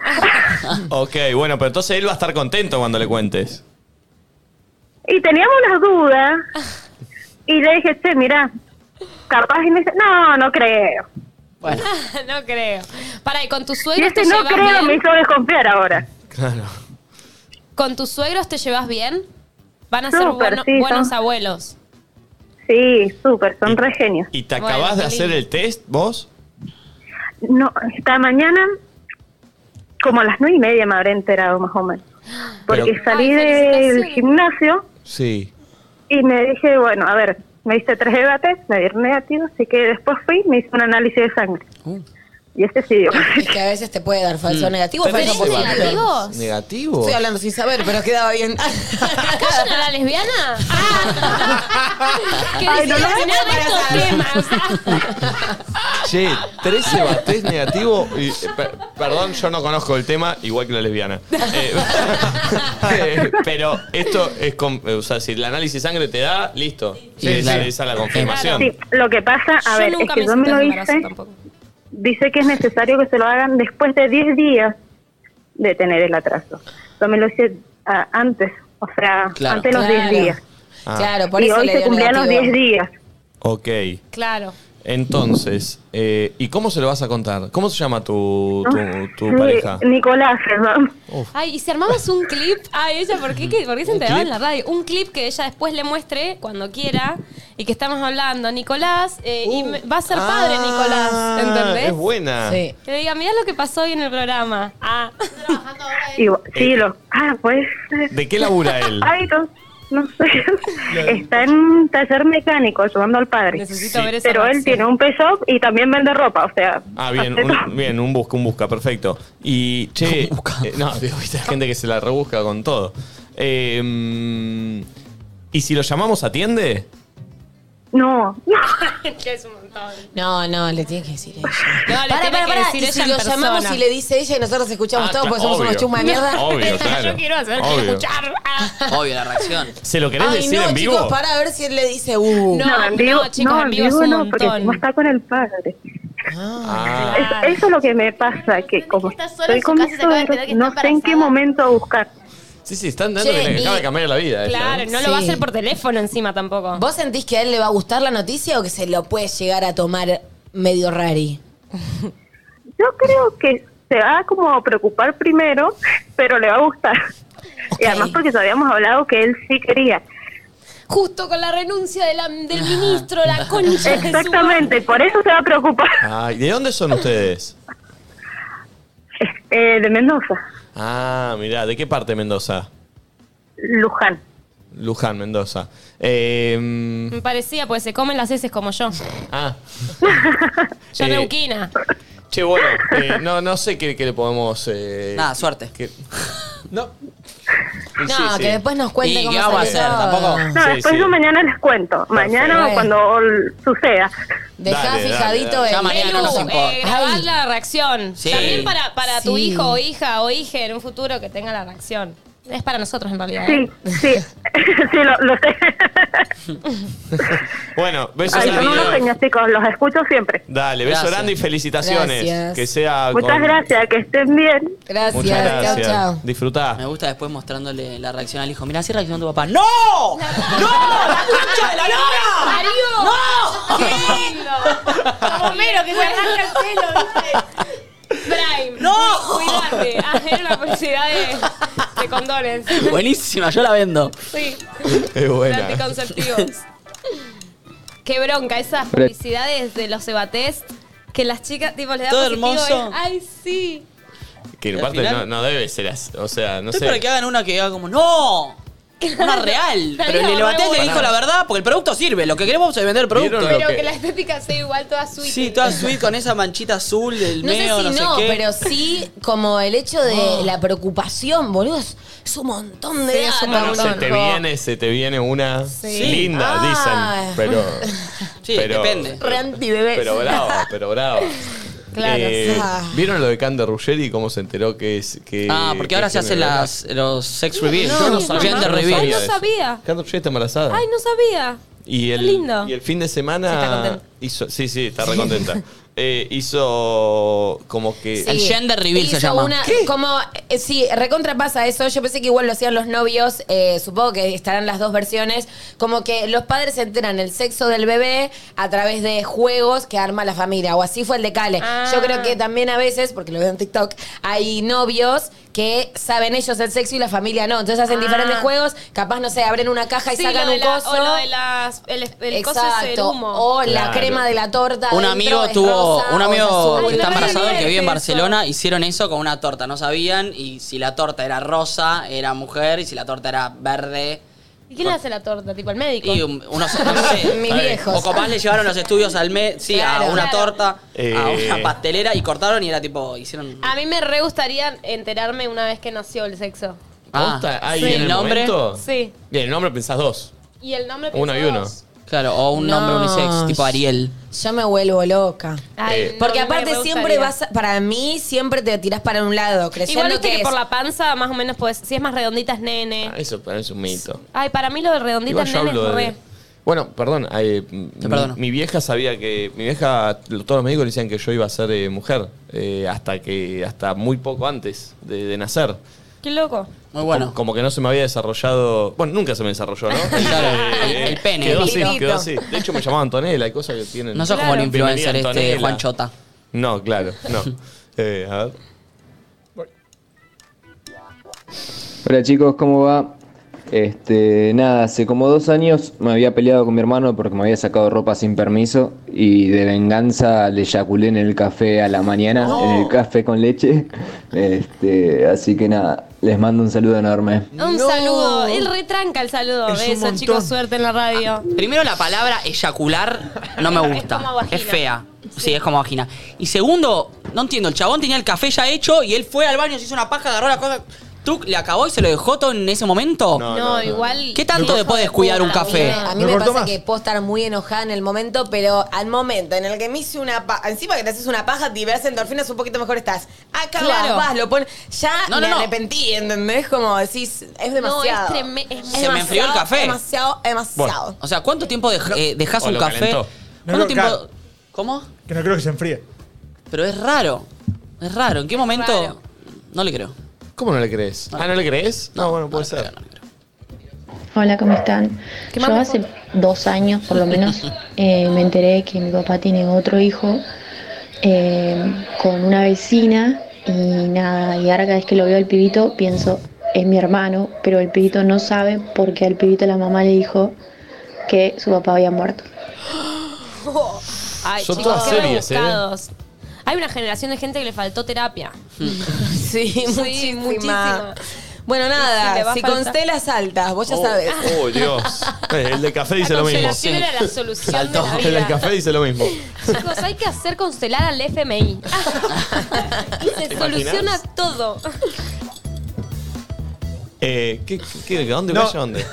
Speaker 1: Ok, bueno, pero entonces él va a estar contento cuando le cuentes.
Speaker 8: Y teníamos unas dudas. Y le dije, che, mira, capaz. Y me dice, no, no creo.
Speaker 2: no creo. Para, ¿y con tus
Speaker 8: Y
Speaker 2: suegros
Speaker 8: este
Speaker 2: te
Speaker 8: no
Speaker 2: llevas
Speaker 8: creo me
Speaker 2: bien?
Speaker 8: hizo desconfiar ahora.
Speaker 1: Claro.
Speaker 2: ¿Con tus suegros te llevas bien? Van a ser
Speaker 8: Súper,
Speaker 2: bueno-
Speaker 8: sí,
Speaker 2: buenos
Speaker 8: son-
Speaker 2: abuelos.
Speaker 8: Sí, súper, son re genios.
Speaker 1: ¿Y te
Speaker 8: Bueno,
Speaker 1: acabás de
Speaker 8: qué
Speaker 1: hacer
Speaker 8: lindo.
Speaker 1: el test vos?
Speaker 8: No, esta mañana, como a las nueve y media me habré enterado más o menos.
Speaker 1: Pero-
Speaker 8: Porque salí del gimnasio
Speaker 1: Sí.
Speaker 8: y me dije, bueno, a ver, me hice tres debates, me dieron negativo, así que después fui y me hice un análisis de sangre.
Speaker 1: Uh.
Speaker 8: Y este sí dio.
Speaker 4: Es que a veces te puede dar falso
Speaker 8: Mm.
Speaker 4: negativo,
Speaker 8: ¿Tenés
Speaker 4: falso positivo.
Speaker 1: debate?
Speaker 4: ¿Negativos?
Speaker 1: ¿Negativo?
Speaker 4: Estoy hablando sin saber, pero quedaba bien.
Speaker 2: ¿Callan a la lesbiana? ¿Qué
Speaker 4: Ay, no, no,
Speaker 2: dicen
Speaker 4: no,
Speaker 2: estos temas?
Speaker 1: Che, 13 batés negativo. y, eh, per- perdón, yo no conozco el tema, igual que la lesbiana. Eh, eh, pero esto es. con- eh, o sea, si el análisis de sangre te da, listo.
Speaker 16: Sí,
Speaker 1: Sí,
Speaker 16: claro.
Speaker 1: sí, esa es la confirmación.
Speaker 8: Sí, lo que pasa, a
Speaker 2: Yo
Speaker 8: ver, es
Speaker 2: nunca
Speaker 8: que
Speaker 2: me
Speaker 8: yo me lo
Speaker 2: senté embarazada
Speaker 8: hice. Dice que es necesario que se lo hagan después de 10 días de tener el atraso. Yo me lo hice ah, antes, o sea,
Speaker 1: Claro.
Speaker 8: antes de los
Speaker 1: Claro.
Speaker 8: 10 días.
Speaker 1: Ah.
Speaker 4: Claro, por
Speaker 8: y
Speaker 4: eso
Speaker 8: hoy
Speaker 4: le
Speaker 8: se
Speaker 4: dio
Speaker 8: cumplían los
Speaker 4: negativo.
Speaker 8: 10 días.
Speaker 1: Ok.
Speaker 2: Claro.
Speaker 1: Entonces, eh, ¿y cómo se lo vas a contar? ¿Cómo se llama tu, tu, tu
Speaker 8: Ni-
Speaker 1: Uh, pareja?
Speaker 8: Nicolás, perdón.
Speaker 2: Ay, y si armamos un clip a ella, ¿por qué, que- por qué se enteraba
Speaker 1: clip?
Speaker 2: en la radio? Un clip que ella después le muestre cuando quiera y que estamos hablando, Nicolás, eh,
Speaker 1: Uh.
Speaker 2: y me- va a ser padre
Speaker 1: Ah.
Speaker 2: Nicolás, ¿entendés?
Speaker 1: es buena. Sí.
Speaker 2: Que le diga, mirá lo que pasó hoy en el programa. Ah.
Speaker 8: Igual- sí, lo, ah, pues.
Speaker 1: ¿De qué labura él?
Speaker 8: Ay, no, no sé. Está en un taller mecánico ayudando al padre.
Speaker 2: Necesito ver esa
Speaker 8: Pero él
Speaker 2: reacción.
Speaker 8: tiene un pet shop y también vende ropa, o sea.
Speaker 1: Ah, bien,
Speaker 8: hace todo.
Speaker 1: un, bien, un busca, un busca, perfecto. Y, che, eh, no, digo, viste, hay gente que se la rebusca con todo. Eh, mm, ¿Y si lo llamamos, atiende?
Speaker 8: No.
Speaker 2: que es un montón.
Speaker 4: No, no, le tienes que decir ella.
Speaker 2: No, le tiene que decir
Speaker 4: y
Speaker 2: ella
Speaker 4: si
Speaker 2: en
Speaker 4: lo
Speaker 2: persona.
Speaker 4: llamamos y le dice ella y nosotros escuchamos
Speaker 1: Ah,
Speaker 4: todo porque somos
Speaker 1: obvio.
Speaker 4: unos chumas de mierda.
Speaker 1: Obvio, claro.
Speaker 2: Yo quiero hacer
Speaker 1: Obvio.
Speaker 2: escuchar.
Speaker 3: Obvio, la reacción.
Speaker 1: ¿Se lo querés
Speaker 4: Ay,
Speaker 1: decir
Speaker 4: no,
Speaker 1: en vivo?
Speaker 4: chicos, para ver si él le dice uh.
Speaker 2: No, no, chicos, en vivo es un
Speaker 8: no, porque
Speaker 2: montón.
Speaker 8: como está con el padre.
Speaker 1: Ah.
Speaker 8: Es- eso es lo que me pasa, que como
Speaker 5: sola en
Speaker 8: estoy
Speaker 5: su
Speaker 8: con
Speaker 5: casa
Speaker 8: mis
Speaker 5: y se acaba de
Speaker 8: suegros,
Speaker 5: enterar que
Speaker 8: no
Speaker 5: está
Speaker 8: sé en qué momento buscar.
Speaker 1: Sí, sí, están dando
Speaker 8: Che,
Speaker 1: que le
Speaker 8: y-
Speaker 1: acaba de cambiar la vida. ella,
Speaker 2: Claro,
Speaker 1: ¿eh?
Speaker 2: no lo va a hacer por teléfono encima tampoco.
Speaker 4: ¿Vos sentís que a él le va a gustar la noticia o que se lo puede llegar a tomar medio rari?
Speaker 8: Yo creo que se va como a preocupar primero, pero le va a gustar. Y además porque ya habíamos hablado que él sí quería.
Speaker 2: Justo con la renuncia de la- del ministro, la concha. de su-
Speaker 8: Exactamente, por eso se va a preocupar.
Speaker 1: Ay, ¿De dónde son ustedes?
Speaker 8: Eh, de Mendoza,
Speaker 1: Ah, mirá, ¿de qué parte de Mendoza?
Speaker 8: Luján.
Speaker 1: Luján, Mendoza. Eh, mm,
Speaker 2: Me parecía, pues se comen las heces como yo.
Speaker 1: ah,
Speaker 2: Yo
Speaker 1: Eh,
Speaker 2: neuquina.
Speaker 1: che, bueno, eh, no, no sé qué, qué le podemos... eh,
Speaker 3: Nada, suerte.
Speaker 1: qué-
Speaker 4: No,
Speaker 1: sí, sí.
Speaker 4: que después nos cuente
Speaker 3: ¿Y
Speaker 4: cómo
Speaker 3: qué vamos a
Speaker 4: salió
Speaker 3: hacer?
Speaker 4: todo.
Speaker 3: Tampoco.
Speaker 8: No,
Speaker 1: Sí,
Speaker 8: después
Speaker 1: sí.
Speaker 8: yo mañana les cuento. Mañana o
Speaker 4: Perfecto.
Speaker 8: cuando l- suceda.
Speaker 4: Dejá
Speaker 1: Dale, dale,
Speaker 4: fijadito
Speaker 1: dale.
Speaker 4: el-
Speaker 1: Ya
Speaker 2: Melu,
Speaker 1: mañana no nos importa.
Speaker 2: eh, grabá la reacción.
Speaker 1: Sí.
Speaker 2: También para, para tu
Speaker 4: Sí.
Speaker 2: hijo o hija o hija en un futuro que tenga la reacción. Es para nosotros en realidad.
Speaker 8: Sí,
Speaker 2: ¿eh?
Speaker 8: sí, sí, lo, lo sé.
Speaker 1: Bueno, besos
Speaker 8: Ay, son
Speaker 1: grande.
Speaker 8: unos genios, chicos, los escucho siempre.
Speaker 1: Dale, beso
Speaker 8: Gracias.
Speaker 1: grande y felicitaciones.
Speaker 8: Gracias.
Speaker 1: Que sea
Speaker 8: Muchas
Speaker 1: Ah, con-
Speaker 8: gracias, que estén bien.
Speaker 4: Gracias,
Speaker 1: Muchas gracias. Disfrutá.
Speaker 3: Me gusta después mostrándole la reacción al hijo. Mira, así reaccionó tu papá. ¡No! ¡No! ¡La concha de la
Speaker 2: ¡Mario!
Speaker 3: lora!
Speaker 2: ¡Qué lindo! Como Mero, que se arranca el pelo, ¿viste? Prime. ¡No! Cuidate. Ah, era una publicidad de, de condones.
Speaker 3: Buenísima, yo la vendo.
Speaker 2: Sí.
Speaker 1: Es buena.
Speaker 2: De anticonceptivos. Qué bronca esas
Speaker 3: Pero-
Speaker 2: publicidades de los Ebatest que las chicas, tipo, les da
Speaker 3: Todo
Speaker 2: positivo
Speaker 3: hermoso.
Speaker 2: y, Ay, sí.
Speaker 1: Que
Speaker 3: Al
Speaker 1: aparte
Speaker 3: final-
Speaker 1: no, no debe ser así. O sea, no
Speaker 3: Estoy
Speaker 1: sé.
Speaker 3: para que hagan una que haga como, ¡No! Una real. Pero le levanté y le dijo la verdad, porque el producto sirve. Lo que queremos es vender el producto.
Speaker 2: Pero que la estética sea igual toda suite.
Speaker 3: Sí, toda sweet con esa manchita azul del
Speaker 4: No sé
Speaker 3: meo,
Speaker 4: si no,
Speaker 3: no sé qué.
Speaker 4: pero sí como el hecho de la preocupación, boludo, es es un montón de
Speaker 2: Sí,
Speaker 4: data,
Speaker 2: es un
Speaker 1: Bueno, se
Speaker 4: boludo.
Speaker 1: te viene, se te viene una linda,
Speaker 4: Ah.
Speaker 1: dicen. Pero.
Speaker 3: Sí,
Speaker 1: pero-
Speaker 3: depende.
Speaker 4: Re antibebés.
Speaker 1: Pero brava, pero brava.
Speaker 4: Claro,
Speaker 1: Eh,
Speaker 4: ah.
Speaker 1: ¿Vieron lo de Cande Ruggeri? ¿Cómo se enteró que es. Que,
Speaker 3: Ah, porque
Speaker 1: que
Speaker 3: ahora
Speaker 1: es
Speaker 3: se hacen
Speaker 1: general?
Speaker 3: las, los sex reveals.
Speaker 1: Yo no sabía.
Speaker 3: Gender
Speaker 1: yo no
Speaker 3: reveals.
Speaker 1: sabía
Speaker 2: Ay, no
Speaker 1: eso.
Speaker 2: sabía.
Speaker 1: Cande Ruggeri está embarazada.
Speaker 2: Ay, no sabía.
Speaker 1: Y el,
Speaker 2: lindo.
Speaker 1: y el fin de
Speaker 2: Sí, está
Speaker 1: semana
Speaker 2: contenta.
Speaker 1: hizo, sí, sí, está recontenta. Eh, hizo como que
Speaker 4: Sí. Hizo Una, Como, eh, sí, recontra pasa eso. Yo pensé que igual lo hacían los novios. eh, supongo que estarán las dos versiones. Como que los padres se enteran el sexo del bebé a través de juegos que arma la familia. O así fue el de Cale.
Speaker 2: Ah.
Speaker 4: Yo creo que también a veces, porque lo veo en TikTok, hay novios que saben ellos el sexo y la familia no. Entonces hacen
Speaker 2: Ah.
Speaker 4: diferentes juegos. Capaz, no sé, abren una caja y
Speaker 2: Sí,
Speaker 4: sacan
Speaker 2: lo de
Speaker 4: un
Speaker 2: la-
Speaker 4: coso.
Speaker 2: O lo de las. El, el coso es el
Speaker 4: Exacto.
Speaker 2: humo.
Speaker 4: O la
Speaker 3: Claro.
Speaker 4: crema de la torta.
Speaker 3: Un
Speaker 4: adentro
Speaker 3: amigo
Speaker 4: es
Speaker 3: tuvo,
Speaker 4: rosa o
Speaker 3: un
Speaker 4: es
Speaker 3: amigo
Speaker 4: azul.
Speaker 3: que está embarazado que vive en
Speaker 2: eso.
Speaker 3: Barcelona, hicieron eso con una torta, no sabían, y si la torta era rosa, era mujer, y si la torta era verde,
Speaker 2: ¿Y quién le hace la torta? Tipo, el médico.
Speaker 3: y un- unos, no sé,
Speaker 4: Mis viejos.
Speaker 3: o capaz le llevaron los estudios al mes, sí, a
Speaker 2: Claro.
Speaker 3: una
Speaker 2: Claro.
Speaker 3: torta, a
Speaker 1: Eh.
Speaker 3: Ah, una pastelera, y cortaron y era tipo, hicieron...
Speaker 2: A mí me re gustaría enterarme una vez que nació el sexo.
Speaker 1: ¿Posta? Ah, ¿y
Speaker 3: sí.
Speaker 1: en el
Speaker 3: ¿El nombre?
Speaker 1: momento?
Speaker 2: Sí.
Speaker 1: Y en el nombre pensás dos.
Speaker 2: Y el nombre
Speaker 1: Uno y
Speaker 2: pensaba-
Speaker 1: uno.
Speaker 3: Claro, o un nombre
Speaker 4: No,
Speaker 3: unisex, tipo Ariel.
Speaker 4: Yo me vuelvo loca.
Speaker 3: Ay,
Speaker 1: Eh,
Speaker 4: Porque
Speaker 2: no, me-
Speaker 4: aparte
Speaker 2: me
Speaker 4: siempre
Speaker 2: gustaría.
Speaker 4: vas, a- para mí siempre te tirás para un lado, creyendo
Speaker 2: Igual viste que,
Speaker 4: es-
Speaker 2: por la panza, más o menos, pues, si es más redondita es nene.
Speaker 1: Eso para mí es un mito.
Speaker 2: Ay, para mí lo de redondita
Speaker 1: Igual
Speaker 2: es
Speaker 1: yo
Speaker 2: nene es
Speaker 1: hablo
Speaker 2: re.
Speaker 1: de. Bueno, perdón, eh, m- mi,
Speaker 3: perdono.
Speaker 1: mi vieja sabía que. Mi vieja, todos los médicos le decían que yo iba a ser eh, mujer. eh, hasta que. hasta muy poco antes de, de nacer.
Speaker 2: Qué loco.
Speaker 3: Muy
Speaker 1: Como, como que no se me había desarrollado. Bueno, nunca se me desarrolló, ¿no? el,
Speaker 3: pene.
Speaker 1: Quedó así,
Speaker 3: El pibito.
Speaker 1: quedó así. De hecho, me llamaba Antonella, hay cosas que tienen.
Speaker 3: No sos como el influencer
Speaker 1: Bienvenida,
Speaker 3: este
Speaker 1: Antonella.
Speaker 3: Juan Chota.
Speaker 1: No, claro, no. Eh, a ver.
Speaker 9: Hola chicos, ¿cómo va? Este, nada, hace como dos años me había peleado con mi hermano porque me había sacado ropa sin permiso y de venganza le eyaculé en el café a la mañana, en el café con leche. Este, así que nada, les mando un saludo enorme.
Speaker 2: Un saludo. Él retranca el saludo.
Speaker 3: Es un
Speaker 2: Besos,
Speaker 3: montón.
Speaker 2: chicos, suerte en la radio.
Speaker 1: Ah,
Speaker 3: Primero, la palabra eyacular no me gusta.
Speaker 2: como vagina.
Speaker 3: Es, fea. Sí. es como vagina. Y segundo, no entiendo, el chabón tenía el café ya hecho y él fue al baño, se hizo una paja, agarró la cosa, tuc, le acabó y se lo dejó todo en ese momento.
Speaker 2: No, no, igual.
Speaker 3: ¿Qué tanto te puede descuidar un café?
Speaker 4: A mí me pasa que puedo estar muy enojada en el momento, pero al momento en el que me hice una paja, encima que te haces una paja, te liberas endorfinas, un poquito mejor estás. Acá
Speaker 2: Claro.
Speaker 4: vas, vas, lo pones. Ya
Speaker 2: No, no,
Speaker 4: me
Speaker 2: no.
Speaker 4: arrepentí, ¿entendés? Como decís, es demasiado.
Speaker 2: No, es, treme- es
Speaker 3: Se me enfrió el café.
Speaker 4: Demasiado, demasiado.
Speaker 3: O sea, ¿cuánto tiempo dej- eh, dejas
Speaker 1: Oh,
Speaker 6: o
Speaker 3: un
Speaker 6: lo
Speaker 3: café?
Speaker 6: calentó. No
Speaker 3: ¿Cuánto
Speaker 6: lo
Speaker 3: tiempo?
Speaker 6: cal-
Speaker 3: ¿Cómo?
Speaker 6: Que no creo que se enfríe.
Speaker 3: Pero es raro. Es raro. ¿En qué momento?
Speaker 6: raro.
Speaker 3: No le creo.
Speaker 1: ¿Cómo no le crees? ¿Ah, no le crees? No, bueno, puede ser.
Speaker 10: Hola, ¿cómo están?
Speaker 2: Yo
Speaker 10: hace dos años, por lo menos, eh, me enteré que mi papá tiene otro hijo eh, con una vecina y nada, y ahora cada vez que lo veo al pibito pienso, es mi hermano, pero el pibito no sabe porque al pibito la mamá le dijo que su papá había muerto.
Speaker 2: Ay,
Speaker 10: Son
Speaker 2: chicos,
Speaker 10: todas
Speaker 2: qué
Speaker 10: series, ¿eh?
Speaker 2: rebuscados. Hay una generación de gente que le faltó terapia.
Speaker 4: Sí, muchísima. Bueno,
Speaker 2: Sí, sí, le va
Speaker 4: nada,
Speaker 2: a
Speaker 4: si
Speaker 2: faltar.
Speaker 4: constelas altas, vos ya sabés.
Speaker 1: Oh, Dios. Eh, El del café dice lo mismo.
Speaker 2: congelación era la solución
Speaker 1: Saltó.
Speaker 2: de la
Speaker 1: El del
Speaker 2: vida.
Speaker 1: café dice lo mismo.
Speaker 2: Ah, Chicos, hay que hacer constelar al FMI. y se
Speaker 1: ¿Te
Speaker 2: soluciona
Speaker 1: imaginas?
Speaker 2: todo.
Speaker 1: Eh, ¿qué, qué, qué, ¿A dónde
Speaker 6: No.
Speaker 1: vaya? ¿A dónde?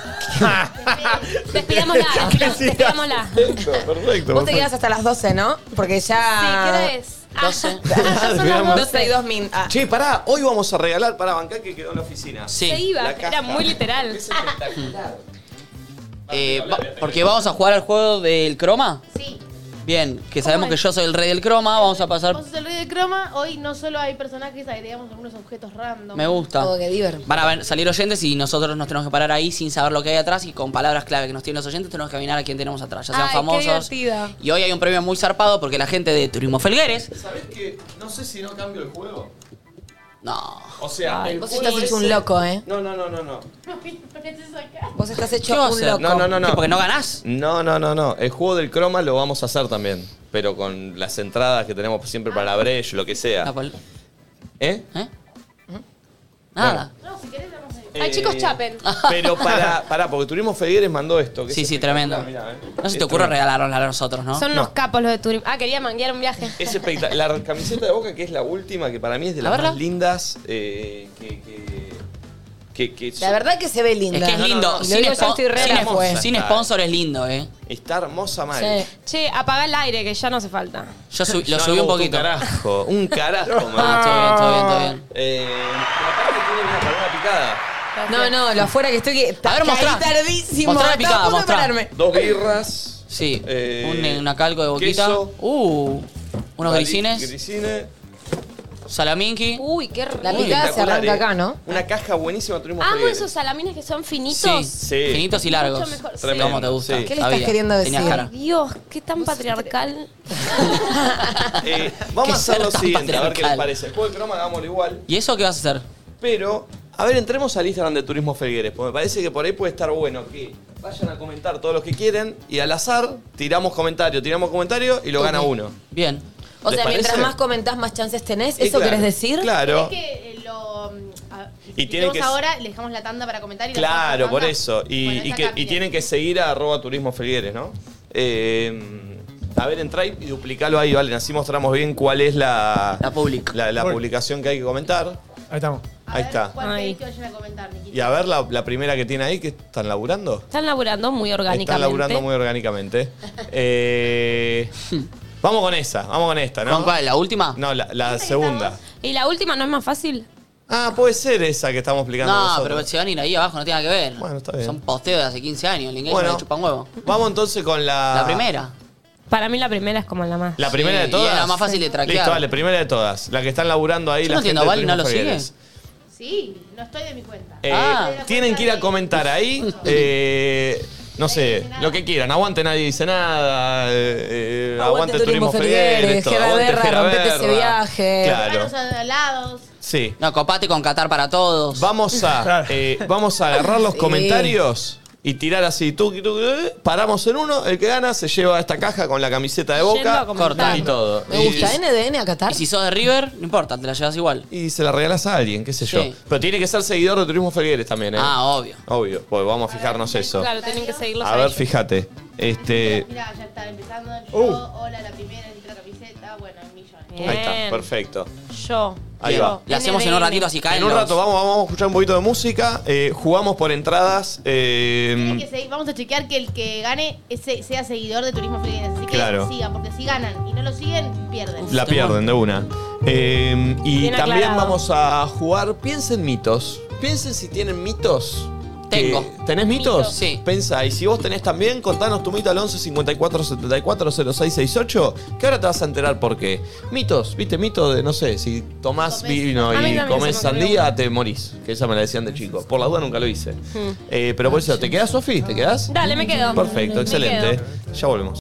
Speaker 2: Despidámosla, despidamos- despidámosla.
Speaker 1: Perfecto, perfecto.
Speaker 4: Vos te quedas hasta las 12, ¿no? Porque ya.
Speaker 2: Sí, ¿qué es? Ah.
Speaker 4: 12.
Speaker 1: son las 12.
Speaker 4: 12 y 2 min. ah.
Speaker 1: Che, pará, hoy vamos a regalar para bancar que quedó en la oficina.
Speaker 3: Sí.
Speaker 2: Se iba,
Speaker 1: La
Speaker 2: era
Speaker 1: caja.
Speaker 2: muy literal.
Speaker 3: Eh, va- porque vamos a jugar al juego del croma.
Speaker 5: Sí.
Speaker 3: Bien, que sabemos que yo soy el rey del croma, vamos a pasar.
Speaker 5: Vos sos el rey de croma. Hoy no solo hay personajes, agregamos algunos objetos random.
Speaker 3: Me gusta.
Speaker 5: Como
Speaker 3: Van a ven- salir oyentes y nosotros nos tenemos que parar ahí sin saber lo que hay atrás y con palabras clave que nos tienen los oyentes tenemos que adivinar a quién tenemos atrás, ya sean
Speaker 2: Ay, qué
Speaker 3: famosos.
Speaker 2: divertida.
Speaker 3: Y hoy hay un premio muy zarpado porque la gente de Turismo Felgueres.
Speaker 1: ¿Sabés que no sé si no cambio el juego?
Speaker 3: No.
Speaker 1: O sea,
Speaker 4: Ay,
Speaker 1: el
Speaker 4: vos
Speaker 1: juego
Speaker 4: estás hecho un
Speaker 1: ese-
Speaker 4: loco, ¿eh?
Speaker 1: No, no, no, no, no.
Speaker 4: Vos estás
Speaker 3: ¿Qué
Speaker 4: hecho
Speaker 3: vas a
Speaker 4: un
Speaker 3: hacer?
Speaker 4: loco.
Speaker 1: No, no, no, no.
Speaker 3: ¿Qué, porque no ganás?
Speaker 1: No, no, no, no. El juego del croma lo vamos a hacer también. Pero con las entradas que tenemos siempre para la
Speaker 2: Ah.
Speaker 1: Breche, lo que sea. ¿Eh?
Speaker 3: Nada.
Speaker 2: Ay, chicos,
Speaker 1: Eh,
Speaker 2: chapen.
Speaker 1: Pero para, para, porque Turismo Federes mandó esto. Que
Speaker 3: Sí,
Speaker 1: es
Speaker 3: sí, tremendo.
Speaker 1: espectacular, mirá, eh.
Speaker 3: No se
Speaker 1: Es
Speaker 3: te ocurre
Speaker 1: tremendo.
Speaker 3: regalarnos a nosotros, ¿no?
Speaker 2: Son unos capos los de Turim. Ah, quería manguear un viaje.
Speaker 1: Es espectacular. La camiseta de Boca, que es la última, que para mí es de
Speaker 4: A
Speaker 1: las
Speaker 4: verla.
Speaker 1: más lindas. eh, que, que, que- que-
Speaker 4: La verdad que se ve linda.
Speaker 3: Es que es lindo.
Speaker 4: Lo
Speaker 3: Sin,
Speaker 4: digo,
Speaker 3: espo-
Speaker 4: yo estoy re
Speaker 3: sin
Speaker 4: la
Speaker 3: espo-
Speaker 4: fue.
Speaker 3: sin pues, sponsor es lindo, ¿eh?
Speaker 1: Está hermosa mal.
Speaker 2: Che, apaga el aire, que ya no hace falta.
Speaker 3: Yo sub-
Speaker 1: No,
Speaker 3: lo subí
Speaker 1: no,
Speaker 3: un
Speaker 1: vos,
Speaker 3: poquito.
Speaker 1: Un carajo, un carajo,
Speaker 3: Ah, todo bien, todo bien, todo bien.
Speaker 1: Eh, pero aparte tiene una paloma picada.
Speaker 4: No, no, lo afuera que estoy. Que
Speaker 3: A ver,
Speaker 4: caí
Speaker 3: mostrá.
Speaker 4: tardísimo.
Speaker 3: Mostrá
Speaker 4: Estaba
Speaker 3: la
Speaker 4: a
Speaker 3: picada,
Speaker 4: punto de
Speaker 3: mostrá.
Speaker 4: pararme.
Speaker 1: Dos birras.
Speaker 3: Sí.
Speaker 1: eh,
Speaker 3: un, una calco de boquita.
Speaker 1: queso.
Speaker 3: uh. Unos
Speaker 1: pali-
Speaker 3: grisines.
Speaker 1: Grisines.
Speaker 3: Salaminki.
Speaker 2: Uy, qué
Speaker 4: La
Speaker 3: Uy,
Speaker 4: picada se
Speaker 3: espectacular,
Speaker 4: arranca
Speaker 3: eh.
Speaker 4: acá, ¿no?
Speaker 1: Una caja buenísima tuvimos
Speaker 2: Amo
Speaker 1: Freire.
Speaker 2: esos salamines que son finitos.
Speaker 3: Sí. Finitos y largos.
Speaker 2: Mucho mejor, sí.
Speaker 3: Tremendo, ¿Cómo te gusta?
Speaker 1: sí.
Speaker 2: ¿Qué le estás
Speaker 4: queriendo
Speaker 3: Tenías
Speaker 4: decir?
Speaker 3: cara.
Speaker 2: Dios, qué tan patriarcal.
Speaker 1: Eh, vamos
Speaker 3: Qué
Speaker 1: a hacer lo
Speaker 3: ser tan
Speaker 1: siguiente, a ver qué les
Speaker 3: patriarcal.
Speaker 1: parece. El juego de croma hagámoslo igual.
Speaker 3: ¿Y eso qué vas a hacer?
Speaker 1: Pero, a ver, entremos al Instagram de Turismo Felgueres, porque me parece que por ahí puede estar bueno que vayan a comentar todos los que quieren y al azar tiramos comentario, tiramos comentario y lo gana uno.
Speaker 3: Bien.
Speaker 4: O sea,
Speaker 1: ¿Les
Speaker 4: mientras
Speaker 1: parece?
Speaker 4: más comentás, más chances tenés.
Speaker 1: Y
Speaker 4: ¿Eso
Speaker 1: claro,
Speaker 4: querés decir?
Speaker 1: Claro.
Speaker 5: ¿Querés que eh, lo. mm, a-
Speaker 1: Y
Speaker 5: expliquemos
Speaker 1: tienen que-
Speaker 5: ahora, le dejamos la tanda para comentar y la
Speaker 1: Claro,
Speaker 5: dejamos
Speaker 1: por
Speaker 5: tanda?
Speaker 1: eso. Y,
Speaker 5: Bueno,
Speaker 1: y
Speaker 5: esa
Speaker 1: que-
Speaker 5: acá,
Speaker 1: y
Speaker 5: miren.
Speaker 1: tienen que seguir a arroba turismo felgueres, ¿no? Eh, a ver, entrá y duplicalo ahí, ¿vale? Así mostramos bien cuál es la,
Speaker 3: la,
Speaker 1: la publicación que hay que comentar.
Speaker 6: Ahí estamos.
Speaker 1: Ahí está.
Speaker 5: ¿Cuál querés que vayan a comentar, Niquita?
Speaker 1: Y a ver la, la primera que tiene ahí, que están laburando.
Speaker 2: Están laburando muy orgánicamente.
Speaker 1: Están laburando muy orgánicamente. Eh, vamos con esa, vamos con esta, ¿no?
Speaker 2: ¿Con cuál,
Speaker 1: ¿La última? No, la, la segunda.
Speaker 2: Y la última no es más fácil.
Speaker 1: Ah, puede ser esa que estamos explicando
Speaker 3: No,
Speaker 1: nosotros.
Speaker 3: pero se van a ir ahí abajo, no tiene nada que ver.
Speaker 1: Bueno, está bien.
Speaker 3: Son posteos de hace 15 años, el inglés
Speaker 1: Bueno.
Speaker 3: no le chupa un huevo.
Speaker 1: Vamos entonces con la.
Speaker 3: La primera.
Speaker 2: Para mí la primera es como la más.
Speaker 1: Ah. La primera
Speaker 3: Sí,
Speaker 1: de todas.
Speaker 3: y es la más fácil de traquear.
Speaker 1: Listo, dale, primera de todas. La que están laburando ahí.
Speaker 3: Yo
Speaker 1: la
Speaker 3: no entiendo,
Speaker 1: gente de
Speaker 3: ¿Vali
Speaker 1: Triunfo
Speaker 3: no lo sigue? Ah.
Speaker 1: Figueres.
Speaker 5: Sí, no estoy de mi cuenta.
Speaker 1: Eh, Tienen que ir a comentar ahí. eh, no sé, lo que quieran. Aguante, nadie dice nada. eh, eh, aguante, Turismo, Federer, esto,
Speaker 4: Gera
Speaker 1: aguante
Speaker 4: Berra,
Speaker 1: Gera
Speaker 4: rompete ese
Speaker 1: Berra.
Speaker 4: viaje.
Speaker 1: Claro.
Speaker 5: Helados.
Speaker 1: Sí.
Speaker 3: No, copate con Qatar para todos.
Speaker 1: Vamos a, eh, vamos a agarrar los
Speaker 3: Sí.
Speaker 1: comentarios y tirar así. tuqui, tuqui, eh, paramos en uno. El que gana se lleva esta caja con la camiseta de boca.
Speaker 4: a comentar.
Speaker 1: y todo.
Speaker 4: Me
Speaker 1: Y-
Speaker 4: gusta. ¿eh? ¿NDN a Qatar?
Speaker 3: Y si sos de River, no importa, te la llevas igual.
Speaker 1: Y se la regalas a alguien, qué sé yo.
Speaker 3: Sí.
Speaker 1: Pero tiene que ser seguidor de Turismo Felgueres también, ¿eh?
Speaker 3: Ah, obvio.
Speaker 1: Obvio, pues vamos a fijarnos eso.
Speaker 2: Claro, tienen que seguirlos
Speaker 1: A ver, fíjate. Este,
Speaker 5: Mira, ya está empezando. Yo, hola, la primera, entra camiseta. Bueno, millones.
Speaker 1: Uh. ahí está, perfecto.
Speaker 2: Yo.
Speaker 1: Ahí va.
Speaker 3: La hacemos en un ratito así caen
Speaker 1: En un
Speaker 3: los-
Speaker 1: rato vamos, vamos a escuchar un poquito de música. eh, jugamos por entradas. eh,
Speaker 5: Tienen que seguir. Vamos a chequear que el que gane ese- sea seguidor de Turismo Feliz. Así que
Speaker 1: Claro.
Speaker 5: sigan, porque si ganan y no lo siguen, pierden.
Speaker 1: la pierden de una. Eh, y
Speaker 5: Bien
Speaker 1: también
Speaker 5: aclarado.
Speaker 1: vamos a jugar. Piensen mitos. Piensen si tienen mitos.
Speaker 3: Tengo.
Speaker 1: Que- ¿Tenés mitos? Sí. Pensá, y si vos tenés también, contanos tu mito al 11 54 74 06 68, que ahora te vas a enterar por qué. Mitos, viste, mito de, no sé, si tomás vino
Speaker 2: A mí
Speaker 1: y
Speaker 2: también
Speaker 1: comés
Speaker 2: se me ocurrió
Speaker 1: sandía, te morís. Que esa me la decían de chico. Por la duda nunca lo hice.
Speaker 2: Mm.
Speaker 16: Hmm.
Speaker 1: Eh, pero por eso, ¿te quedás, Sofi? ¿Te quedás?
Speaker 2: Dale, me quedo.
Speaker 1: Perfecto,
Speaker 2: Me
Speaker 1: excelente. Ya volvemos.